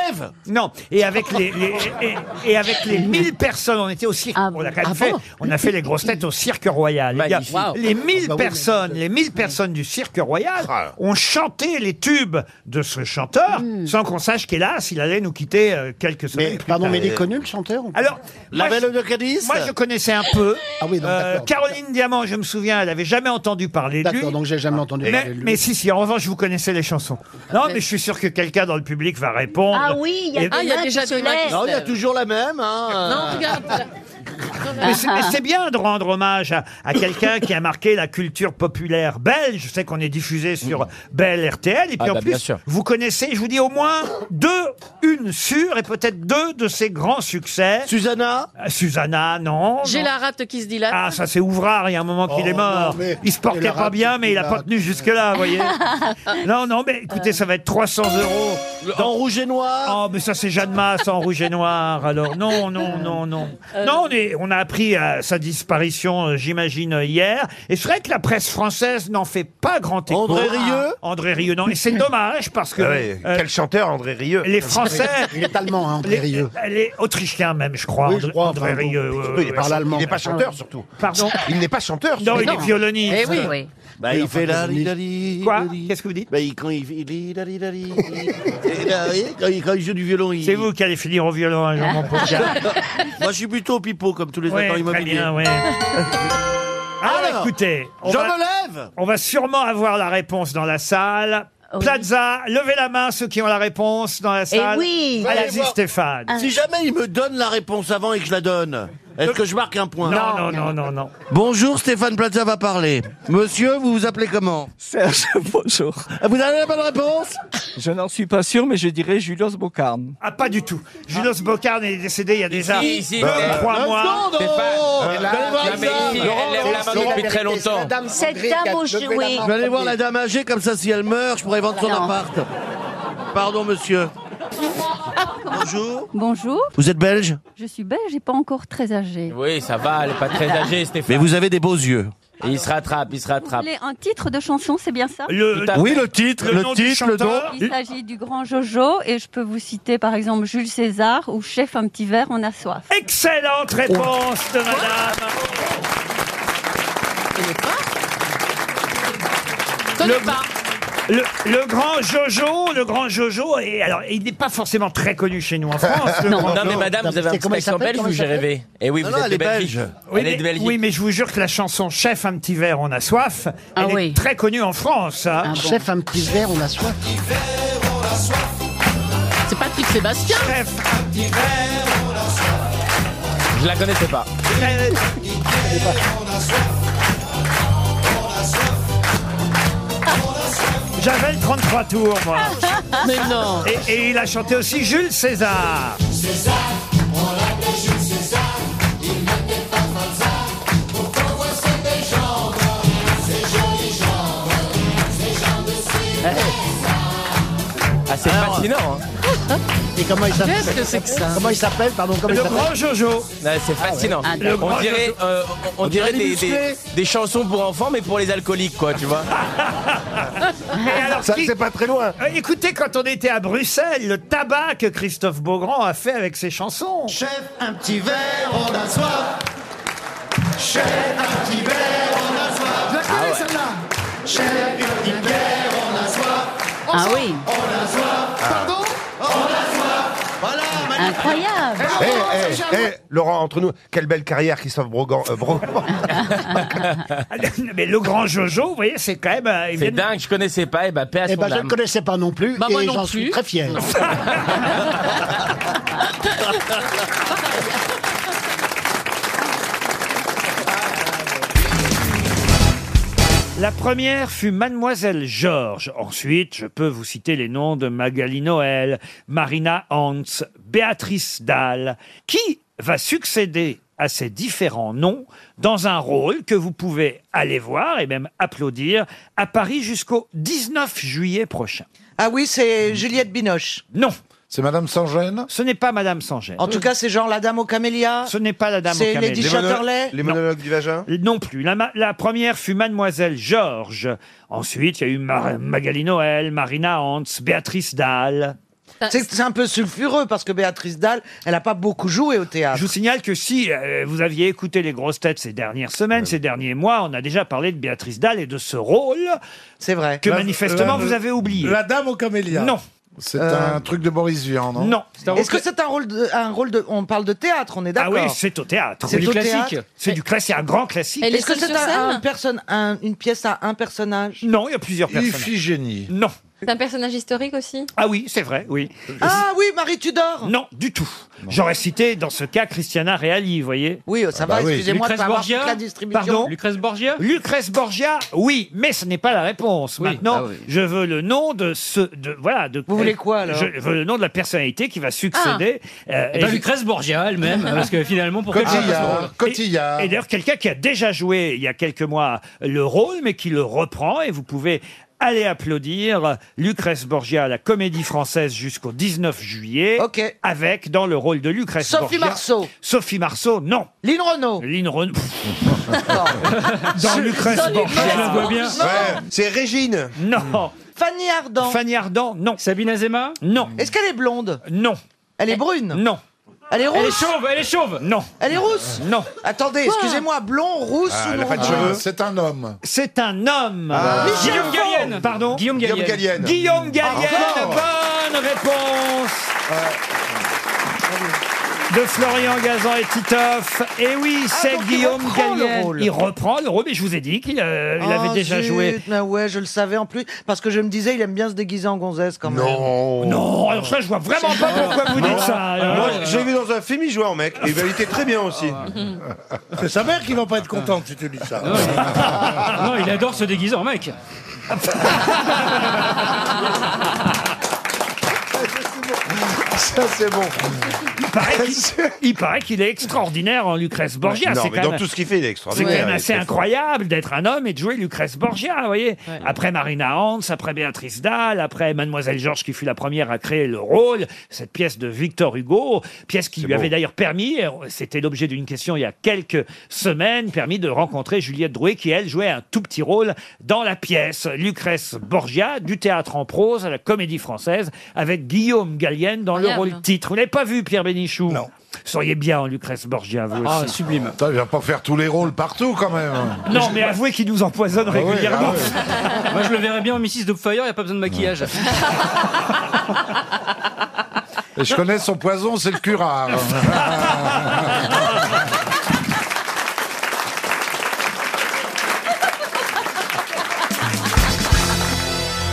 S1: non et avec les, les- et, et
S13: *laughs*
S1: avec les 1000 personnes. On était au cirque. on a quand même
S13: Ah
S1: fait.
S13: bon
S1: on a fait les grosses têtes au cirque royal. Les gars,
S13: Magnifique. Wow.
S1: Les 1000
S13: Ah bah oui, Ah. mais-
S1: personnes, les 1000 personnes du cirque royal ont chanté les tubes de ce chanteur
S13: Hmm.
S1: sans qu'on sache qu'hélas, il allait nous quitter euh, quelques semaines. plus
S7: Pardon,
S1: tard.
S7: mais il est connu, le chanteur
S1: Alors,
S7: La
S1: moi,
S7: Belle
S1: je-
S7: de Cadiz
S1: Moi, je connaissais un peu.
S7: Ah oui, donc,
S1: Euh,
S7: d'accord.
S1: Caroline Diamant, je me souviens, elle avait jamais entendu parler de lui.
S7: D'accord, donc j'ai jamais entendu
S1: Mais,
S7: parler de lui.
S1: mais si, si, en revanche, vous connaissez les chansons. Non, mais je suis sûr que quelqu'un dans le public va répondre.
S7: Ah oui, il y a
S1: Et-
S7: des Ah, il y a mains déjà qui se des mains qui lèvent. se
S13: Non, il y a
S7: toujours la même.
S13: Non, regarde.
S1: Mais c'est- mais c'est bien de rendre hommage à, à quelqu'un qui a marqué la culture populaire belge. Je sais qu'on est diffusé sur Belle RTL. Et puis
S4: Ah
S1: en
S4: bah, bien
S1: plus,
S4: sûr.
S1: vous connaissez, je vous dis au moins deux, une sûre et peut-être deux de ses grands succès. Susanna Susanna, non. non.
S20: J'ai la rate qui se dit là.
S1: Ah, ça c'est Ouvrard, il y a un moment qu'il
S20: Oh,
S1: est mort.
S20: non, mais-
S1: il se
S20: mais
S1: portait
S20: la
S1: pas bien, mais il a pas tenu jusque-là, vous voyez. non, non, mais écoutez, ça va être 300 euros. En rouge et noir Oh, mais ça c'est Jeanne Masse en rouge et noir, alors. Non, non, non, non. Non, on, est- on a appris euh, sa disparition, euh, j'imagine, euh, hier. Et c'est vrai que la presse française n'en fait pas grand écho. Ah,
S6: André Rieu
S1: André Rieu, non. Et c'est dommage parce que...
S6: Ah ouais,
S1: quel chanteur, André Rieu Les Français...
S6: Il est allemand, hein, André
S1: les-
S6: Rieu.
S1: Les Autrichiens même, je crois.
S6: Oui, je crois,
S1: André
S6: enfin, bon,
S1: Rieu.
S6: surtout,
S1: ouais,
S6: il est
S1: ouais.
S6: pas allemand. Il est pas chanteur, surtout.
S1: Pardon
S6: Il n'est pas chanteur.
S1: Non,
S6: ce
S1: il est
S6: mec.
S1: violoniste.
S6: Eh oui.
S1: Bah,
S6: il
S1: enfin,
S6: fait la
S1: violoniste. Quoi Qu'est-ce que vous dites
S6: Bah, il- quand il fait li- la- li- la- li- Et là, vous
S1: Ah,
S6: voyez, quand il- quand il joue du violon, il.
S1: C'est vous qui allez finir au violon, hein, Jean Montpondard.
S6: *laughs* Moi, je suis plutôt au pipeau, comme tous les
S1: Ouais,
S6: agents
S1: très
S6: immobiliers.
S1: bien,
S6: *laughs*
S1: ouais. Alors, écoutez, on
S6: je
S1: va-
S6: me lève
S1: On va sûrement avoir la réponse dans la salle. Plaza, levez la main ceux qui ont la réponse
S6: Eh
S1: dans la salle.
S6: Allez
S1: Allez-y
S6: voir.
S1: Stéphane.
S6: Si jamais il me donne la réponse avant et que je la donne, est-ce que je marque un point
S1: Non, non, non, non, non.
S6: Bonjour, Stéphane Plaza va parler. Monsieur, vous vous appelez comment
S21: Serge, bonjour.
S6: Vous avez la bonne réponse
S21: Je n'en suis pas sûr, mais je dirais Julius Bocarne.
S1: Ah, pas du tout. Julos Bocarne est décédé il y a déjà
S21: si, si,
S1: deux,
S21: mais-
S1: trois
S21: Non,
S1: mois.
S21: non, non, Stéphane,
S6: Vous allez voir
S21: non, mais
S6: ça.
S21: ici, elle lève la main depuis
S6: c'est la
S21: très
S6: vérité,
S21: longtemps.
S6: c'est la dame
S21: Cette
S6: André
S21: dame
S6: qui a
S21: au
S6: levé
S21: cheveu, oui.
S6: la main. Je vais aller voir la dame âgée, comme ça, si elle meurt, je pourrais vendre son
S23: Non.
S6: appart. Pardon, monsieur. Bonjour.
S23: Bonjour,
S6: Vous êtes belge
S23: je suis belge et pas encore très âgée.
S4: Oui, ça va, elle est pas très âgée, Stéphane.
S6: Mais vous avez des beaux yeux.
S4: Et il se rattrape, il se
S23: Vous
S4: rattrape.
S23: voulez un titre de chanson, c'est bien ça
S4: Le- Tout à oui, fait. le titre, le
S23: nom
S4: titre,
S23: du
S4: le
S23: chanteur.
S4: don.
S23: Il s'agit du grand Jojo et je peux vous citer par exemple Jules César ou Chef un petit verre, on a soif.
S1: Excellente réponse de madame. Le, le, le grand Jojo, le grand Jojo, et alors il n'est pas forcément très connu chez
S4: *laughs*
S1: nous en France. le
S4: Non,
S1: grand
S4: non, mais
S1: Jojo.
S4: madame, vous avez un petit accent belge ou j'ai rêvé Eh oui,
S1: Non,
S4: vous
S1: non,
S4: êtes
S1: elle
S4: de
S1: est
S4: Belgique.
S1: belge. Oui,
S4: elle est de
S1: mais,
S4: Belgique.
S1: oui, mais je vous jure que la chanson Chef un petit verre, on a soif,
S30: Ah
S1: elle
S30: oui. Ah
S1: est très connue en France. hein.
S30: Chef, un petit verre, on a soif.
S20: C'est Patrick Sébastien.
S4: Je la connaissais pas.
S1: *laughs* J'avais le 33 tours, moi.
S2: *laughs* Mais non.
S1: Et, et il a chanté aussi
S2: *laughs*
S1: Jules César.
S2: César, on l'appelait Jules César, il n'était pas Balzac. Pourtant voici des jambes, ces jolies jambes, ces jambes de
S33: Euh.
S4: Ah, c'est fascinant. hein.
S30: *laughs* Et comment il s'appelle
S4: Qu'est-ce que c'est que ça
S30: Comment il s'appelle Pardon, comment
S4: Le
S30: il s'appelle
S4: grand
S1: Jojo.
S4: hein. Ouais, c'est fascinant.
S30: Ah, d'accord.
S4: on, dirait, euh, on, on dirait
S30: les
S4: des,
S30: musclés.
S4: des- des chansons pour enfants, mais pour les alcooliques, quoi, tu vois.
S1: Ah, Ça, c'est pas très loin. Euh, Écoutez, quand on était à Bruxelles, le tabac que Christophe Beaugrand a fait avec ses chansons.
S2: Chef, un petit verre, on a soif. Chef, un petit verre, on a soif. Je
S4: Ah ouais.
S2: celle-là. Chef, un petit verre, on a soif.
S23: Ah oui.
S2: On a soif. Pardon
S33: Ah.
S2: On a soif. Voilà, magnifique.
S23: Incroyable.
S2: Eh,
S6: Eh,
S2: Laurent,
S6: eh,
S2: c'est
S6: eh,
S2: jamais-
S6: Laurent, entre nous, quelle belle carrière Christophe Brogan. euh, Bro-
S1: Mais le grand Jojo, vous voyez, c'est quand même. euh, il
S4: C'est
S1: vient de-
S4: dingue, je connaissais pas, et bah paix à
S30: Eh
S4: son
S30: ben, je ne
S4: âme.
S30: connaissais pas non plus,
S4: Bah, moi
S30: et
S4: non
S30: j'en suis
S4: plus.
S30: très fier.
S1: La première fut Mademoiselle Georges. Ensuite, je peux vous citer les noms de Magali Noël, Marina Hans, Béatrice Dahl. Qui va succéder à ces différents noms dans un rôle que vous pouvez aller voir et même applaudir à Paris jusqu'au 19 juillet prochain
S7: Ah oui, c'est Juliette Binoche.
S1: Non.
S7: C'est Madame Sangène
S1: *laughs* Ce n'est pas Madame Sangène.
S7: En tout cas, c'est genre la dame aux camélias
S1: Ce n'est pas la dame
S7: C'est
S1: au camélia.
S7: Lady Chatterley
S1: monologues du vagin Non plus. La, ma- la première fut Mademoiselle Georges. Ensuite, il y a eu Mar- Magali Noël, Marina Hans, Béatrice Dahl.
S7: C'est c'est un peu sulfureux parce que Béatrice Dalle, elle n'a pas beaucoup joué au théâtre.
S1: Je vous signale que si euh, vous aviez écouté les grosses têtes ces dernières semaines, ces derniers mois, on a déjà parlé de Béatrice Dalle et de ce rôle.
S7: C'est vrai.
S1: *laughs* Que manifestement vous avez oublié.
S7: La dame aux camélias.
S1: Non.
S7: C'est
S1: Euh,
S7: un truc de Boris Vian,
S1: non Non. C'est un rôle
S7: Est-ce que
S1: que-
S7: c'est un rôle de, un rôle de, on parle de théâtre, on est
S1: Ah
S7: d'accord
S1: oui, c'est au théâtre.
S7: C'est C'est du au classique. théâtre
S1: C'est du classique, un grand classique.
S7: Est-ce que c'est un- un personne- un- une pièce à un personnage
S1: Non, il y a plusieurs personnages.
S7: Iphigénie.
S1: Non.
S22: *laughs* C'est un personnage historique aussi
S1: Ah oui, c'est vrai, oui.
S7: Ah oui, Marie Tudor
S1: Non, du tout. J'aurais cité dans ce cas Christiana Reali, vous voyez
S7: Oui, euh, ça va, excusez-moi de
S1: Lucrèce
S7: pas avoir
S1: Borgia
S7: toute la distribution.
S1: Pardon
S10: Lucrèce Borgia
S1: Lucrèce Borgia, oui, mais ce n'est pas la réponse. Maintenant, je veux le nom de ce. De, voilà, de,
S7: Vous voulez quoi, alors Ah.
S1: Je veux le nom de la personnalité qui va succéder. euh,
S10: Eh ben, Lucrèce Borgia elle-même, hein, parce que finalement, pourquoi
S1: Cotillard,
S10: elle joue ce rôle
S1: Cotillard. Et, et d'ailleurs, quelqu'un qui a déjà joué il y a quelques mois le rôle, mais qui le reprend, et vous pouvez. aller applaudir Lucrèce Borgia à la Comédie Française jusqu'au 19 juillet. Avec, dans le rôle de Lucrèce
S7: Sophie
S1: Borgia-
S7: Marceau.
S1: Sophie Marceau, non.
S7: Lynn Renault.
S1: Lynn
S7: *laughs*
S1: Renault. dans Lucrèce Borgia.
S7: Dans Lucrèce Je la vois bien. Borgia. Ouais,
S1: C'est Régine.
S25: Hmm.
S1: Non.
S7: Fanny Ardant.
S1: Fanny Ardant, non.
S10: Sabine Azema
S1: Non.
S7: Est-ce qu'elle est blonde
S1: Non.
S7: Elle est brune
S1: Non.
S7: Elle est rousse
S10: Elle est chauve, elle est chauve
S1: Non.
S7: Elle est rousse
S1: Non.
S7: Attendez,
S1: Quoi
S7: excusez-moi, blond, rousse ou non rousse
S1: C'est un homme. C'est un homme.
S7: Ah. Michel
S1: Guillaume
S7: Faux.
S1: Gallienne. Pardon
S7: Guillaume Guillaume Gallienne. Gallienne.
S1: Guillaume Gallienne.
S7: Ah, encore.
S1: Bonne réponse. De Florian Gazan et Titoff. Et oui, c'est
S7: Ah, donc il
S1: Guillaume
S7: reprend le
S1: Gallienne.
S7: rôle.
S1: Il reprend le rôle, mais je vous ai dit qu'il euh, il avait
S7: Ah,
S1: déjà
S7: zut,
S1: joué.
S7: Mais ouais, je le savais en plus, parce que je me disais, il aime bien se déguiser en gonzesse quand même.
S18: Non.
S1: Non, alors ça, je vois vraiment pas pourquoi vous dites ça. alors.
S18: Moi, j'ai vu dans un film, il jouait en mec. Et ben, il était très bien aussi.
S10: Ah
S30: *laughs* C'est sa mère qui va pas être contente si tu dis ça.
S10: Non, il adore se déguiser en mec.
S18: Ça, c'est bon.
S1: Il
S18: *laughs*
S1: paraît qu'il- Il paraît qu'il est extraordinaire en Lucrèce Borgia.
S18: non,
S1: c'est
S18: mais
S1: quand
S18: dans
S1: même-
S18: tout ce qu'il fait, il est
S1: C'est
S18: extraordinaire.
S1: quand même
S18: il est
S1: assez
S18: très fort.
S1: incroyable d'être un homme et de jouer Lucrèce Borgia, vous voyez. Après Marina Hans, après Béatrice Dalle, après Mademoiselle Georges qui fut la première à créer le rôle, cette pièce de Victor Hugo, pièce qui lui avait d'ailleurs permis, euh, c'était l'objet d'une question il y a quelques semaines, permis de rencontrer Juliette Drouet qui, elle, jouait un tout petit rôle dans la pièce Lucrèce Borgia, du théâtre en prose à la comédie française, avec Guillaume Gallienne dans le
S19: Incroyable.
S1: rôle titre. Vous l'avez pas vu, Pierre Bénichou Non. Seriez bien en Lucrèce Borgia, vous
S24: Ah,
S1: aussi.
S19: sublime. Il va pas faire tous les rôles partout quand même.
S1: Non, mais avouez qu'il nous empoisonne
S19: Ah oui,
S1: régulièrement.
S10: Moi, je le verrais bien en Mrs. Doubtfire, y a pas besoin de maquillage.
S19: Et je connais son poison, c'est le curare.
S5: *laughs*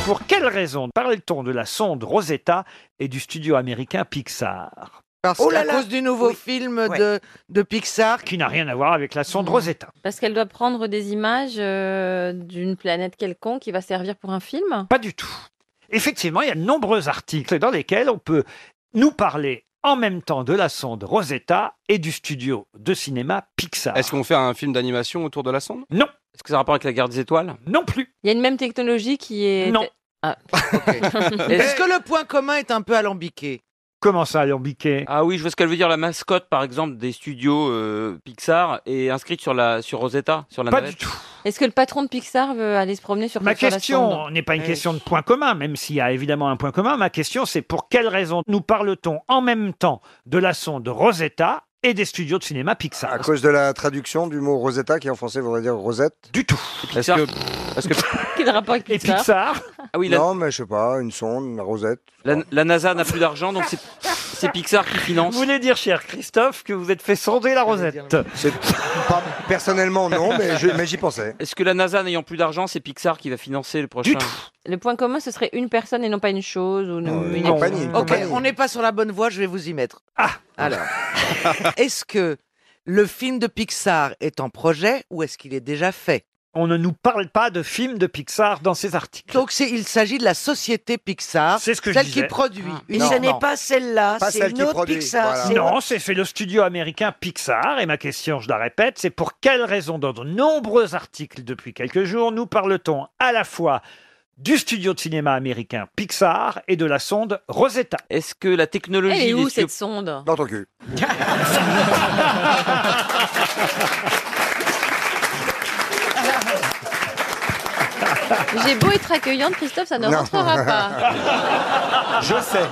S1: Pour quelle raison parle-t-on de la sonde Rosetta et du studio américain Pixar
S7: Parce
S1: Oh
S7: oh
S1: là
S7: à
S1: là.
S7: cause du nouveau film de, de Pixar. Mmh.
S1: Qui n'a rien à voir avec la sonde Rosetta.
S22: Parce qu'elle doit prendre des images euh, d'une planète quelconque qui va servir pour un film
S1: Pas du tout. Effectivement, il y a de nombreux articles dans lesquels on peut nous parler en même temps de la sonde Rosetta et du studio de cinéma Pixar.
S24: Est-ce qu'on fait un film d'animation autour de la sonde
S1: Non.
S24: Est-ce que ça a rapport avec la guerre des étoiles
S7: *laughs*
S1: Non plus.
S22: Il y a une même technologie qui est...
S1: Non.
S22: Ah.
S7: Est-ce que le point commun est un peu alambiqué
S1: Comment ça, alambiqué
S24: *laughs* Ah oui, je vois ce qu'elle veut dire, la mascotte par exemple des studios euh, Pixar est inscrite sur, la, sur Rosetta, sur la
S1: Pas
S24: navette.
S1: du tout.
S22: Est-ce que le patron de Pixar veut aller se promener sur,
S1: Ma
S22: sur la
S1: question
S22: sonde
S1: n'est pas une
S22: Eh
S1: question de point commun, même s'il y a évidemment un point commun. Ma question, c'est pour quelle raison nous parle-t-on en même temps de la sonde Rosetta et des studios de cinéma Pixar
S25: À cause de la traduction du mot Rosetta qui en français voudrait dire Rosette
S1: Du tout.
S24: Est-ce que, est-ce que
S22: Quel rapport avec
S1: Pixar
S24: Ah oui, la-
S25: Non, mais je sais pas, une sonde, une rosette.
S24: la, la NASA n'a plus d'argent, donc c'est, c'est Pixar qui finance
S1: Vous voulez dire, cher Christophe, que vous êtes fait sonder la Rosette
S25: C'est pas- personnellement, non, mais je- mais j'y pensais.
S24: Est-ce que la NASA n'ayant plus d'argent, c'est Pixar qui va financer le prochain
S22: Le point commun, ce serait une personne et non pas une chose ou une, une-
S7: Ok, on n'est pas sur la bonne voie, je vais vous y mettre.
S1: Ah *laughs*
S7: Alors, est-ce que le film de Pixar est en projet ou est-ce qu'il est déjà fait
S1: On ne nous parle pas de films de Pixar dans ces articles.
S7: Donc c'est- il s'agit de la société Pixar,
S1: C'est ce que je
S7: celle
S1: disais.
S7: qui produit.
S1: Et ce n'est pas
S7: celle-là,
S1: Non, c'est fait le studio américain Pixar. Et ma question, je la répète, c'est pour quelle raison, dans de nombreux articles depuis quelques jours, nous parle-t-on à la fois du studio de cinéma américain Pixar et de la sonde Rosetta
S24: Est-ce que la technologie...
S22: Elle est où
S24: des studios-
S22: cette sonde
S25: Dans ton cul.
S22: J'ai beau être accueillante, Christophe, ça ne
S25: Non.
S22: rentrera pas.
S25: *laughs* Je sais.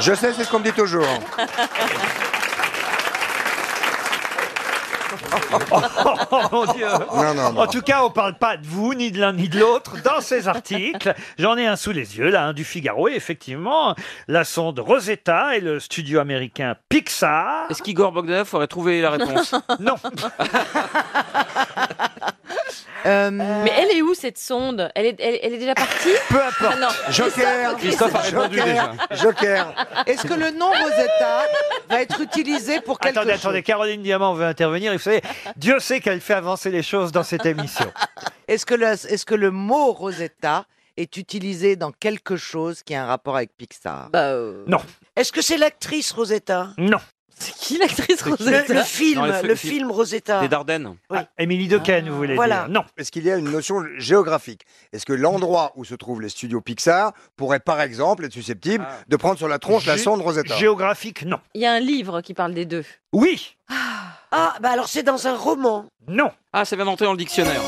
S25: Je sais, c'est ce qu'on me dit toujours.
S1: Oh, mon Dieu.
S25: Non, non, non.
S1: En tout cas, on parle pas de vous, ni de l'un ni de l'autre, dans ces articles. J'en ai un sous les yeux, là, un du Figaro, et effectivement, la sonde Rosetta et le studio américain Pixar.
S24: Est-ce qu'Igor Bogdanov aurait trouvé la réponse
S1: Non.
S22: Mais elle est où cette sonde elle est, elle, elle est déjà partie Ah Peu importe.
S25: Joker. Christophe a répondu Joker. déjà. Joker.
S7: Est-ce que le nom Rosetta *laughs* va être utilisé pour quelque
S1: Attendez,
S7: chose
S1: attendez, Caroline Diamant veut intervenir. Et vous savez, Dieu sait qu'elle fait avancer les choses dans cette
S7: *laughs*
S1: émission.
S7: Est-ce que, le- est-ce que le mot Rosetta est utilisé dans quelque chose qui a un rapport avec Pixar
S3: Bah,
S1: Non.
S3: Est-ce que c'est l'actrice Rosetta
S1: Non.
S3: euh, C'est qui l'actrice
S7: Rosetta
S3: le, le film,
S7: Non, le
S3: le,
S7: fi- le fi-
S3: film Rosetta.
S7: Les
S25: Dardennes.
S24: Ah.
S1: Ah, Émilie Dequesne, vous voulez
S3: Voilà.
S1: dire. Non.
S25: Est-ce qu'il y a une notion géographique Est-ce que l'endroit où se trouvent les studios Pixar pourrait, par exemple, être susceptible de prendre sur la tronche la
S1: Ah. Gé-
S25: sonde Rosetta
S1: Géographique, non.
S22: Il y a un livre qui parle des deux.
S1: Oui.
S3: Ah, bah alors c'est dans un roman.
S1: Non.
S24: Ah, ça vient d'entrer dans le dictionnaire.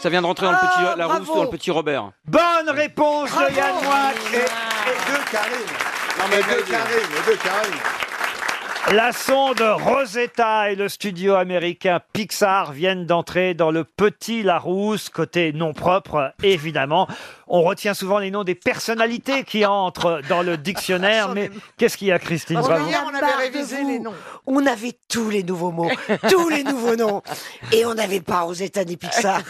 S24: Ça vient de rentrer dans le
S3: Ah,
S24: petit la
S3: bravo.
S24: rousse dans le petit Robert.
S1: Bonne réponse
S3: Bravo.
S1: de Yann Moix.
S25: Et, et deux Karine Non mais deux Karine, et deux Karine
S1: La sonde Rosetta et le studio américain Pixar viennent d'entrer dans le petit Larousse, côté nom propre, évidemment. On retient souvent les noms des personnalités qui entrent dans le dictionnaire, mais qu'est-ce qu'il y a, Christine
S3: Parce que
S1: Bravo
S3: hier, on avait révisé les noms. On avait tous les nouveaux *laughs* mots, tous les nouveaux noms. Et on n'avait pas Rosetta ni Pixar.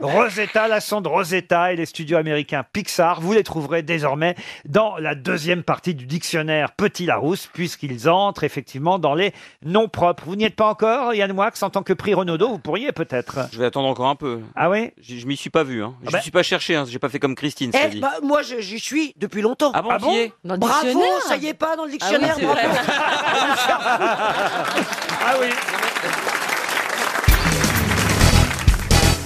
S1: Rosetta, la sonde Rosetta et les studios américains Pixar, vous les trouverez désormais dans la deuxième partie du dictionnaire Petit Larousse, puisqu'ils entrent effectivement dans les noms propres. Vous n'y êtes pas encore, Yann Moix, en tant que prix Renaudot, vous pourriez peut-être.
S24: Je vais attendre encore un peu.
S1: Ah oui
S24: Je, m'y suis pas vu. Hein. Je
S1: bah.
S24: suis pas cherché. Hein. J'ai pas fait comme Christine.
S3: Eh,
S24: cela dit.
S3: bah, moi, je- j'y suis depuis longtemps.
S24: Ah bon,
S3: ah
S24: t'y es Dans le
S3: Bravo,
S24: dictionnaire
S3: ça y est pas dans le
S24: Ah oui,
S3: dictionnaire.
S24: c'est
S3: bravo.
S24: vrai.
S1: *laughs* Ah oui.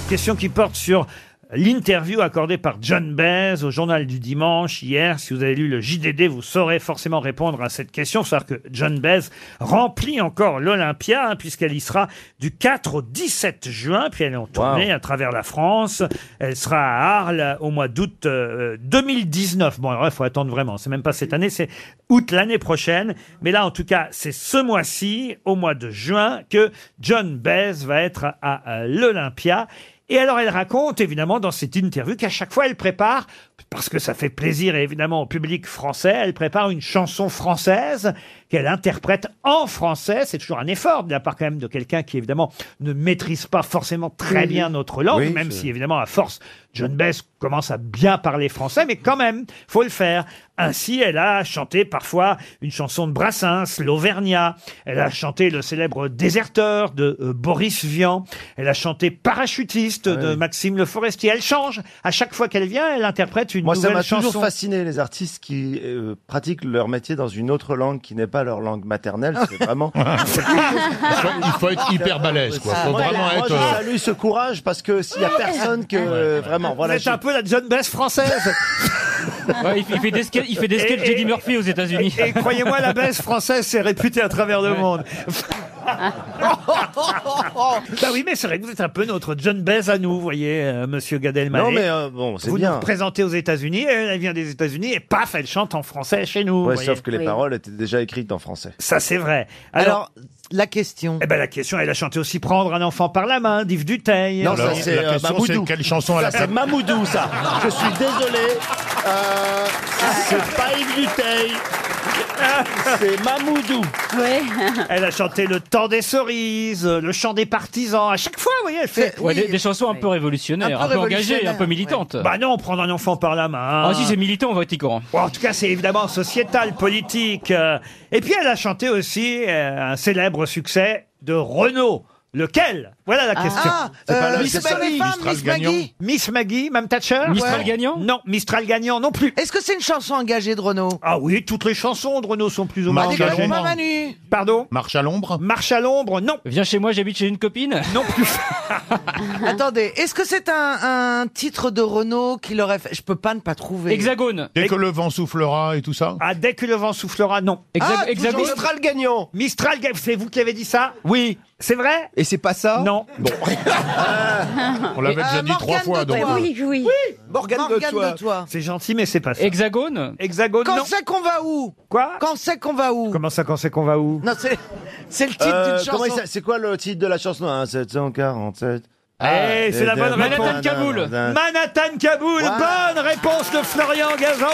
S1: Question qui porte sur l'interview accordée par John Baez au journal du dimanche hier. Si vous avez lu le JDD, vous saurez forcément répondre à cette question. Faut Savoir que John Baez remplit encore l'Olympia, hein, puisqu'elle y sera du 4 au 17 juin, puis elle est en tournée à travers la France. Elle sera à Arles au mois d'août euh, 2019. Bon, alors il faut attendre vraiment. C'est même pas cette année, c'est août l'année prochaine. Mais là, en tout cas, c'est ce mois-ci, au mois de juin, que John Baez va être à, à l'Olympia. Et alors, elle raconte, évidemment, dans cette interview, qu'à chaque fois, elle prépare, parce que ça fait plaisir, évidemment, au public français, elle prépare une chanson française qu'elle interprète en français. C'est toujours un effort de la part, quand même, de quelqu'un qui, évidemment, ne maîtrise pas forcément très
S25: Oui.
S1: bien notre langue,
S25: Oui,
S1: même
S25: c'est-
S1: si, évidemment, à force, John Bess commence à bien parler français, mais quand même, faut le faire. Ainsi, elle a chanté parfois une chanson de Brassens, l'Auvergnat. Elle a chanté le célèbre Déserteur de euh, Boris Vian. Elle a chanté
S5: Ah
S1: Parachutiste de Maxime Le Forestier. Elle change. À chaque fois qu'elle vient, elle interprète une
S5: Moi, ça
S1: nouvelle
S5: m'a
S1: chanson.
S5: toujours fasciné, les artistes qui euh, pratiquent leur métier dans une autre langue qui n'est pas leur langue maternelle. *laughs* C'est vraiment.
S30: Il faut être hyper balèze, quoi. Faut
S5: Moi,
S30: vraiment
S5: moi,
S30: être,
S5: je
S30: euh,
S5: salue ce courage parce que s'il n'y a personne que. euh, Vraiment, voilà.
S1: Vous êtes un peu la John Bess
S24: *laughs*
S1: française.
S24: il, fait des sketchs, il fait des
S1: Et-
S24: sketchs
S1: et-
S24: d'Eddie Murphy aux États-Unis.
S1: Et, et croyez-moi, la
S24: *laughs*
S1: Bess française, c'est réputé à travers le monde. *laughs* bah oui, mais c'est vrai que vous êtes un peu notre John Baez à nous, vous voyez, euh, monsieur Gad Elmaleh.
S5: Non, mais, euh, bon, c'est
S1: Vous
S5: bien.
S1: nous présentez aux États-Unis, elle elle vient des États-Unis et paf, elle chante en français chez nous. vous
S5: Ouais,
S1: voyez.
S5: sauf que les paroles étaient déjà écrites en français.
S1: Ça, c'est vrai. Alors, la question. Eh ben, la question, elle a chanté aussi Prendre un enfant par la main d'Yves Duteil.
S5: Non, ça c'est euh, Mamoudou. ça, c'est Mamoudou, ça. Je suis désolé. Euh, c'est pas Yves Duteil. C'est Mamoudou.
S1: Elle a chanté Le temps des cerises, Le chant des partisans. À chaque fois, vous voyez, elle fait.
S24: Ouais, des, des chansons un peu révolutionnaires,
S1: Un
S24: un
S1: peu
S24: peu, engagées,
S1: révolutionnaires,
S24: un peu militantes.
S1: Bah non, prendre un enfant par la main.
S24: Ah, si, c'est militant, on va être courant.
S1: Bon, en tout cas, c'est évidemment sociétal, politique. euh, Et puis, elle a chanté aussi euh, un célèbre succès de Renaud. Lequel Voilà la
S7: Ah,
S1: question.
S7: ah, C'est pas euh, la- Miss c'est pas Maggie. les femmes, Mistral Miss Gagnant. Maggie.
S1: Miss Maggie, Mme Thatcher
S7: Mistral Ouais.
S1: Gagnant Non, Mistral Gagnant non plus.
S7: Est-ce que c'est une chanson engagée de Renaud
S1: Ah oui, toutes les chansons de Renaud sont plus ou moins
S7: Marche à
S1: engagées.
S7: l'ombre. Manu.
S1: Pardon
S5: Marche à l'ombre
S1: Marche à l'ombre, non.
S24: Viens chez moi, j'habite chez une copine
S1: Non
S24: *laughs*
S1: plus.
S7: Attendez, est-ce que c'est un, un titre de Renault qu'il aurait fait Je peux pas ne pas trouver.
S3: *laughs*
S5: Dès que le vent soufflera et tout ça
S1: Ah, dès que le vent soufflera, non.
S7: Hexag- Ah, hexagone. toujours
S1: Mistral gagnant. Mistral gagnant. C'est vous qui avez dit ça Oui. C'est vrai Et c'est pas ça Non. *laughs* Bon.
S5: *laughs* On l'avait
S7: Euh,
S5: déjà dit trois fois, donc. euh,
S1: oui.
S7: Morgane de Morgane Toi. de Toi.
S1: C'est gentil, mais c'est pas ça.
S24: Hexagone
S1: Hexagone,
S7: Quand
S1: non.
S7: c'est qu'on va où
S1: Quoi
S7: Quand c'est qu'on va où
S1: Comment ça, quand c'est qu'on va où
S7: Non, c'est c'est le titre
S5: Euh,
S7: d'une
S5: comment il
S7: chanson.
S5: s'a- C'est quoi le titre de la chanson Ah, 747.
S1: Eh, c'est la bonne réponse. Manhattan Kaboul. Bonne réponse de Florian Gazan.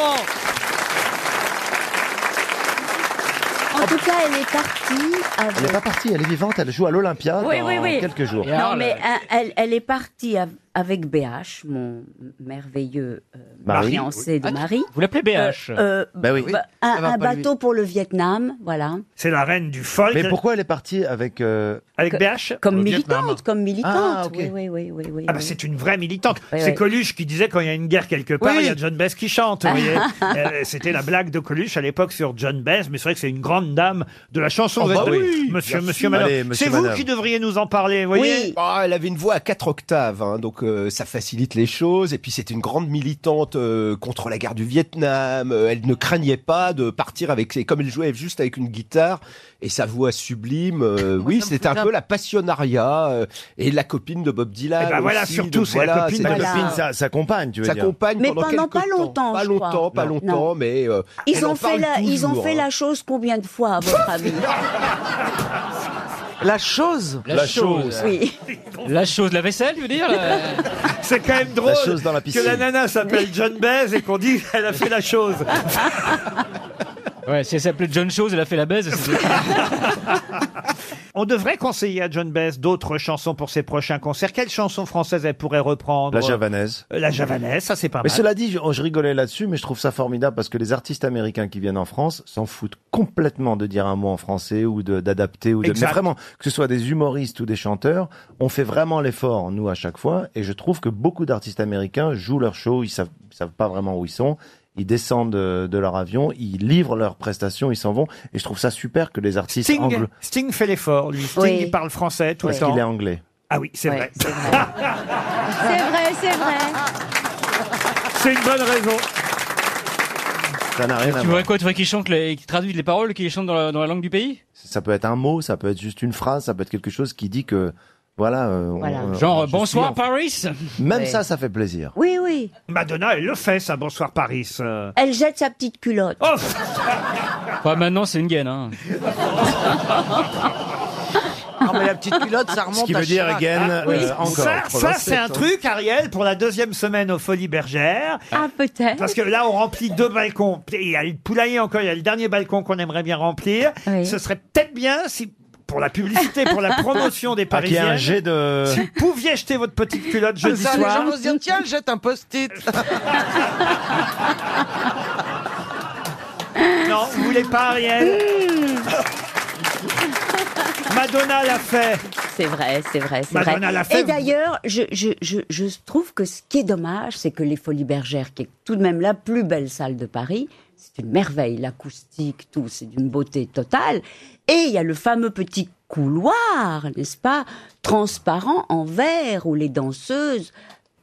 S30: En tout cas, elle est partie
S5: Elle n'est pas partie, elle est vivante, elle joue à l'Olympia
S30: Oui,
S5: dans
S30: oui, oui.
S11: Ah,
S5: quelques jours.
S30: Non, mais euh, elle, elle est partie av-
S29: avec BH, mon merveilleux euh,
S11: Mari.
S29: fiancé de
S11: Ah,
S29: Marie.
S11: vous l'appelez BH?
S29: Euh,
S11: Bah oui.
S29: bah,
S11: Ça
S29: un
S11: va
S29: un
S11: pas, lui.
S29: bateau pour le Vietnam, voilà.
S1: C'est la reine du folk.
S11: Mais pourquoi elle est partie avec. euh,
S1: Avec
S29: Que-
S1: BH
S29: Comme militante, comme militante.
S1: Ah, ok.
S29: oui, oui, oui, oui, oui,
S1: Ah bah
S29: oui.
S1: c'est une vraie militante.
S29: Oui,
S1: c'est
S29: oui.
S1: Coluche qui disait quand il y a une guerre quelque part,
S29: Oui.
S1: il y a John Bess qui chante. vous
S29: *laughs*
S1: voyez. Euh, C'était la blague de Coluche à l'époque sur John Bess, mais c'est vrai que c'est une grande dame de la chanson.
S15: Oh
S1: Vous
S15: bah
S1: êtes-
S15: oui,
S1: monsieur,
S15: merci.
S1: monsieur, madame.
S15: Allez, monsieur,
S1: c'est vous
S15: madame.
S1: qui devriez nous en parler. vous voyez
S15: oui, Ah, elle avait une voix à quatre octaves, hein, donc euh, ça facilite les choses. Et puis c'est une grande militante euh, contre la guerre du Vietnam. Euh, elle ne craignait pas de partir avec, et comme elle jouait juste avec une guitare et sa voix sublime.
S29: *laughs*
S15: euh, oui, c'était un peu la passionnariat euh, et la copine de Bob Dylan.
S1: Eh ben voilà,
S15: aussi,
S1: surtout,
S15: donc
S1: c'est la
S15: voilà,
S1: copine
S15: c'était-
S1: de Bob Dylan. Voilà.
S15: sa, sa compagne, tu veux sa
S11: dire.
S15: compagne
S29: Mais
S15: pendant,
S29: pendant pas
S15: quelques temps.
S29: longtemps,
S15: pas
S29: je
S15: longtemps,
S29: crois.
S15: pas
S29: Non.
S15: longtemps,
S29: Non.
S15: mais euh, elle
S29: Ils
S15: en
S29: ont, fait
S15: parle
S29: la, ils ont
S15: toujours,
S29: fait
S15: hein.
S29: la chose combien de fois, à votre avis
S7: La chose
S15: La La chose. chose.
S29: Oui.
S10: La chose, la vaisselle, tu veux dire la-
S1: *laughs* C'est quand même drôle
S15: La chose dans la
S1: que
S15: piscine.
S1: la nana s'appelle John Bess et qu'on dit qu'elle a fait la
S15: *laughs*
S1: chose.
S10: Ouais, si elle s'appelait John Chose, elle a fait la baise.
S11: *laughs*
S10: c'est-
S1: On devrait conseiller à John Bess d'autres chansons pour ses prochains concerts. Quelle chanson française elle pourrait reprendre
S11: La javanaise.
S1: Euh, La javanaise, ça c'est pas
S11: Mais
S1: mal.
S11: cela dit, je, je rigolais là-dessus, mais je trouve ça formidable parce que les artistes américains qui viennent en France s'en foutent complètement de dire un mot en français ou de- d'adapter ou de.
S1: Exact.
S11: Mais vraiment, que ce soit des humoristes ou des chanteurs, on fait vraiment l'effort nous à chaque fois, et je trouve que beaucoup d'artistes américains jouent leur show, ils savent, ils savent pas vraiment où ils sont. Ils descendent de, de leur avion, ils livrent leurs prestations, ils s'en vont. Et je trouve ça super que les artistes
S1: Sting,
S11: anglo...
S1: Sting fait l'effort, lui. Sting,
S11: Oui.
S1: il parle français tout
S11: Parce
S1: le temps.
S11: qu'il est anglais.
S1: Ah oui, c'est vrai.
S7: Ah.
S2: C'est vrai, c'est vrai.
S1: *laughs* C'est une bonne raison.
S11: Ça n'a rien à
S10: tu
S11: voir.
S10: voudrais quoi Tu voudrais qu'il chante, les... qu'il traduise les paroles, qu'il les chante dans la, dans la langue du pays
S11: Ça peut être un mot, ça peut être juste une phrase, ça peut être quelque chose qui dit que voilà. euh, on- euh,
S10: Genre,
S11: je
S10: bonsoir
S11: suis en-
S10: Paris
S11: Même
S29: Ouais.
S11: ça, ça fait plaisir.
S29: Oui, oui.
S1: Madonna, elle le fait, ça. Bonsoir Paris. euh.
S29: Elle jette sa petite culotte.
S1: Oh
S10: Ouais, maintenant, c'est une gaine, hein.
S7: Ah, mais la petite culotte,
S29: *laughs*
S7: ça remonte à Chirac.
S1: Ah,
S11: euh,
S1: oui. Ça, ça, c'est un
S11: hein.
S1: truc, Ariel, pour la deuxième semaine aux Folies Bergères.
S29: Ah, peut-être.
S1: Parce que là, on remplit deux balcons. Et Il y a le poulailler encore, il y a le dernier balcon qu'on aimerait bien remplir. Ce serait peut-être bien si, pour la publicité, pour
S29: *laughs*
S1: la promotion des
S11: Ah, qu'il y a
S1: Parisiens,
S11: un jet de.
S1: si vous pouviez jeter votre petite culotte
S7: Ah, Ça,
S1: jeudi
S7: Les gens
S1: soir.
S7: vont se dire, bah, ah. tiens, elle jette un post-it.
S1: *laughs* Non, vous voulez pas, Ariel *laughs* Madonna l'a fait.
S29: C'est vrai, c'est vrai, c'est vrai.
S1: Madonna l'a fait,
S29: Et
S1: vous-
S29: d'ailleurs, je, je, je, je trouve que ce qui est dommage, c'est que les Folies Bergères, qui est tout de même la plus belle salle de Paris, c'est une merveille, l'acoustique, tout, c'est d'une beauté totale. Et il y a le fameux petit couloir, n'est-ce pas, transparent en verre, où les danseuses,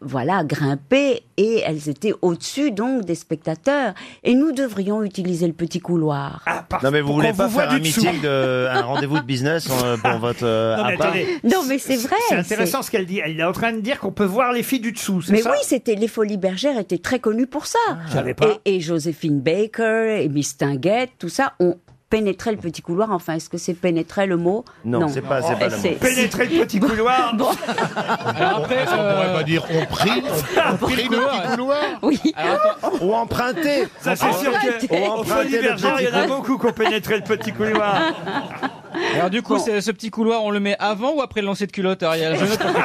S29: voilà, grimpaient et elles étaient au-dessus donc des spectateurs. Et nous devrions utiliser le petit couloir.
S1: Ah,
S11: Non mais vous voulez
S29: qu'on
S11: pas
S29: vous
S11: faire
S29: voit
S11: un
S29: du dessous.
S11: meeting, de,
S29: *laughs*
S11: un rendez-vous de business euh, pour votre euh,
S1: Non, mais
S11: appart
S1: attendez.
S29: Non, mais c'est vrai.
S1: C'est intéressant ce qu'elle dit. Elle est en train de dire qu'on peut voir les filles du dessous, c'est
S29: Mais
S1: ça
S29: oui, c'était les Folies Bergères étaient très connues pour ça.
S11: Ah,
S1: je savais pas.
S29: Et, et Joséphine Baker et Miss Tinguette, tout ça, ont pénétré le petit couloir. Enfin, est-ce que c'est pénétrer le mot
S11: Non, c'est pas- c'est pas le mot.
S1: Pénétrer le
S29: *laughs*
S1: petit couloir.
S10: Alors après,
S5: On
S10: euh,
S5: pourrait pas dire *laughs* on prie, on prie le petit couloir.
S29: Oui.
S11: Ou emprunter.
S1: Ça, c'est sûr
S11: Ou
S1: qu'au
S11: emprunter
S1: Folie
S11: le
S1: Bergère, il y en a
S11: petit-
S1: beaucoup qui ont pénétré le petit couloir.
S10: *laughs* Alors du coup, c'est- ce petit couloir, on le met avant ou après le lancer de culotte, Ariel Je note pour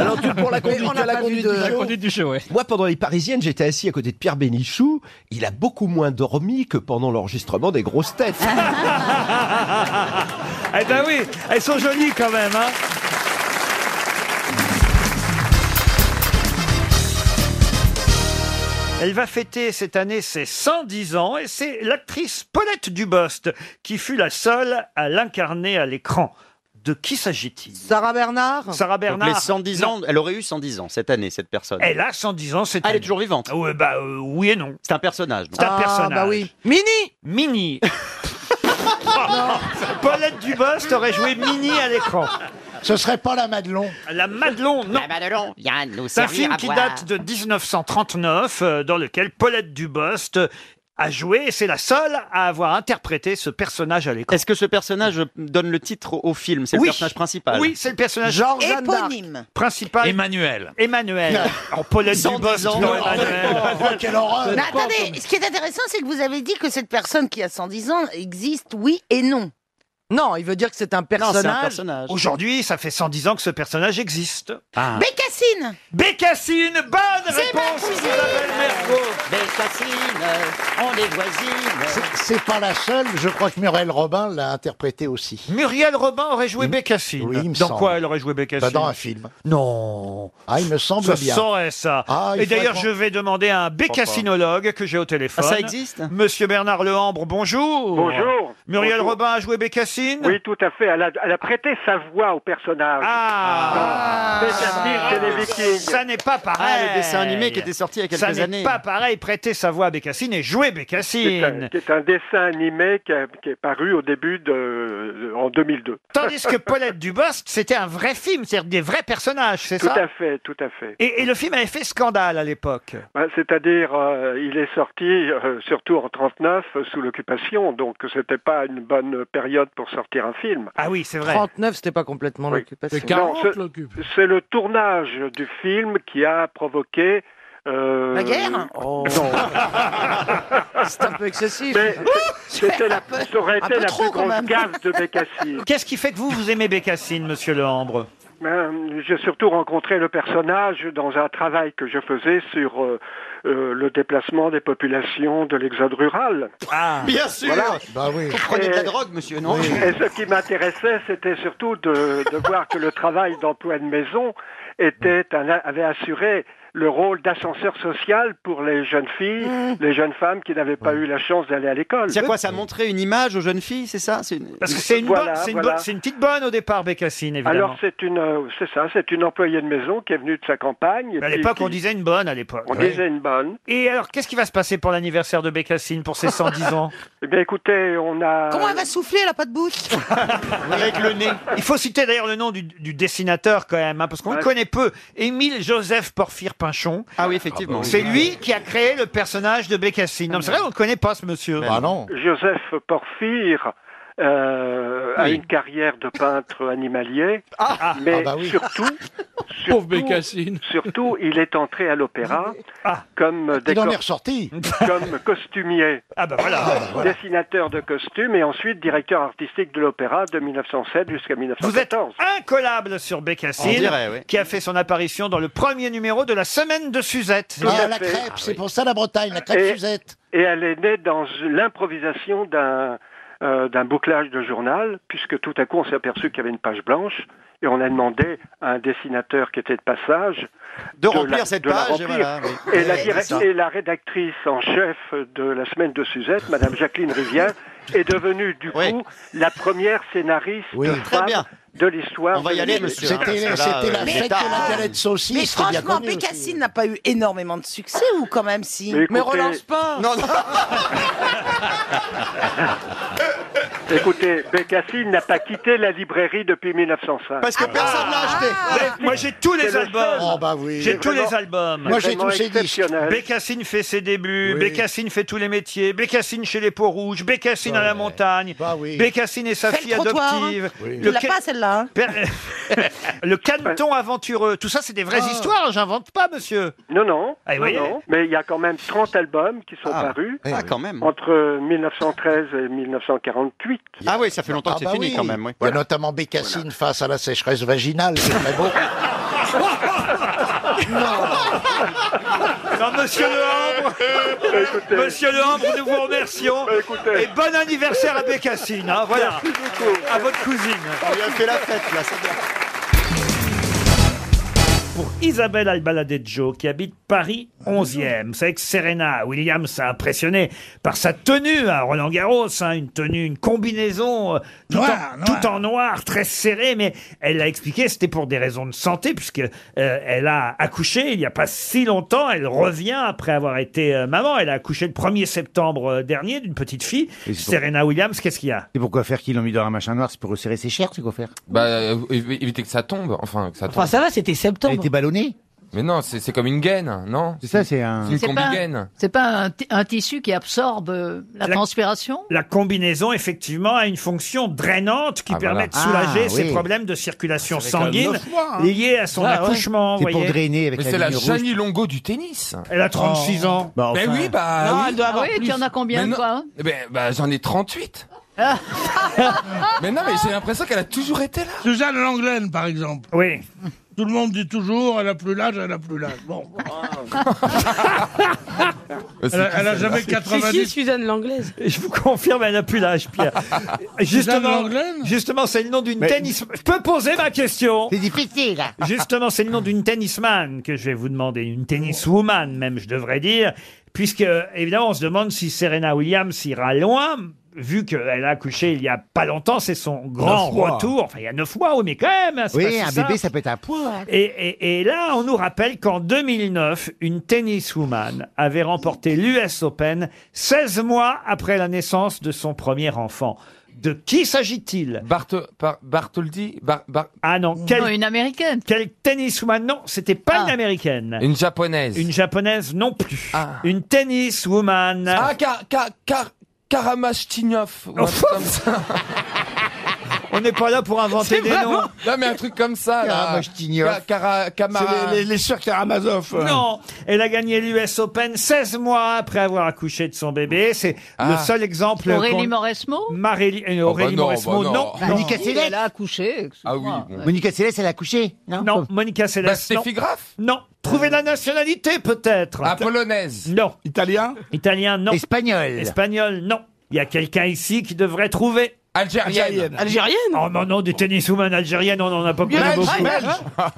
S11: Alors tu pour la
S10: Mais
S11: conduite,
S10: on n'a
S11: la
S10: pas vu
S11: conduite
S10: de-
S11: du
S10: la
S11: show.
S10: conduite du show, ouais.
S15: Moi, pendant les Parisiennes, j'étais assis à côté de Pierre Bénichou. Il a beaucoup moins dormi que pendant l'enregistrement des grosses
S10: *laughs*
S15: têtes.
S1: *laughs* Eh ben oui, elles sont jolies quand même. Hein Elle va fêter cette année ses 110 ans et c'est l'actrice Paulette Dubost qui fut la seule à l'incarner à l'écran. De qui s'agit-il Sarah Bernard Sarah
S28: Donc,
S1: Bernard.
S28: les 110 ans, elle aurait eu 110 ans cette année, cette personne.
S1: Elle a 110 ans, c'est
S28: Ah, elle est toujours vivante.
S1: bah, oui et non.
S28: C'est un personnage. donc.
S1: C'est
S7: Ah,
S1: un personnage.
S7: bah
S1: Mini Mini. Paulette Dubost aurait joué Mini à l'écran.
S13: Ce serait pas la Madelon.
S1: La Madelon, non.
S13: La Madelon, Yann, nous
S1: C'est un film qui date de 1939, euh, dans lequel Paulette Dubost a joué. et C'est la seule à avoir interprété ce personnage à l'écran.
S28: Est-ce que ce personnage donne le titre au film C'est
S1: Oui.
S28: le personnage principal.
S1: Oui, c'est le personnage Jeanne d'Arc.
S13: Éponyme.
S1: principal.
S28: Emmanuel.
S1: Emmanuel. En Paulette
S28: 110
S1: Dubost.
S28: ans. Non,
S1: non, Emmanuel.
S3: Ah, *laughs*
S13: Mais attendez, ce qui est intéressant, c'est que vous avez dit que cette personne qui a 110 ans existe, oui et non.
S7: Non, il veut dire que c'est un personnage.
S1: Aujourd'hui, ça fait 110 ans que ce personnage existe.
S13: Ah.
S1: Ah.
S8: Bécassine
S1: Bécassine, bonne
S8: C'est ma
S1: réponse,
S8: cousine
S1: Isabelle Mergo.
S8: Bécassine, on est voisines.
S13: C'est pas la seule, je crois que Muriel Robin l'a interprété aussi. Hmm.
S1: Muriel Robin aurait joué Bécassine.
S13: Mm. Oui, il me
S1: Dans
S13: semble.
S1: quoi elle aurait joué Bécassine
S13: Bah, Dans un film.
S1: Non.
S13: Ah, il me semble
S1: Ça
S13: bien.
S1: saurait ça.
S13: Ah, il
S1: Et d'ailleurs, je
S13: faudrait-
S1: vais demander à un bécassinologue que j'ai au téléphone.
S28: Ah, ça existe
S1: Monsieur Bernard Lehambre, bonjour.
S27: Bonjour.
S1: Muriel
S27: Bonjour.
S1: Robin a joué Bécassine
S27: Oui, tout à fait. Elle a, elle a prêté sa voix au personnage. Ah, chez les Vikings.
S1: Ça n'est pas pareil.
S27: Ah, le dessin animé qui était sorti il y a quelques
S1: Ça n'est
S27: années.
S1: pas pareil, prêter sa voix à Bécassine et jouer
S27: C'est un,
S1: Bécassine.
S27: qui est un dessin animé qui, a- qui est paru au début de, en 2002.
S1: *laughs* Tandis
S27: *laughs*
S1: que Paulette Dubost, c'était un vrai film, c'est-à-dire des vrais personnages, c'est
S27: tout
S1: ça
S27: à fait, tout à fait.
S1: Et, et le film avait fait scandale à l'époque.
S27: Bah, C'est-à-dire, euh, il est sorti euh, surtout en 39 euh, sous l'occupation, donc c'était pas une bonne période pour sortir un film.
S1: Ah oui, c'est vrai.
S7: 39, c'était pas complètement l'occupation.
S27: Non, ce- C'est le tournage du film qui a provoqué. euh,
S7: La guerre
S27: *laughs* Non.
S7: C'est un peu excessif.
S27: Mais
S1: *laughs*
S27: c'était la, ça aurait
S1: Un
S27: été
S1: peu
S27: la
S1: trop,
S27: plus
S1: quand
S27: grosse
S1: même.
S27: gaffe de Bécassine.
S1: *laughs* Qu'est-ce qui fait que vous, vous aimez Bécassine, monsieur Lehambre
S27: Ben, J'ai surtout rencontré le personnage dans un travail que je faisais sur euh, euh, le déplacement des populations de l'exode rural.
S1: Ah.
S27: Bien sûr.
S13: Bah oui.
S27: Vous prenez de la drogue,
S28: monsieur,
S27: Et ce qui m'intéressait, c'était surtout de, de *laughs* voir que le travail d'emploi de maison était un- avait assuré le rôle d'ascenseur social pour les jeunes filles, les jeunes femmes qui n'avaient pas eu la chance d'aller à l'école.
S28: C'est quoi Ça montrait une image aux jeunes filles, c'est ça C'est une-
S27: Parce
S1: Parce que c'est une,
S27: Voilà,
S1: bonne- c'est une
S27: voilà.
S1: bonne- c'est une petite bonne au départ, Bécassine, évidemment.
S27: Alors c'est une, euh, c'est ça, c'est une employée de maison qui est venue de sa campagne. et
S1: Mais à
S27: puis
S1: l'époque,
S27: qui-
S1: on disait une bonne à l'époque.
S27: on disait une bonne.
S1: Et alors, qu'est-ce qui va se passer pour l'anniversaire de Bécassine, pour ses 110 ans
S27: Eh bien, écoutez, on
S3: Euh,
S27: a.
S8: Comment elle va souffler, elle a pas de bouche
S1: Avec le nez. Il faut citer d'ailleurs le nom du, du dessinateur quand même, hein, parce qu'on le connaît peu. Émile Joseph Porphyre Pinchon.
S28: Ah oui, effectivement.
S13: bah
S1: C'est lui qui a créé le personnage de Bécassine. Non, mais c'est vrai, on ne connaît pas ce monsieur.
S13: Bah
S1: Ah non.
S27: Joseph Porphyre euh, a une carrière de peintre animalier, mais
S1: Ah bah oui. *laughs*
S27: surtout, surtout, surtout, il est entré à l'opéra
S1: Ah.
S27: comme
S13: Il en
S27: décor-
S13: est ressorti.
S27: comme costumier,
S1: Ah bah voilà.
S27: dessinateur de costumes et ensuite directeur artistique de l'opéra de 1907 jusqu'à 1914.
S1: Vous êtes incollable sur Bécassine,
S27: On dirait, oui.
S1: qui a fait son apparition dans le premier numéro de la semaine de Suzette.
S27: Ah,
S13: la
S27: fait.
S13: crêpe, c'est pour ça la Bretagne, la crêpe
S27: Et,
S13: Suzette.
S27: et elle est née dans l'improvisation d'un euh, d'un bouclage de journal, puisque tout à coup on s'est aperçu qu'il y avait une page blanche, et on a demandé à un dessinateur qui était de passage
S28: De remplir
S27: la-
S28: cette
S27: la
S28: page,
S27: remplir.
S28: voilà, oui.
S27: Et la,
S28: Ouais,
S27: direct-
S28: c'est ça.
S27: et la rédactrice en chef de la semaine de Suzette, Madame
S28: *laughs*
S27: Jacqueline Rivière, est devenue du coup la première scénariste
S13: Oui. Très
S27: femme
S13: bien.
S27: de l'histoire.
S28: On va y
S27: de
S28: aller,
S27: l'humanité.
S28: monsieur,
S13: C'était
S28: parce que là,
S13: c'était la
S28: euh,
S13: fête de la
S28: l'État-
S13: galette saucisse.
S8: Mais
S13: c'est bien
S8: franchement,
S13: connu aussi.
S8: Bécassine n'a pas eu énormément de succès ou quand même si
S27: Mais écoutez- Mais relance
S8: pas
S28: Non, non
S27: *laughs* Écoutez, Bécassine n'a pas quitté la librairie depuis 1905.
S28: Parce que personne l'a acheté.
S1: Mais Moi j'ai tous les
S27: Ah, C'est le
S1: albums.
S27: seul. Oh,
S13: bah oui.
S1: J'ai
S27: C'est
S1: tous les
S27: vraiment-
S1: albums.
S27: Moi, j'ai tous ces disques. exceptionnel.
S1: Bécassine fait ses débuts,
S27: Oui.
S1: Bécassine fait tous les métiers, Bécassine chez les peaux rouges, Bécassine à la montagne,
S27: Bah
S1: Bécassine et sa
S8: Fais
S1: fille
S8: le
S27: hein.
S8: trottoir.
S1: adoptive.
S8: Tu
S1: Le,
S8: l'as
S1: ca-
S8: pas celle-là hein
S1: *laughs* le canton aventureux, tout ça c'est des
S27: Ah.
S1: vraies histoires, j'invente pas monsieur.
S27: Non, non.
S1: Ah,
S27: non,
S1: oui.
S27: non. Mais il y a quand même 30 albums qui sont parus.
S28: Eh Ah, quand même.
S27: Entre 1913 et 1948.
S28: Ah oui, ça fait longtemps
S13: Ah
S28: que
S13: bah
S28: c'est fini
S13: oui.
S28: quand même. Oui.
S13: Il y a notamment Bécassine face à la sécheresse vaginale, c'est très
S1: *laughs*
S13: beau.
S1: Non, monsieur Lehambre,
S28: Bah,
S1: monsieur Lehambre, nous vous remercions. Et bon anniversaire à Bécassine, hein, voilà. À votre cousine.
S28: On lui a fait la fête, là, c'est bien.
S1: pour Isabelle Albaladejo qui habite Paris
S20: Ah,
S1: 11e. C'est vrai que Serena Williams a impressionné par sa tenue à Roland Garros, hein, une tenue, une combinaison euh, tout,
S13: Noir,
S1: en,
S13: noir.
S1: tout en noir, très serrée, mais elle l'a expliqué, c'était pour des raisons de santé puisque euh, elle a accouché il n'y a pas si longtemps, elle revient après avoir été euh, maman, elle a accouché le 1er septembre euh, dernier d'une petite fille.
S20: Et c'est pour-
S1: Serena Williams, qu'est-ce qu'il y a
S20: C'est pourquoi faire qu'ils l'ont mis dans un machin noir C'est pour resserrer ses chairs, c'est quoi faire
S21: Bah, euh, évi- éviter que ça tombe. Enfin, que ça tombe.
S20: Enfin, ça va, c'était septembre. Elle était ballonnée
S21: Mais non, c'est c'est comme une gaine, non
S20: C'est ça, c'est un.
S1: Hein.
S21: C'est une
S31: C'est pas,
S21: combi-gaine.
S31: c'est pas un, ti- un tissu qui absorbe euh, la,
S1: La-
S31: transpiration
S1: La combinaison, effectivement, a une fonction drainante qui
S20: Ah, voilà.
S1: permet de soulager
S20: Ah,
S1: ses
S20: oui.
S1: problèmes de circulation
S20: Ça fait quand même
S1: sanguine
S20: neuf mois, hein.
S1: liés à son
S20: Ouais, ouais.
S1: accouchement.
S20: C'est pour
S1: voyez.
S20: drainer avec
S21: Mais c'est la Janie Longo du tennis.
S1: Elle a 36 ans.
S20: Bah,
S21: Mais
S20: enfin.
S21: oui, bah.
S31: Non,
S21: oui.
S31: elle doit avoir Ah oui, plus. tu en as combien,
S21: Mais non-
S31: toi
S21: Eh ben, bah, j'en ai 38. *laughs* Mais non, mais j'ai l'impression qu'elle a toujours été là.
S24: Suzanne Langlaine, par exemple.
S1: Oui.
S24: Tout le monde dit toujours, elle a plus l'âge, elle a plus l'âge. Bon.
S20: Euh,
S24: elle, a, elle a jamais 90.
S1: Suzanne l'anglaise. *laughs* Je vous confirme, elle n'a plus l'âge, Pierre.
S24: Suzanne
S1: justement,
S24: Langlaine
S1: justement, c'est le nom d'une tennis. Je peux poser ma question. C'est difficile. *laughs* Justement, c'est le nom d'une tennisman que je vais vous demander, une tenniswoman même, je devrais dire, puisque évidemment, on se demande si Serena Williams ira loin. Vu qu'elle a accouché il y a pas longtemps, c'est son grand
S6: Neuf mois.
S1: retour. Enfin, il y a neuf mois, oui, mais quand même. hein, c'est pas
S6: Oui,
S1: si
S6: un
S1: simple.
S6: bébé, ça peut être un poids.
S1: Et, et- et là, on nous rappelle qu'en 2009, une tenniswoman avait remporté l'US Open 16 mois après la naissance de son premier enfant. De qui s'agit-il Bartoldi Ah non, quelle,
S13: Non, une américaine. Ah.
S1: quelle tenniswoman Non, c'était pas une américaine. Une japonaise Une japonaise non plus. Une tenniswoman. Oh,
S21: Ah, car, car, car, Karamashtinov. ou un truc comme ça.
S1: On n'est pas là pour inventer
S21: C'est
S1: des
S21: vraiment-
S1: noms.
S21: Non, mais un truc comme
S18: Ah,
S21: ça, là. Ah, Ka- Kara- Kamara-
S1: sœurs Karamazov. Non, elle a gagné l'US Open 16 mois après avoir accouché de son bébé. C'est le
S13: Ah.
S1: seul exemple.
S13: Aurélie
S1: qu'on-
S13: Moresmo
S1: Maréli- euh,
S13: Oh, bah
S1: Aurélie
S13: non,
S1: Moresmo,
S13: bah
S1: non.
S13: non. Bah,
S1: non.
S13: Monica Seles. Elle a accouché.
S1: Ah oui.
S6: Monica Seles, elle a couché
S1: Non, Monica Seles.
S6: Bah,
S1: non.
S6: Steffi Graf
S1: Non. Trouver la nationalité, peut-être. Ah, polonaise. Non. Italien Italien, non. Espagnol Espagnol, non. Il y a quelqu'un ici qui devrait trouver.
S21: Algérienne.
S1: Algérienne Oh non, non, des tenniswomen algériennes, on n'en a pas connu
S21: Belge,
S1: beaucoup.
S21: Belge.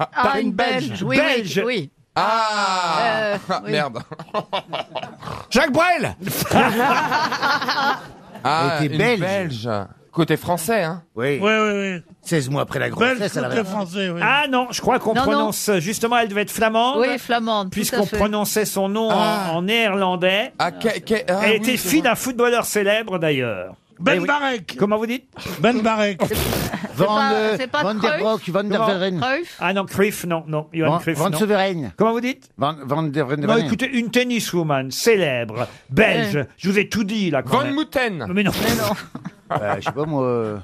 S13: Ah, une belge. Oui,
S1: Belge.
S13: oui, oui.
S21: Ah,
S28: *laughs*
S13: Euh, oui.
S21: Merde.
S1: *laughs* Jacques Brel
S21: Ah,
S6: Elle
S21: une
S6: était
S21: belge.
S6: belge.
S21: Côté français, hein.
S6: Oui.
S24: Oui, oui, oui.
S6: 16 mois
S1: Bah,
S6: après la
S24: Belge,
S6: grossesse, elle
S24: côté
S6: avait...
S24: français, oui.
S1: Ah non, je crois qu'on
S24: Non, non.
S1: prononce justement, elle devait être flamande.
S13: Oui, flamande. tout à
S1: Puisqu'on
S13: fait.
S1: prononçait son nom en-
S21: Ah.
S1: en, néerlandais.
S24: ah
S1: elle
S24: oui,
S1: était
S24: c'est
S1: fille
S24: vrai.
S1: d'un footballeur célèbre d'ailleurs.
S24: Ben
S1: Eh oui.
S24: Barek.
S1: Comment vous dites
S6: *laughs*
S24: Ben Barek.
S1: Van,
S24: pas-
S1: euh,
S24: c'est pas
S1: Van der
S24: Cruyff
S1: Broek, Van der
S24: Comment
S1: Veren.
S24: Cruyff
S1: Ah non, Cruyff, non, non. Johan
S6: Van,
S1: Cruyff,
S6: Van
S1: non.
S6: Severen.
S1: Comment vous dites
S6: Van, Van der Van der
S1: Non,
S6: Veren.
S1: écoutez, une tenniswoman célèbre, belge.
S6: Ouais.
S1: Je vous ai tout dit là. Quand
S6: Van
S1: même.
S21: Mouten.
S1: Mais non.
S6: *laughs* Euh, je sais pas moi.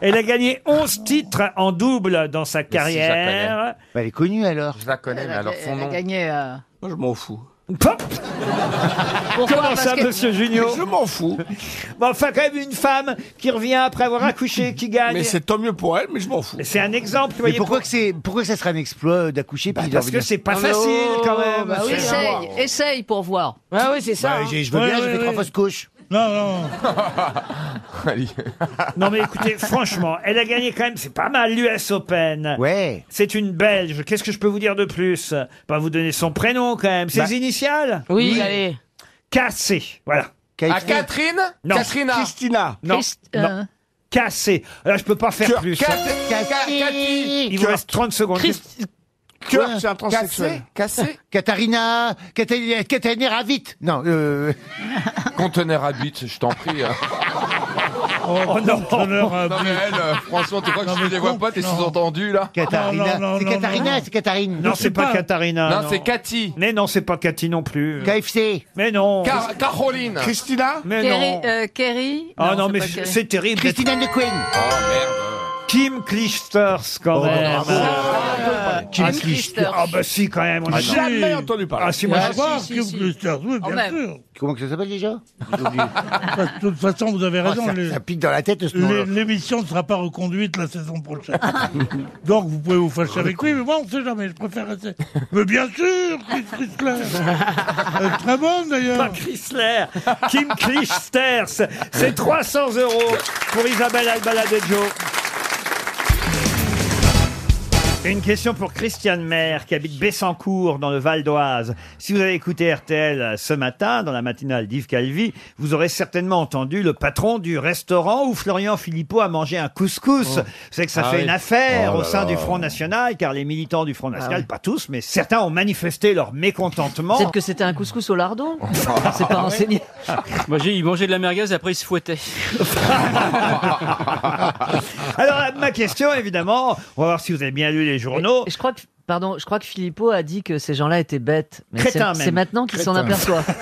S1: Elle a gagné 11 titres en double dans sa carrière.
S6: Bah, elle est connue alors.
S21: Je la connais, mais alors son
S13: Elle a
S21: nom.
S13: gagné. euh,
S21: Moi, je m'en fous.
S1: Comment
S13: Parce
S1: ça,
S13: que-
S1: monsieur Junior
S21: Je m'en fous.
S1: Bon, enfin, quand même, une femme qui revient après avoir accouché, qui gagne.
S21: Mais c'est
S1: tant mieux pour elle, mais je m'en fous. C'est un exemple, vous
S6: Mais
S1: voyez.
S6: pourquoi, que c'est, pourquoi que ça serait un exploit d'accoucher puis de
S1: Bah, parce que
S6: revenir
S1: c'est pas facile, quand
S6: Oh,
S1: même. hein.
S13: bah oui,
S1: c'est-
S13: essaye, essaye pour voir. Ah oui, c'est
S6: Bah,
S1: hein.
S6: j'ai- je veux bien, j'ai fait trois fausses couches.
S24: Non,
S21: *laughs*
S24: non.
S1: Non, mais écoutez, franchement, elle a gagné quand même, c'est pas mal, l'US Open.
S6: Ouais.
S1: C'est une Belge. Qu'est-ce que je peux vous dire de plus Pas vous donner son prénom, quand même. Ses
S6: Bah-
S1: initiales
S24: Oui, Oui. allez.
S1: Cassé. Voilà.
S21: À Ah, Catherine
S1: Non.
S21: Catherine
S1: Christina. Non.
S24: Christ-
S1: non.
S24: euh.
S1: Cassé. Là, je peux pas faire
S24: Kurt.
S1: plus.
S24: Cat-
S1: Il vous reste 30 secondes.
S6: Quoi
S1: Kurt, c'est un transsexuel.
S21: Cassé Cassé
S6: Katharina Katharina Katharina Ravit Non,
S21: *laughs*
S6: euh...
S21: Conteneur habite, je t'en
S1: *laughs*
S21: prie.
S1: Oh, non
S21: euh, Non, mais elle, euh, franchement, tu crois que je ne les vois pas, t'es sous-entendu là
S6: Katharina. c'est Katharina, c'est Katharine.
S1: Non, c'est pas Katharina.
S21: Non, c'est Cathy.
S1: Mais non, c'est pas Cathy non plus.
S6: KFC.
S1: Mais non.
S21: Car- Caroline.
S1: Christina Mais non.
S13: Kerry, euh, Kerry
S1: Ah non,
S13: c'est
S1: mais
S13: pas
S1: c'est
S13: Kerry.
S1: c'est terrible. Christina
S6: de Queen.
S21: Oh merde.
S1: Kim Clijsters,
S24: Oh,
S1: quand même.
S24: euh,
S13: Ah,
S1: Kim
S13: Kim
S1: Clijsters.
S13: Clijsters.
S1: Ah bah si, quand même. on a-
S24: Jamais entendu parler.
S1: Ah si, moi,
S24: Ah,
S1: je-
S24: si, Ah, si, Kim si. Clijsters, oui, bien sûr.
S6: Comment que ça s'appelle déjà
S24: De toute façon, vous avez
S6: Oh,
S24: raison.
S6: ça-
S24: les-
S6: ça pique dans la tête, ce
S24: les-
S6: nom-là.
S24: L'émission ne sera pas reconduite la saison prochaine. Donc, vous pouvez vous fâcher avec lui, mais moi, on ne sait jamais. Je préfère rester. Mais bien sûr, Chris Chrysler. Elle est très bonne,
S1: Pas
S24: d'ailleurs.
S1: Chrysler, *laughs* Kim Clijsters. C'est 300 euros pour Isabelle Albaladejo. Une question pour Christiane Maire, qui habite Bessancourt, dans le Val d'Oise. Si vous avez écouté RTL ce matin, dans la matinale d'Yves Calvi, vous aurez certainement entendu le patron du restaurant où Florian Philippot a mangé un couscous. C'est que ça
S6: Ah
S1: fait
S6: oui.
S1: une affaire
S6: Oh
S1: au
S6: là
S1: sein
S6: là.
S1: du Front National, car les militants du Front National,
S6: oui.
S1: pas tous, mais certains ont manifesté leur mécontentement. Ah
S29: Peut-être
S1: *laughs*
S29: que c'était un couscous au lardon.
S10: C'est
S29: pas renseigné.
S10: *laughs* Moi, j'ai, il mangeait de la merguez, après il se fouettait.
S1: Alors, ma question, évidemment, on va voir si vous avez bien lu les journaux.
S29: Je crois que.
S6: Pardon, je crois que Philippot a dit que ces gens-là étaient bêtes. Mais c'est-
S1: Crétins, même.
S6: C'est maintenant qu'ils s'en
S1: Crétins.
S6: aperçoivent.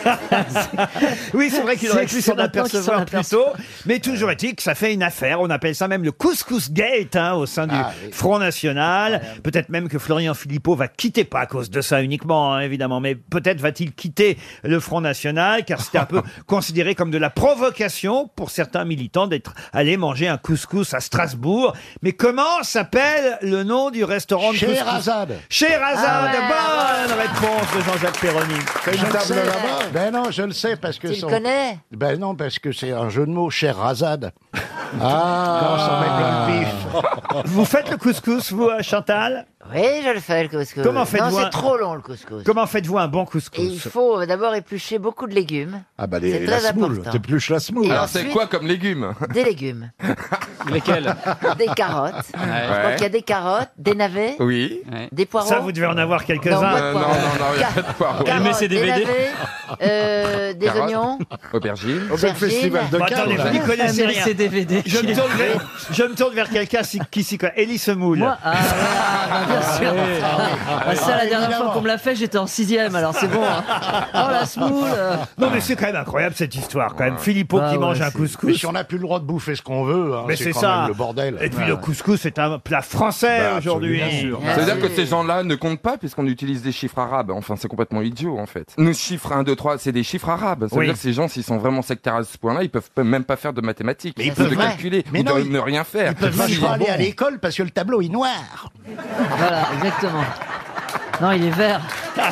S1: *laughs* Oui, c'est vrai qu'il aurait
S6: C'est-
S1: pu
S6: c'est
S1: s'en
S6: maintenant qu'il s'en
S1: apercevoir plus tôt. Mais toujours est-il que ça fait une affaire. On appelle ça même le couscous gate hein, au sein du Front National. Peut-être même que Florian Philippot va quitter, pas à cause de ça uniquement, hein, évidemment, mais peut-être va-t-il quitter le Front National, car c'était un peu considéré comme de la provocation pour certains militants d'être allés manger un couscous à Strasbourg. Mais comment s'appelle le nom du restaurant de couscous
S13: Scheherazade.
S1: Scheherazade.
S13: Ah
S1: Bonne réponse de Jean-Jacques Perroni.
S13: C'est une table là-bas
S20: Ben non, je le sais parce que.
S13: Tu le
S20: son-
S13: connais
S20: Ben non, parce que c'est un jeu de mots, cher Razad. Ah,
S1: *laughs* Vous faites le couscous, vous, euh, Chantal
S18: Oui, je le fais, le couscous.
S1: Comment faites-vous
S18: Non,
S1: un-
S18: c'est trop long, le couscous.
S1: Comment faites-vous un bon
S18: Et il
S1: couscous
S18: faut euh, d'abord éplucher beaucoup
S1: *laughs*
S18: de légumes.
S13: Ah bah
S18: C'est
S13: les,
S18: très
S13: la semoule,
S18: important.
S13: t'es plus la semoule.
S18: Et Alors, c'est ensuite- quoi
S13: comme légumes
S18: Des légumes.
S13: Lesquels
S18: des carottes.
S13: Ouais.
S18: Je crois qu'il y a des carottes, des navets,
S1: Oui.
S18: des poireaux.
S1: Ça, vous devez en avoir quelques-uns.
S18: Non, pas de Euh, non, poireaux.
S1: non, il n'y a pas de poireaux.
S18: Calmez ces des navets,
S1: *laughs*
S18: euh, des
S1: Carottes.
S18: oignons.
S1: Aubergine.
S18: Au Aubergine. festival de Cannes,
S1: Attendez,
S18: là.
S1: vous n'y connaissez
S18: Amélie
S1: rien.
S18: CDVD.
S1: Je me tourne vers, je me tourne vers quelqu'un si- qui s'y connaît. Élie Semoule. bah,
S6: Ah, bien sûr. Ah, ça, la dernière fois qu'on me l'a fait, j'étais en sixième, alors c'est bon. hein. Oh, la semoule euh.
S1: Non, mais c'est quand même incroyable cette histoire, quand même. Philippot
S20: Ah
S1: qui
S20: ouais,
S1: mange un
S20: c'est-
S1: couscous.
S20: Mais si on n'a plus le droit de bouffer ce qu'on veut, hein,
S1: Mais
S20: c'est
S1: c'est
S20: quand
S1: ça.
S20: même le bordel.
S1: Et puis
S20: Ouais,
S1: le
S20: ouais.
S1: couscous, c'est un plat français
S20: Bah,
S1: aujourd'hui.
S20: absolument.
S1: Bah,
S21: C'est-à-dire
S1: oui.
S21: que ces gens-là ne comptent pas puisqu'on utilise des chiffres arabes. Enfin, c'est complètement idiot en fait. Nos chiffres 1, 2, 3, c'est des chiffres arabes. Ça veut
S1: Oui.
S21: dire que ces gens, s'ils sont vraiment sectaires à ce point-là, ils peuvent même pas faire de mathématiques.
S20: Mais
S21: ils
S20: ils
S21: peuvent de
S20: peuvent-
S21: calculer.
S20: mais
S21: ils
S20: non,
S21: doivent
S20: ils-
S21: ne rien faire.
S20: Ils peuvent
S21: Ils
S20: vachement
S21: sont
S20: aller à
S21: bons.
S20: l'école parce que le tableau est noir.
S6: Voilà, exactement. Non, il est vert.
S1: *laughs*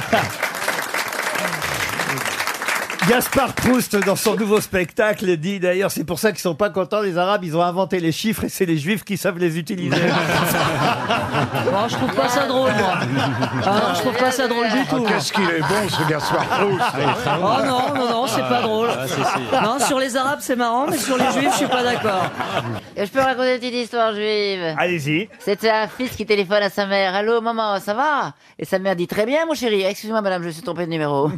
S1: Gaspard Proust, dans son nouveau spectacle, dit d'ailleurs, c'est pour ça qu'ils sont pas contents, les Arabes, ils ont inventé les chiffres et c'est les Juifs qui savent les utiliser.
S6: Bon, je trouve pas ça drôle, moi. Ah, non, je trouve pas ça drôle du tout.
S13: Qu'est-ce qu'il est bon ce Gaspard Proust
S6: Oh non, non, non, c'est pas drôle. Non, sur les Arabes, c'est marrant, mais sur les Juifs, je suis pas d'accord.
S18: Et je peux raconter une petite histoire juive.
S1: Allez-y.
S18: C'était un fils qui téléphone à sa mère. Allô, maman, ça va Et sa mère dit très
S1: *laughs*
S18: bien, mon chéri. Excuse-moi, madame, je suis trompé de numéro.